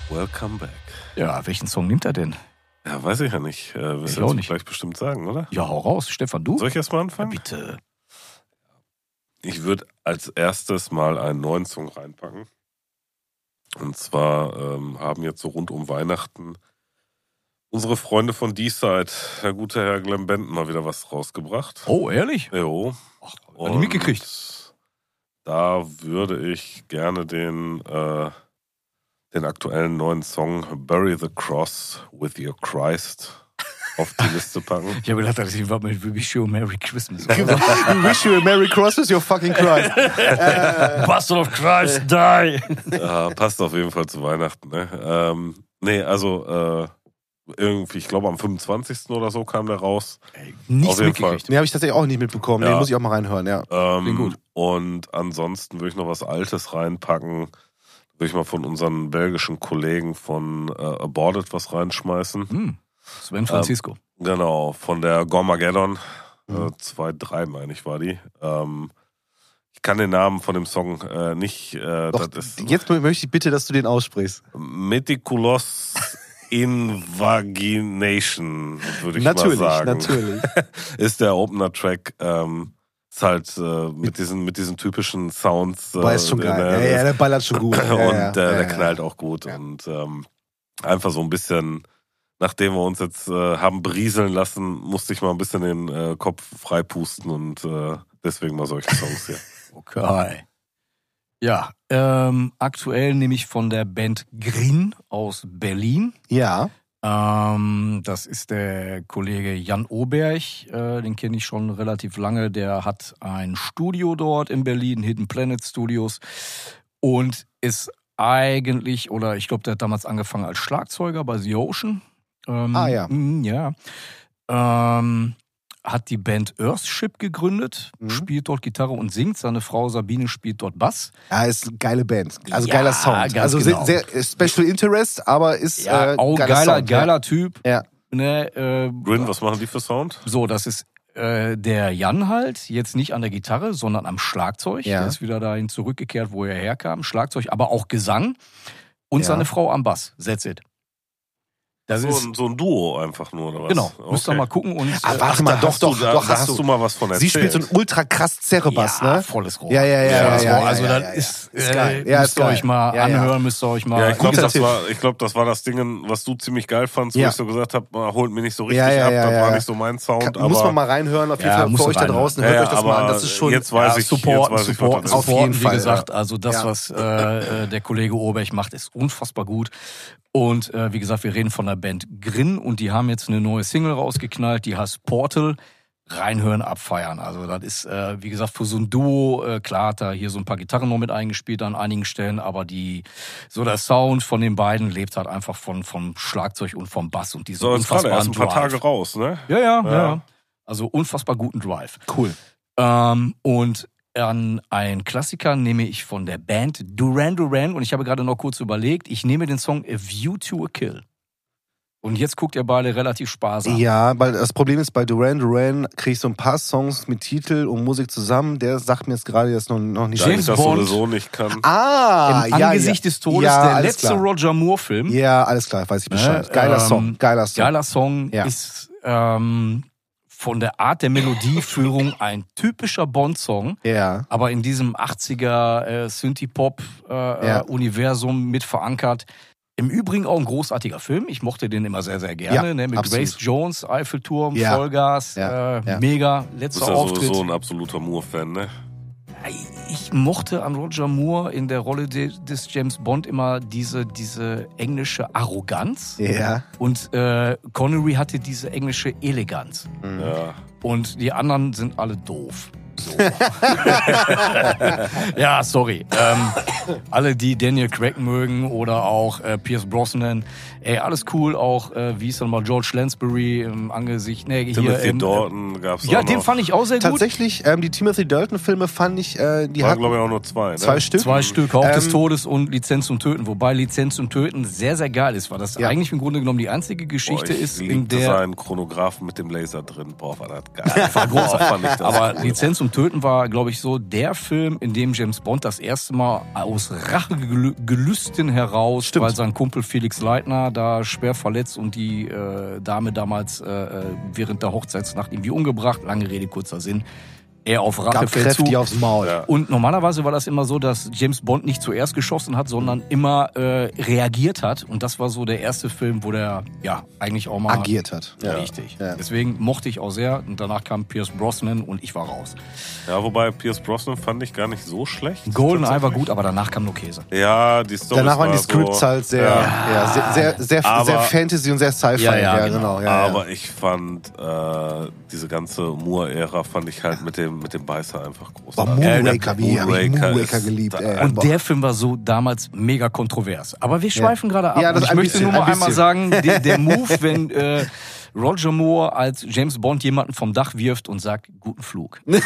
[SPEAKER 6] Welcome back.
[SPEAKER 5] Ja, Ah, welchen Song nimmt er denn?
[SPEAKER 6] Ja, weiß ich ja nicht. Äh, wirst
[SPEAKER 5] Ich
[SPEAKER 6] du
[SPEAKER 5] auch
[SPEAKER 6] jetzt
[SPEAKER 5] nicht.
[SPEAKER 6] gleich bestimmt sagen, oder?
[SPEAKER 5] Ja, hau raus, Stefan, du?
[SPEAKER 6] Soll ich erst mal anfangen?
[SPEAKER 5] Bitte.
[SPEAKER 6] Ich würde als erstes mal einen neuen Song reinpacken. Und zwar ähm, haben jetzt so rund um Weihnachten unsere Freunde von D-Side, der gute Herr Glenn Benton, mal wieder was rausgebracht.
[SPEAKER 5] Oh, ehrlich?
[SPEAKER 6] Jo.
[SPEAKER 5] Ach, hab ich
[SPEAKER 6] Und
[SPEAKER 5] nicht mitgekriegt.
[SPEAKER 6] Da würde ich gerne den, äh, den aktuellen neuen Song Bury the Cross with Your Christ auf die Liste packen.
[SPEAKER 5] Ich habe gedacht, das ist was mit We Wish You a Merry Christmas.
[SPEAKER 4] We wish you a Merry Christmas, you fucking Christ.
[SPEAKER 5] Bastard of Christ, die!
[SPEAKER 6] äh, passt auf jeden Fall zu Weihnachten. Ne, ähm, nee, also äh, irgendwie, ich glaube am 25. oder so kam der raus.
[SPEAKER 5] Ey,
[SPEAKER 6] Auf
[SPEAKER 5] nichts
[SPEAKER 6] jeden
[SPEAKER 5] mitgekriegt.
[SPEAKER 4] Nee, habe ich tatsächlich auch nicht mitbekommen.
[SPEAKER 6] Ja.
[SPEAKER 4] Nee, muss ich auch mal reinhören, ja.
[SPEAKER 6] Ähm,
[SPEAKER 5] Klingt gut.
[SPEAKER 6] Und ansonsten würde ich noch was Altes reinpacken. Würde ich mal von unseren belgischen Kollegen von äh, Aborted was reinschmeißen.
[SPEAKER 5] Hm. Sven Francisco.
[SPEAKER 6] Genau, von der Gormageddon.
[SPEAKER 4] Mhm.
[SPEAKER 6] Äh, zwei, drei, meine ich, war die. Ähm, ich kann den Namen von dem Song äh, nicht. Äh,
[SPEAKER 4] Doch,
[SPEAKER 6] das ist
[SPEAKER 4] jetzt möchte ich bitte, dass du den aussprichst.
[SPEAKER 6] Meticulous Invagination, würde ich
[SPEAKER 4] natürlich,
[SPEAKER 6] mal sagen.
[SPEAKER 4] natürlich.
[SPEAKER 6] Ist der Opener-Track. Ähm, ist halt äh, mit, diesen, mit diesen typischen Sounds. Äh,
[SPEAKER 4] Boah, ist schon
[SPEAKER 6] in
[SPEAKER 4] geil.
[SPEAKER 6] der-
[SPEAKER 4] Ja, ja, der ballert schon gut. Ja,
[SPEAKER 6] und
[SPEAKER 4] ja,
[SPEAKER 6] äh, der
[SPEAKER 4] ja,
[SPEAKER 6] knallt auch gut. Und ähm, einfach so ein bisschen, nachdem wir uns jetzt äh, haben brieseln lassen, musste ich mal ein bisschen den äh, Kopf freipusten und äh, deswegen mal solche Songs hier.
[SPEAKER 5] Okay. Ja, ähm, aktuell nehme ich von der Band Green aus Berlin.
[SPEAKER 4] Ja.
[SPEAKER 5] Ähm, das ist der Kollege Jan Oberg, äh, den kenne ich schon relativ lange. Der hat ein Studio dort in Berlin, Hidden Planet Studios, und ist eigentlich, oder ich glaube, der hat damals angefangen als Schlagzeuger bei The Ocean. Ähm,
[SPEAKER 4] Ah, ja.
[SPEAKER 5] mm, ja. Ähm, hat die Band Earthship gegründet,
[SPEAKER 4] Mhm.
[SPEAKER 5] spielt dort Gitarre und singt. Seine Frau Sabine spielt dort Bass.
[SPEAKER 4] Ja, ist eine geile Band. Also
[SPEAKER 5] Ja,
[SPEAKER 4] geiler Sound.
[SPEAKER 5] ganz
[SPEAKER 4] Also
[SPEAKER 5] genau.
[SPEAKER 4] sehr, sehr Special Interest, aber ist äh,
[SPEAKER 5] auch
[SPEAKER 4] geiler,
[SPEAKER 5] geiler,
[SPEAKER 4] Sound,
[SPEAKER 5] geiler Typ.
[SPEAKER 4] Ja.
[SPEAKER 5] Ne, äh,
[SPEAKER 6] Grin, was machen die für Sound?
[SPEAKER 5] So, das ist äh, der Jan halt, jetzt nicht an der Gitarre, sondern am Schlagzeug.
[SPEAKER 4] Ja.
[SPEAKER 5] Der ist wieder dahin zurückgekehrt, wo er herkam. Schlagzeug, aber auch Gesang. Und
[SPEAKER 4] Ja.
[SPEAKER 5] seine Frau am Bass. That's it. Das
[SPEAKER 6] So,
[SPEAKER 5] ist,
[SPEAKER 6] ein- so ein Duo einfach nur, oder was?
[SPEAKER 5] genau, müsst ihr
[SPEAKER 6] Okay.
[SPEAKER 5] mal gucken. Und,
[SPEAKER 4] Ah,
[SPEAKER 5] äh,
[SPEAKER 4] warte mal,
[SPEAKER 6] Da
[SPEAKER 4] doch,
[SPEAKER 6] hast du-
[SPEAKER 4] doch,
[SPEAKER 6] da,
[SPEAKER 4] doch,
[SPEAKER 6] da
[SPEAKER 4] hast
[SPEAKER 6] hast
[SPEAKER 4] du.
[SPEAKER 6] du mal was von
[SPEAKER 4] Ja.
[SPEAKER 6] erzählt.
[SPEAKER 4] Sie spielt so einen ultra krass Zerrebass,
[SPEAKER 5] ja,
[SPEAKER 4] ne?
[SPEAKER 5] volles Rohr.
[SPEAKER 4] Ja, ja, ja,
[SPEAKER 5] Volles
[SPEAKER 4] ja,
[SPEAKER 5] Rohr.
[SPEAKER 4] ja,
[SPEAKER 5] also
[SPEAKER 4] ja,
[SPEAKER 5] das
[SPEAKER 4] ja,
[SPEAKER 5] ist,
[SPEAKER 4] ist
[SPEAKER 5] äh,
[SPEAKER 4] geil. Ja,
[SPEAKER 5] müsst
[SPEAKER 4] ist
[SPEAKER 5] ihr
[SPEAKER 4] geil.
[SPEAKER 5] euch mal
[SPEAKER 4] Ja, ja.
[SPEAKER 5] anhören, müsst ihr euch mal.
[SPEAKER 6] Ja, ich glaube,
[SPEAKER 4] Ah, guter
[SPEAKER 6] das,
[SPEAKER 4] Tipp.
[SPEAKER 6] war- ich glaub, das war das Ding, was du ziemlich geil fandst, wo
[SPEAKER 4] Ja.
[SPEAKER 6] ich so gesagt habe, holt mir nicht so richtig
[SPEAKER 4] Ja, ja,
[SPEAKER 6] ab,
[SPEAKER 4] ja,
[SPEAKER 6] das
[SPEAKER 4] ja,
[SPEAKER 6] war
[SPEAKER 4] ja.
[SPEAKER 6] nicht so mein Sound.
[SPEAKER 4] Kann, muss
[SPEAKER 6] aber
[SPEAKER 4] man mal reinhören, auf jeden
[SPEAKER 5] Ja,
[SPEAKER 4] Fall
[SPEAKER 5] muss
[SPEAKER 4] für euch da
[SPEAKER 5] reinhören.
[SPEAKER 4] draußen.
[SPEAKER 6] Ja,
[SPEAKER 4] Hört
[SPEAKER 6] ja,
[SPEAKER 4] euch das mal an,
[SPEAKER 6] aber
[SPEAKER 4] das ist schon.
[SPEAKER 6] jetzt weiß
[SPEAKER 5] ja,
[SPEAKER 6] ich,
[SPEAKER 5] supporten,
[SPEAKER 6] jetzt weiß ich, was
[SPEAKER 5] supporten,
[SPEAKER 6] das ist.
[SPEAKER 4] Auf
[SPEAKER 5] supporten.
[SPEAKER 4] jeden Fall,
[SPEAKER 5] Wie gesagt,
[SPEAKER 4] ja.
[SPEAKER 5] also das,
[SPEAKER 4] Ja.
[SPEAKER 5] was äh, äh, der Kollege Oberg macht, ist unfassbar gut. Und äh, wie gesagt, wir reden von der Band Grin und die haben jetzt eine neue Single rausgeknallt, die heißt Portal. Reinhören, abfeiern. Also das ist, äh, wie gesagt, für so ein Duo, äh, klar hat er hier so ein paar Gitarren noch mit eingespielt an einigen Stellen, aber die, so der Sound von den beiden lebt halt einfach von, vom Schlagzeug und vom Bass und diese
[SPEAKER 6] so, jetzt gerade erst
[SPEAKER 5] unfassbaren
[SPEAKER 6] ein paar
[SPEAKER 5] Drive.
[SPEAKER 6] Tage raus, ne?
[SPEAKER 5] Ja, ja, ja.
[SPEAKER 6] Ja.
[SPEAKER 5] ja. Also unfassbar guten Drive.
[SPEAKER 4] Cool.
[SPEAKER 5] Ähm, und an einen Klassiker nehme ich von der Band Duran Duran und ich habe gerade noch kurz überlegt, ich nehme den Song A View to a Kill. Und jetzt guckt ihr beide relativ sparsam.
[SPEAKER 4] Ja, weil das Problem ist, bei Duran Duran kriege ich so ein paar Songs mit Titel und Musik zusammen. Der sagt mir jetzt gerade jetzt noch, noch nicht.
[SPEAKER 6] Da ich
[SPEAKER 5] James
[SPEAKER 6] das
[SPEAKER 5] Bond.
[SPEAKER 6] sowieso nicht kann.
[SPEAKER 4] Ah,
[SPEAKER 5] Im
[SPEAKER 4] ja,
[SPEAKER 5] Angesicht
[SPEAKER 4] ja.
[SPEAKER 5] des Todes,
[SPEAKER 4] ja,
[SPEAKER 5] der
[SPEAKER 4] alles
[SPEAKER 5] letzte
[SPEAKER 4] klar.
[SPEAKER 5] Roger Moore-Film.
[SPEAKER 4] Ja, alles klar, weiß ich Bescheid. Geiler
[SPEAKER 5] Ähm,
[SPEAKER 4] Song, geiler Song.
[SPEAKER 5] Geiler Song
[SPEAKER 4] Ja.
[SPEAKER 5] ist ähm, von der Art der Melodieführung ein typischer Bond-Song,
[SPEAKER 4] Ja.
[SPEAKER 5] aber in diesem 80er äh,
[SPEAKER 4] Ja.
[SPEAKER 5] Synthie-Pop-Universum mit verankert. Im Übrigen auch ein großartiger Film. Ich mochte den immer sehr, sehr gerne.
[SPEAKER 4] Ja,
[SPEAKER 5] ne? Mit
[SPEAKER 4] absolut.
[SPEAKER 5] Grace Jones, Eiffelturm,
[SPEAKER 4] Ja.
[SPEAKER 5] Vollgas,
[SPEAKER 4] Ja,
[SPEAKER 5] Äh,
[SPEAKER 4] ja.
[SPEAKER 5] mega.
[SPEAKER 6] Du
[SPEAKER 5] Letzter
[SPEAKER 6] bist ja
[SPEAKER 5] Auftritt.
[SPEAKER 6] sowieso ein absoluter Moore-Fan, ne?
[SPEAKER 5] Ich mochte an Roger Moore in der Rolle de, des James Bond immer diese, diese englische Arroganz.
[SPEAKER 4] Ja.
[SPEAKER 5] Und äh, Connery hatte diese englische Eleganz.
[SPEAKER 4] Mhm.
[SPEAKER 6] Ja.
[SPEAKER 5] Und die anderen sind alle doof. So. ja, sorry. Ähm, alle, die Daniel Craig mögen oder auch äh, Pierce Brosnan, ey, alles cool. Auch, äh, wie ist dann mal George Lansbury im Angesicht. Nee, hier,
[SPEAKER 6] Timothy
[SPEAKER 5] ähm,
[SPEAKER 6] Dalton gab's
[SPEAKER 5] ja,
[SPEAKER 6] auch
[SPEAKER 5] den
[SPEAKER 6] noch.
[SPEAKER 5] fand ich auch sehr gut.
[SPEAKER 4] Tatsächlich, ähm, die Timothy Dalton-Filme fand ich, äh, die
[SPEAKER 6] Waren,
[SPEAKER 4] hatten
[SPEAKER 6] glaube ich, auch nur zwei, ne?
[SPEAKER 4] zwei Stück.
[SPEAKER 5] Zwei Stück, Hauch des
[SPEAKER 4] Ähm,
[SPEAKER 5] Todes und Lizenz zum Töten. Wobei Lizenz zum Töten sehr, sehr geil ist, weil das
[SPEAKER 4] Ja.
[SPEAKER 5] eigentlich im Grunde genommen die einzige Geschichte
[SPEAKER 6] Boah, ich
[SPEAKER 5] ist, in
[SPEAKER 6] liebte
[SPEAKER 5] der.
[SPEAKER 6] seinen Chronographen mit dem Laser drin. Boah, war das geil. war groß, fand ich das
[SPEAKER 5] Aber
[SPEAKER 6] cool.
[SPEAKER 5] Lizenz zum Töten war, glaube ich, so der Film, in dem James Bond das erste Mal aus Rachegelüsten heraus, weil sein Kumpel Felix Leitner da schwer verletzt und die äh, Dame damals äh, äh, während der Hochzeitsnacht irgendwie umgebracht. Lange Rede, kurzer Sinn. Er auf Rache
[SPEAKER 4] Gab
[SPEAKER 5] fällt zu.
[SPEAKER 4] kräftig aufs Maul.
[SPEAKER 6] Ja.
[SPEAKER 5] Und normalerweise war das immer so, dass James Bond nicht zuerst geschossen hat, sondern immer äh, reagiert hat. Und das war so der erste Film, wo der ja eigentlich auch mal
[SPEAKER 4] Agiert hat.
[SPEAKER 5] richtig.
[SPEAKER 4] Ja.
[SPEAKER 5] Deswegen mochte ich auch sehr. Und danach kam Pierce Brosnan und ich war raus.
[SPEAKER 6] Ja, wobei Pierce Brosnan fand ich gar nicht so schlecht.
[SPEAKER 5] Goldeneye war
[SPEAKER 6] tatsächlich.
[SPEAKER 5] gut, aber danach kam nur Käse.
[SPEAKER 6] Ja, die Story
[SPEAKER 4] Danach waren die
[SPEAKER 6] war
[SPEAKER 4] Scripts
[SPEAKER 6] so,
[SPEAKER 4] halt sehr,
[SPEAKER 6] Ja.
[SPEAKER 4] ja. sehr, sehr, sehr,
[SPEAKER 6] Aber-
[SPEAKER 4] sehr Fantasy und sehr Sci-Fi.
[SPEAKER 5] Ja, ja, genau.
[SPEAKER 4] genau. ja, ja.
[SPEAKER 6] Aber ich fand äh, diese ganze Moore-Ära fand ich halt mit dem mit dem Beißer einfach
[SPEAKER 4] Boah,
[SPEAKER 6] großartig.
[SPEAKER 4] Moonraker, wie
[SPEAKER 6] Moonraker
[SPEAKER 4] hab ich Moonraker
[SPEAKER 6] ist
[SPEAKER 4] geliebt,
[SPEAKER 6] da-
[SPEAKER 4] ey.
[SPEAKER 5] Und der Film war so damals mega kontrovers. Aber wir schweifen gerade ab.
[SPEAKER 4] Ja, das
[SPEAKER 5] Und ich
[SPEAKER 4] ein
[SPEAKER 5] möchte
[SPEAKER 4] bisschen,
[SPEAKER 5] nur mal
[SPEAKER 4] ein
[SPEAKER 5] einmal
[SPEAKER 4] bisschen.
[SPEAKER 5] sagen, der, der Move, wenn äh, Roger Moore als James Bond jemanden vom Dach wirft und sagt, guten Flug. das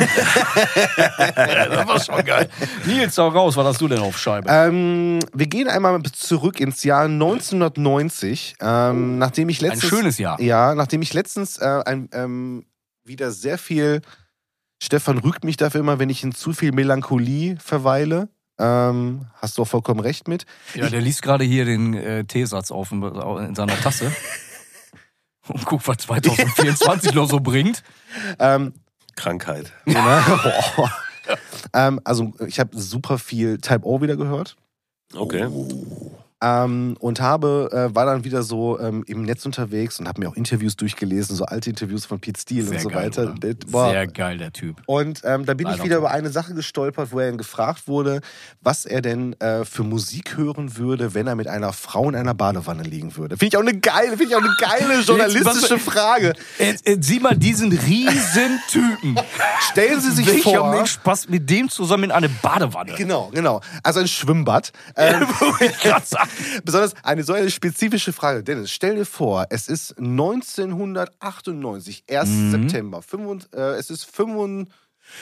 [SPEAKER 5] war schon geil. Nils, hau raus, was hast du denn auf Scheibe?
[SPEAKER 4] Ähm, wir gehen einmal zurück ins Jahr 1990, ähm, nachdem ich
[SPEAKER 5] Ein
[SPEAKER 4] letztens
[SPEAKER 5] schönes Jahr.
[SPEAKER 4] ja, nachdem ich letztens äh, ein, ähm, wieder sehr viel Stefan rügt mich dafür immer, wenn ich in zu viel Melancholie verweile. Ähm, hast du auch vollkommen recht mit.
[SPEAKER 5] Ja, der liest gerade hier den äh, T-Satz auf in, in seiner Tasse. Und guck, was 2024 noch so bringt.
[SPEAKER 4] Ähm, genau.
[SPEAKER 6] Krankheit.
[SPEAKER 4] ähm, also ich habe super viel Type O wieder gehört. Oh.
[SPEAKER 6] Okay.
[SPEAKER 4] Ähm, und habe, äh, war dann wieder so ähm, im Netz unterwegs und habe mir auch Interviews durchgelesen, so alte Interviews von Pete Steele und so weiter.
[SPEAKER 5] oder?
[SPEAKER 4] Das war-
[SPEAKER 5] Sehr geil, der Typ.
[SPEAKER 4] Und ähm, da bin
[SPEAKER 5] Leider
[SPEAKER 4] ich wieder
[SPEAKER 5] doch.
[SPEAKER 4] über eine Sache gestolpert, wo er ihn gefragt wurde, was er denn äh, für Musik hören würde, wenn er mit einer Frau in einer Badewanne liegen würde. Finde ich auch eine geile, finde ich auch eine geile journalistische Frage.
[SPEAKER 5] Jetzt, jetzt Äh, sieh mal diesen riesen Typen.
[SPEAKER 4] Stellen Sie sich
[SPEAKER 5] Also Ich habe
[SPEAKER 4] vor.
[SPEAKER 5] den Spaß mit dem zusammen in eine Badewanne.
[SPEAKER 4] Genau, genau. Also ein Schwimmbad. Ähm,
[SPEAKER 5] Wollte ich grad sagen.
[SPEAKER 4] besonders eine so eine spezifische Frage. Dennis, stell dir vor, es ist 1998, 1.
[SPEAKER 5] Mhm.
[SPEAKER 4] September. Fünfund- äh, es ist 5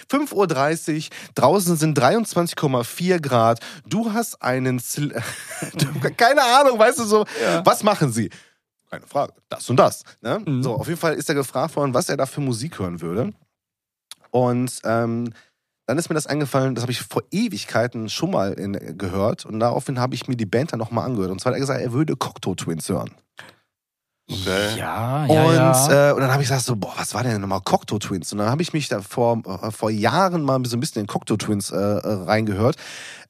[SPEAKER 4] 5.30 Uhr, draußen sind 23,4 Grad. Du hast einen. Sl Du- Keine Ahnung, weißt du so. Was machen sie? Keine Frage. Das und das. Ne?
[SPEAKER 5] Mhm.
[SPEAKER 4] So, auf jeden Fall ist er gefragt worden, was er da für Musik hören würde. Und ähm, dann ist mir das eingefallen, das habe ich vor Ewigkeiten schon mal in, äh, gehört. Und daraufhin habe ich mir die Band dann nochmal angehört. Und zwar hat er gesagt, er würde Cocteau Twins hören.
[SPEAKER 6] Okay.
[SPEAKER 5] Ja, ja,
[SPEAKER 4] und,
[SPEAKER 5] ja.
[SPEAKER 4] Äh, und dann habe ich gesagt, so, boah, was war denn nochmal Cocteau Twins? Und dann habe ich mich da vor, äh, vor Jahren mal so ein bisschen in Cocteau Twins äh, äh, reingehört.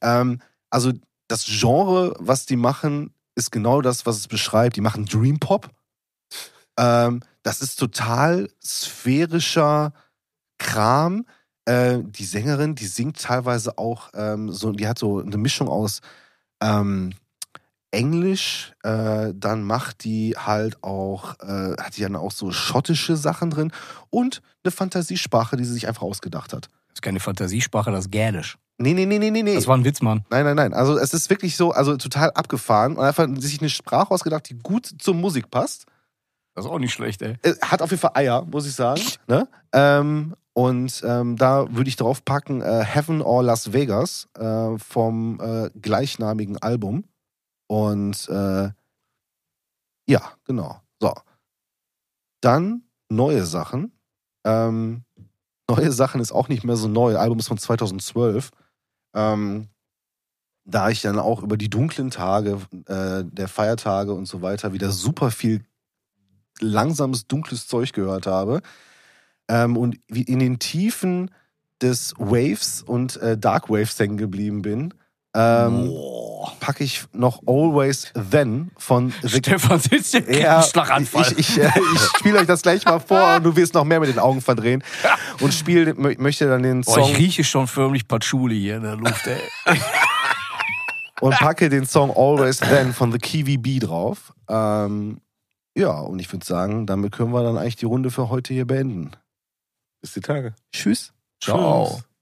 [SPEAKER 4] Ähm, also das Genre, was die machen, ist genau das, was es beschreibt. Die machen Dream Pop. Ähm, das ist total sphärischer Kram. Äh, die Sängerin, die singt teilweise auch ähm, so, die hat so eine Mischung aus ähm, Englisch, äh, dann macht die halt auch, äh, hat die dann auch so schottische Sachen drin und eine Fantasiesprache, die sie sich einfach ausgedacht hat.
[SPEAKER 5] Das ist keine Fantasiesprache, das ist Gälisch.
[SPEAKER 4] Nee, nee, nee, nee, nee, nee.
[SPEAKER 5] Das war ein Witz, Mann.
[SPEAKER 4] Nein, nein, nein. Also es ist wirklich so, also total abgefahren und einfach sich eine Sprache ausgedacht, die gut zur Musik passt.
[SPEAKER 5] Das ist auch nicht schlecht, ey.
[SPEAKER 4] Äh, Hat auf jeden Fall Eier, muss ich sagen. Ne? Ähm, und ähm, da würde ich drauf packen äh, Heaven or Las Vegas äh, vom äh, gleichnamigen Album. Und äh, ja, genau. So. Dann neue Sachen. Ähm, neue Sachen ist auch nicht mehr so neu. Album ist von 2012. Ähm, da ich dann auch über die dunklen Tage äh, der Feiertage und so weiter wieder super viel langsames, dunkles Zeug gehört habe, ähm, und wie in den Tiefen des Waves und äh, Dark Waves hängen geblieben bin, ähm,
[SPEAKER 5] Boah.
[SPEAKER 4] packe ich noch Always Then von The
[SPEAKER 5] Stefan sitzt im
[SPEAKER 4] ja,
[SPEAKER 5] Schlaganfall.
[SPEAKER 4] Ich, ich, äh, ich spiele euch das gleich mal vor und du wirst noch mehr mit den Augen verdrehen. Und spiel, mö- möchte dann den
[SPEAKER 5] Boah,
[SPEAKER 4] Song
[SPEAKER 5] Oh, ich rieche schon förmlich Patchouli hier in der Luft, ey.
[SPEAKER 4] und packe den Song Always Then von The Kiwi Bee drauf. Ähm, ja, und ich würde sagen, damit können wir dann eigentlich die Runde für heute hier beenden.
[SPEAKER 6] Bis die Tage.
[SPEAKER 4] Tschüss.
[SPEAKER 5] Ciao.
[SPEAKER 6] Tschüss.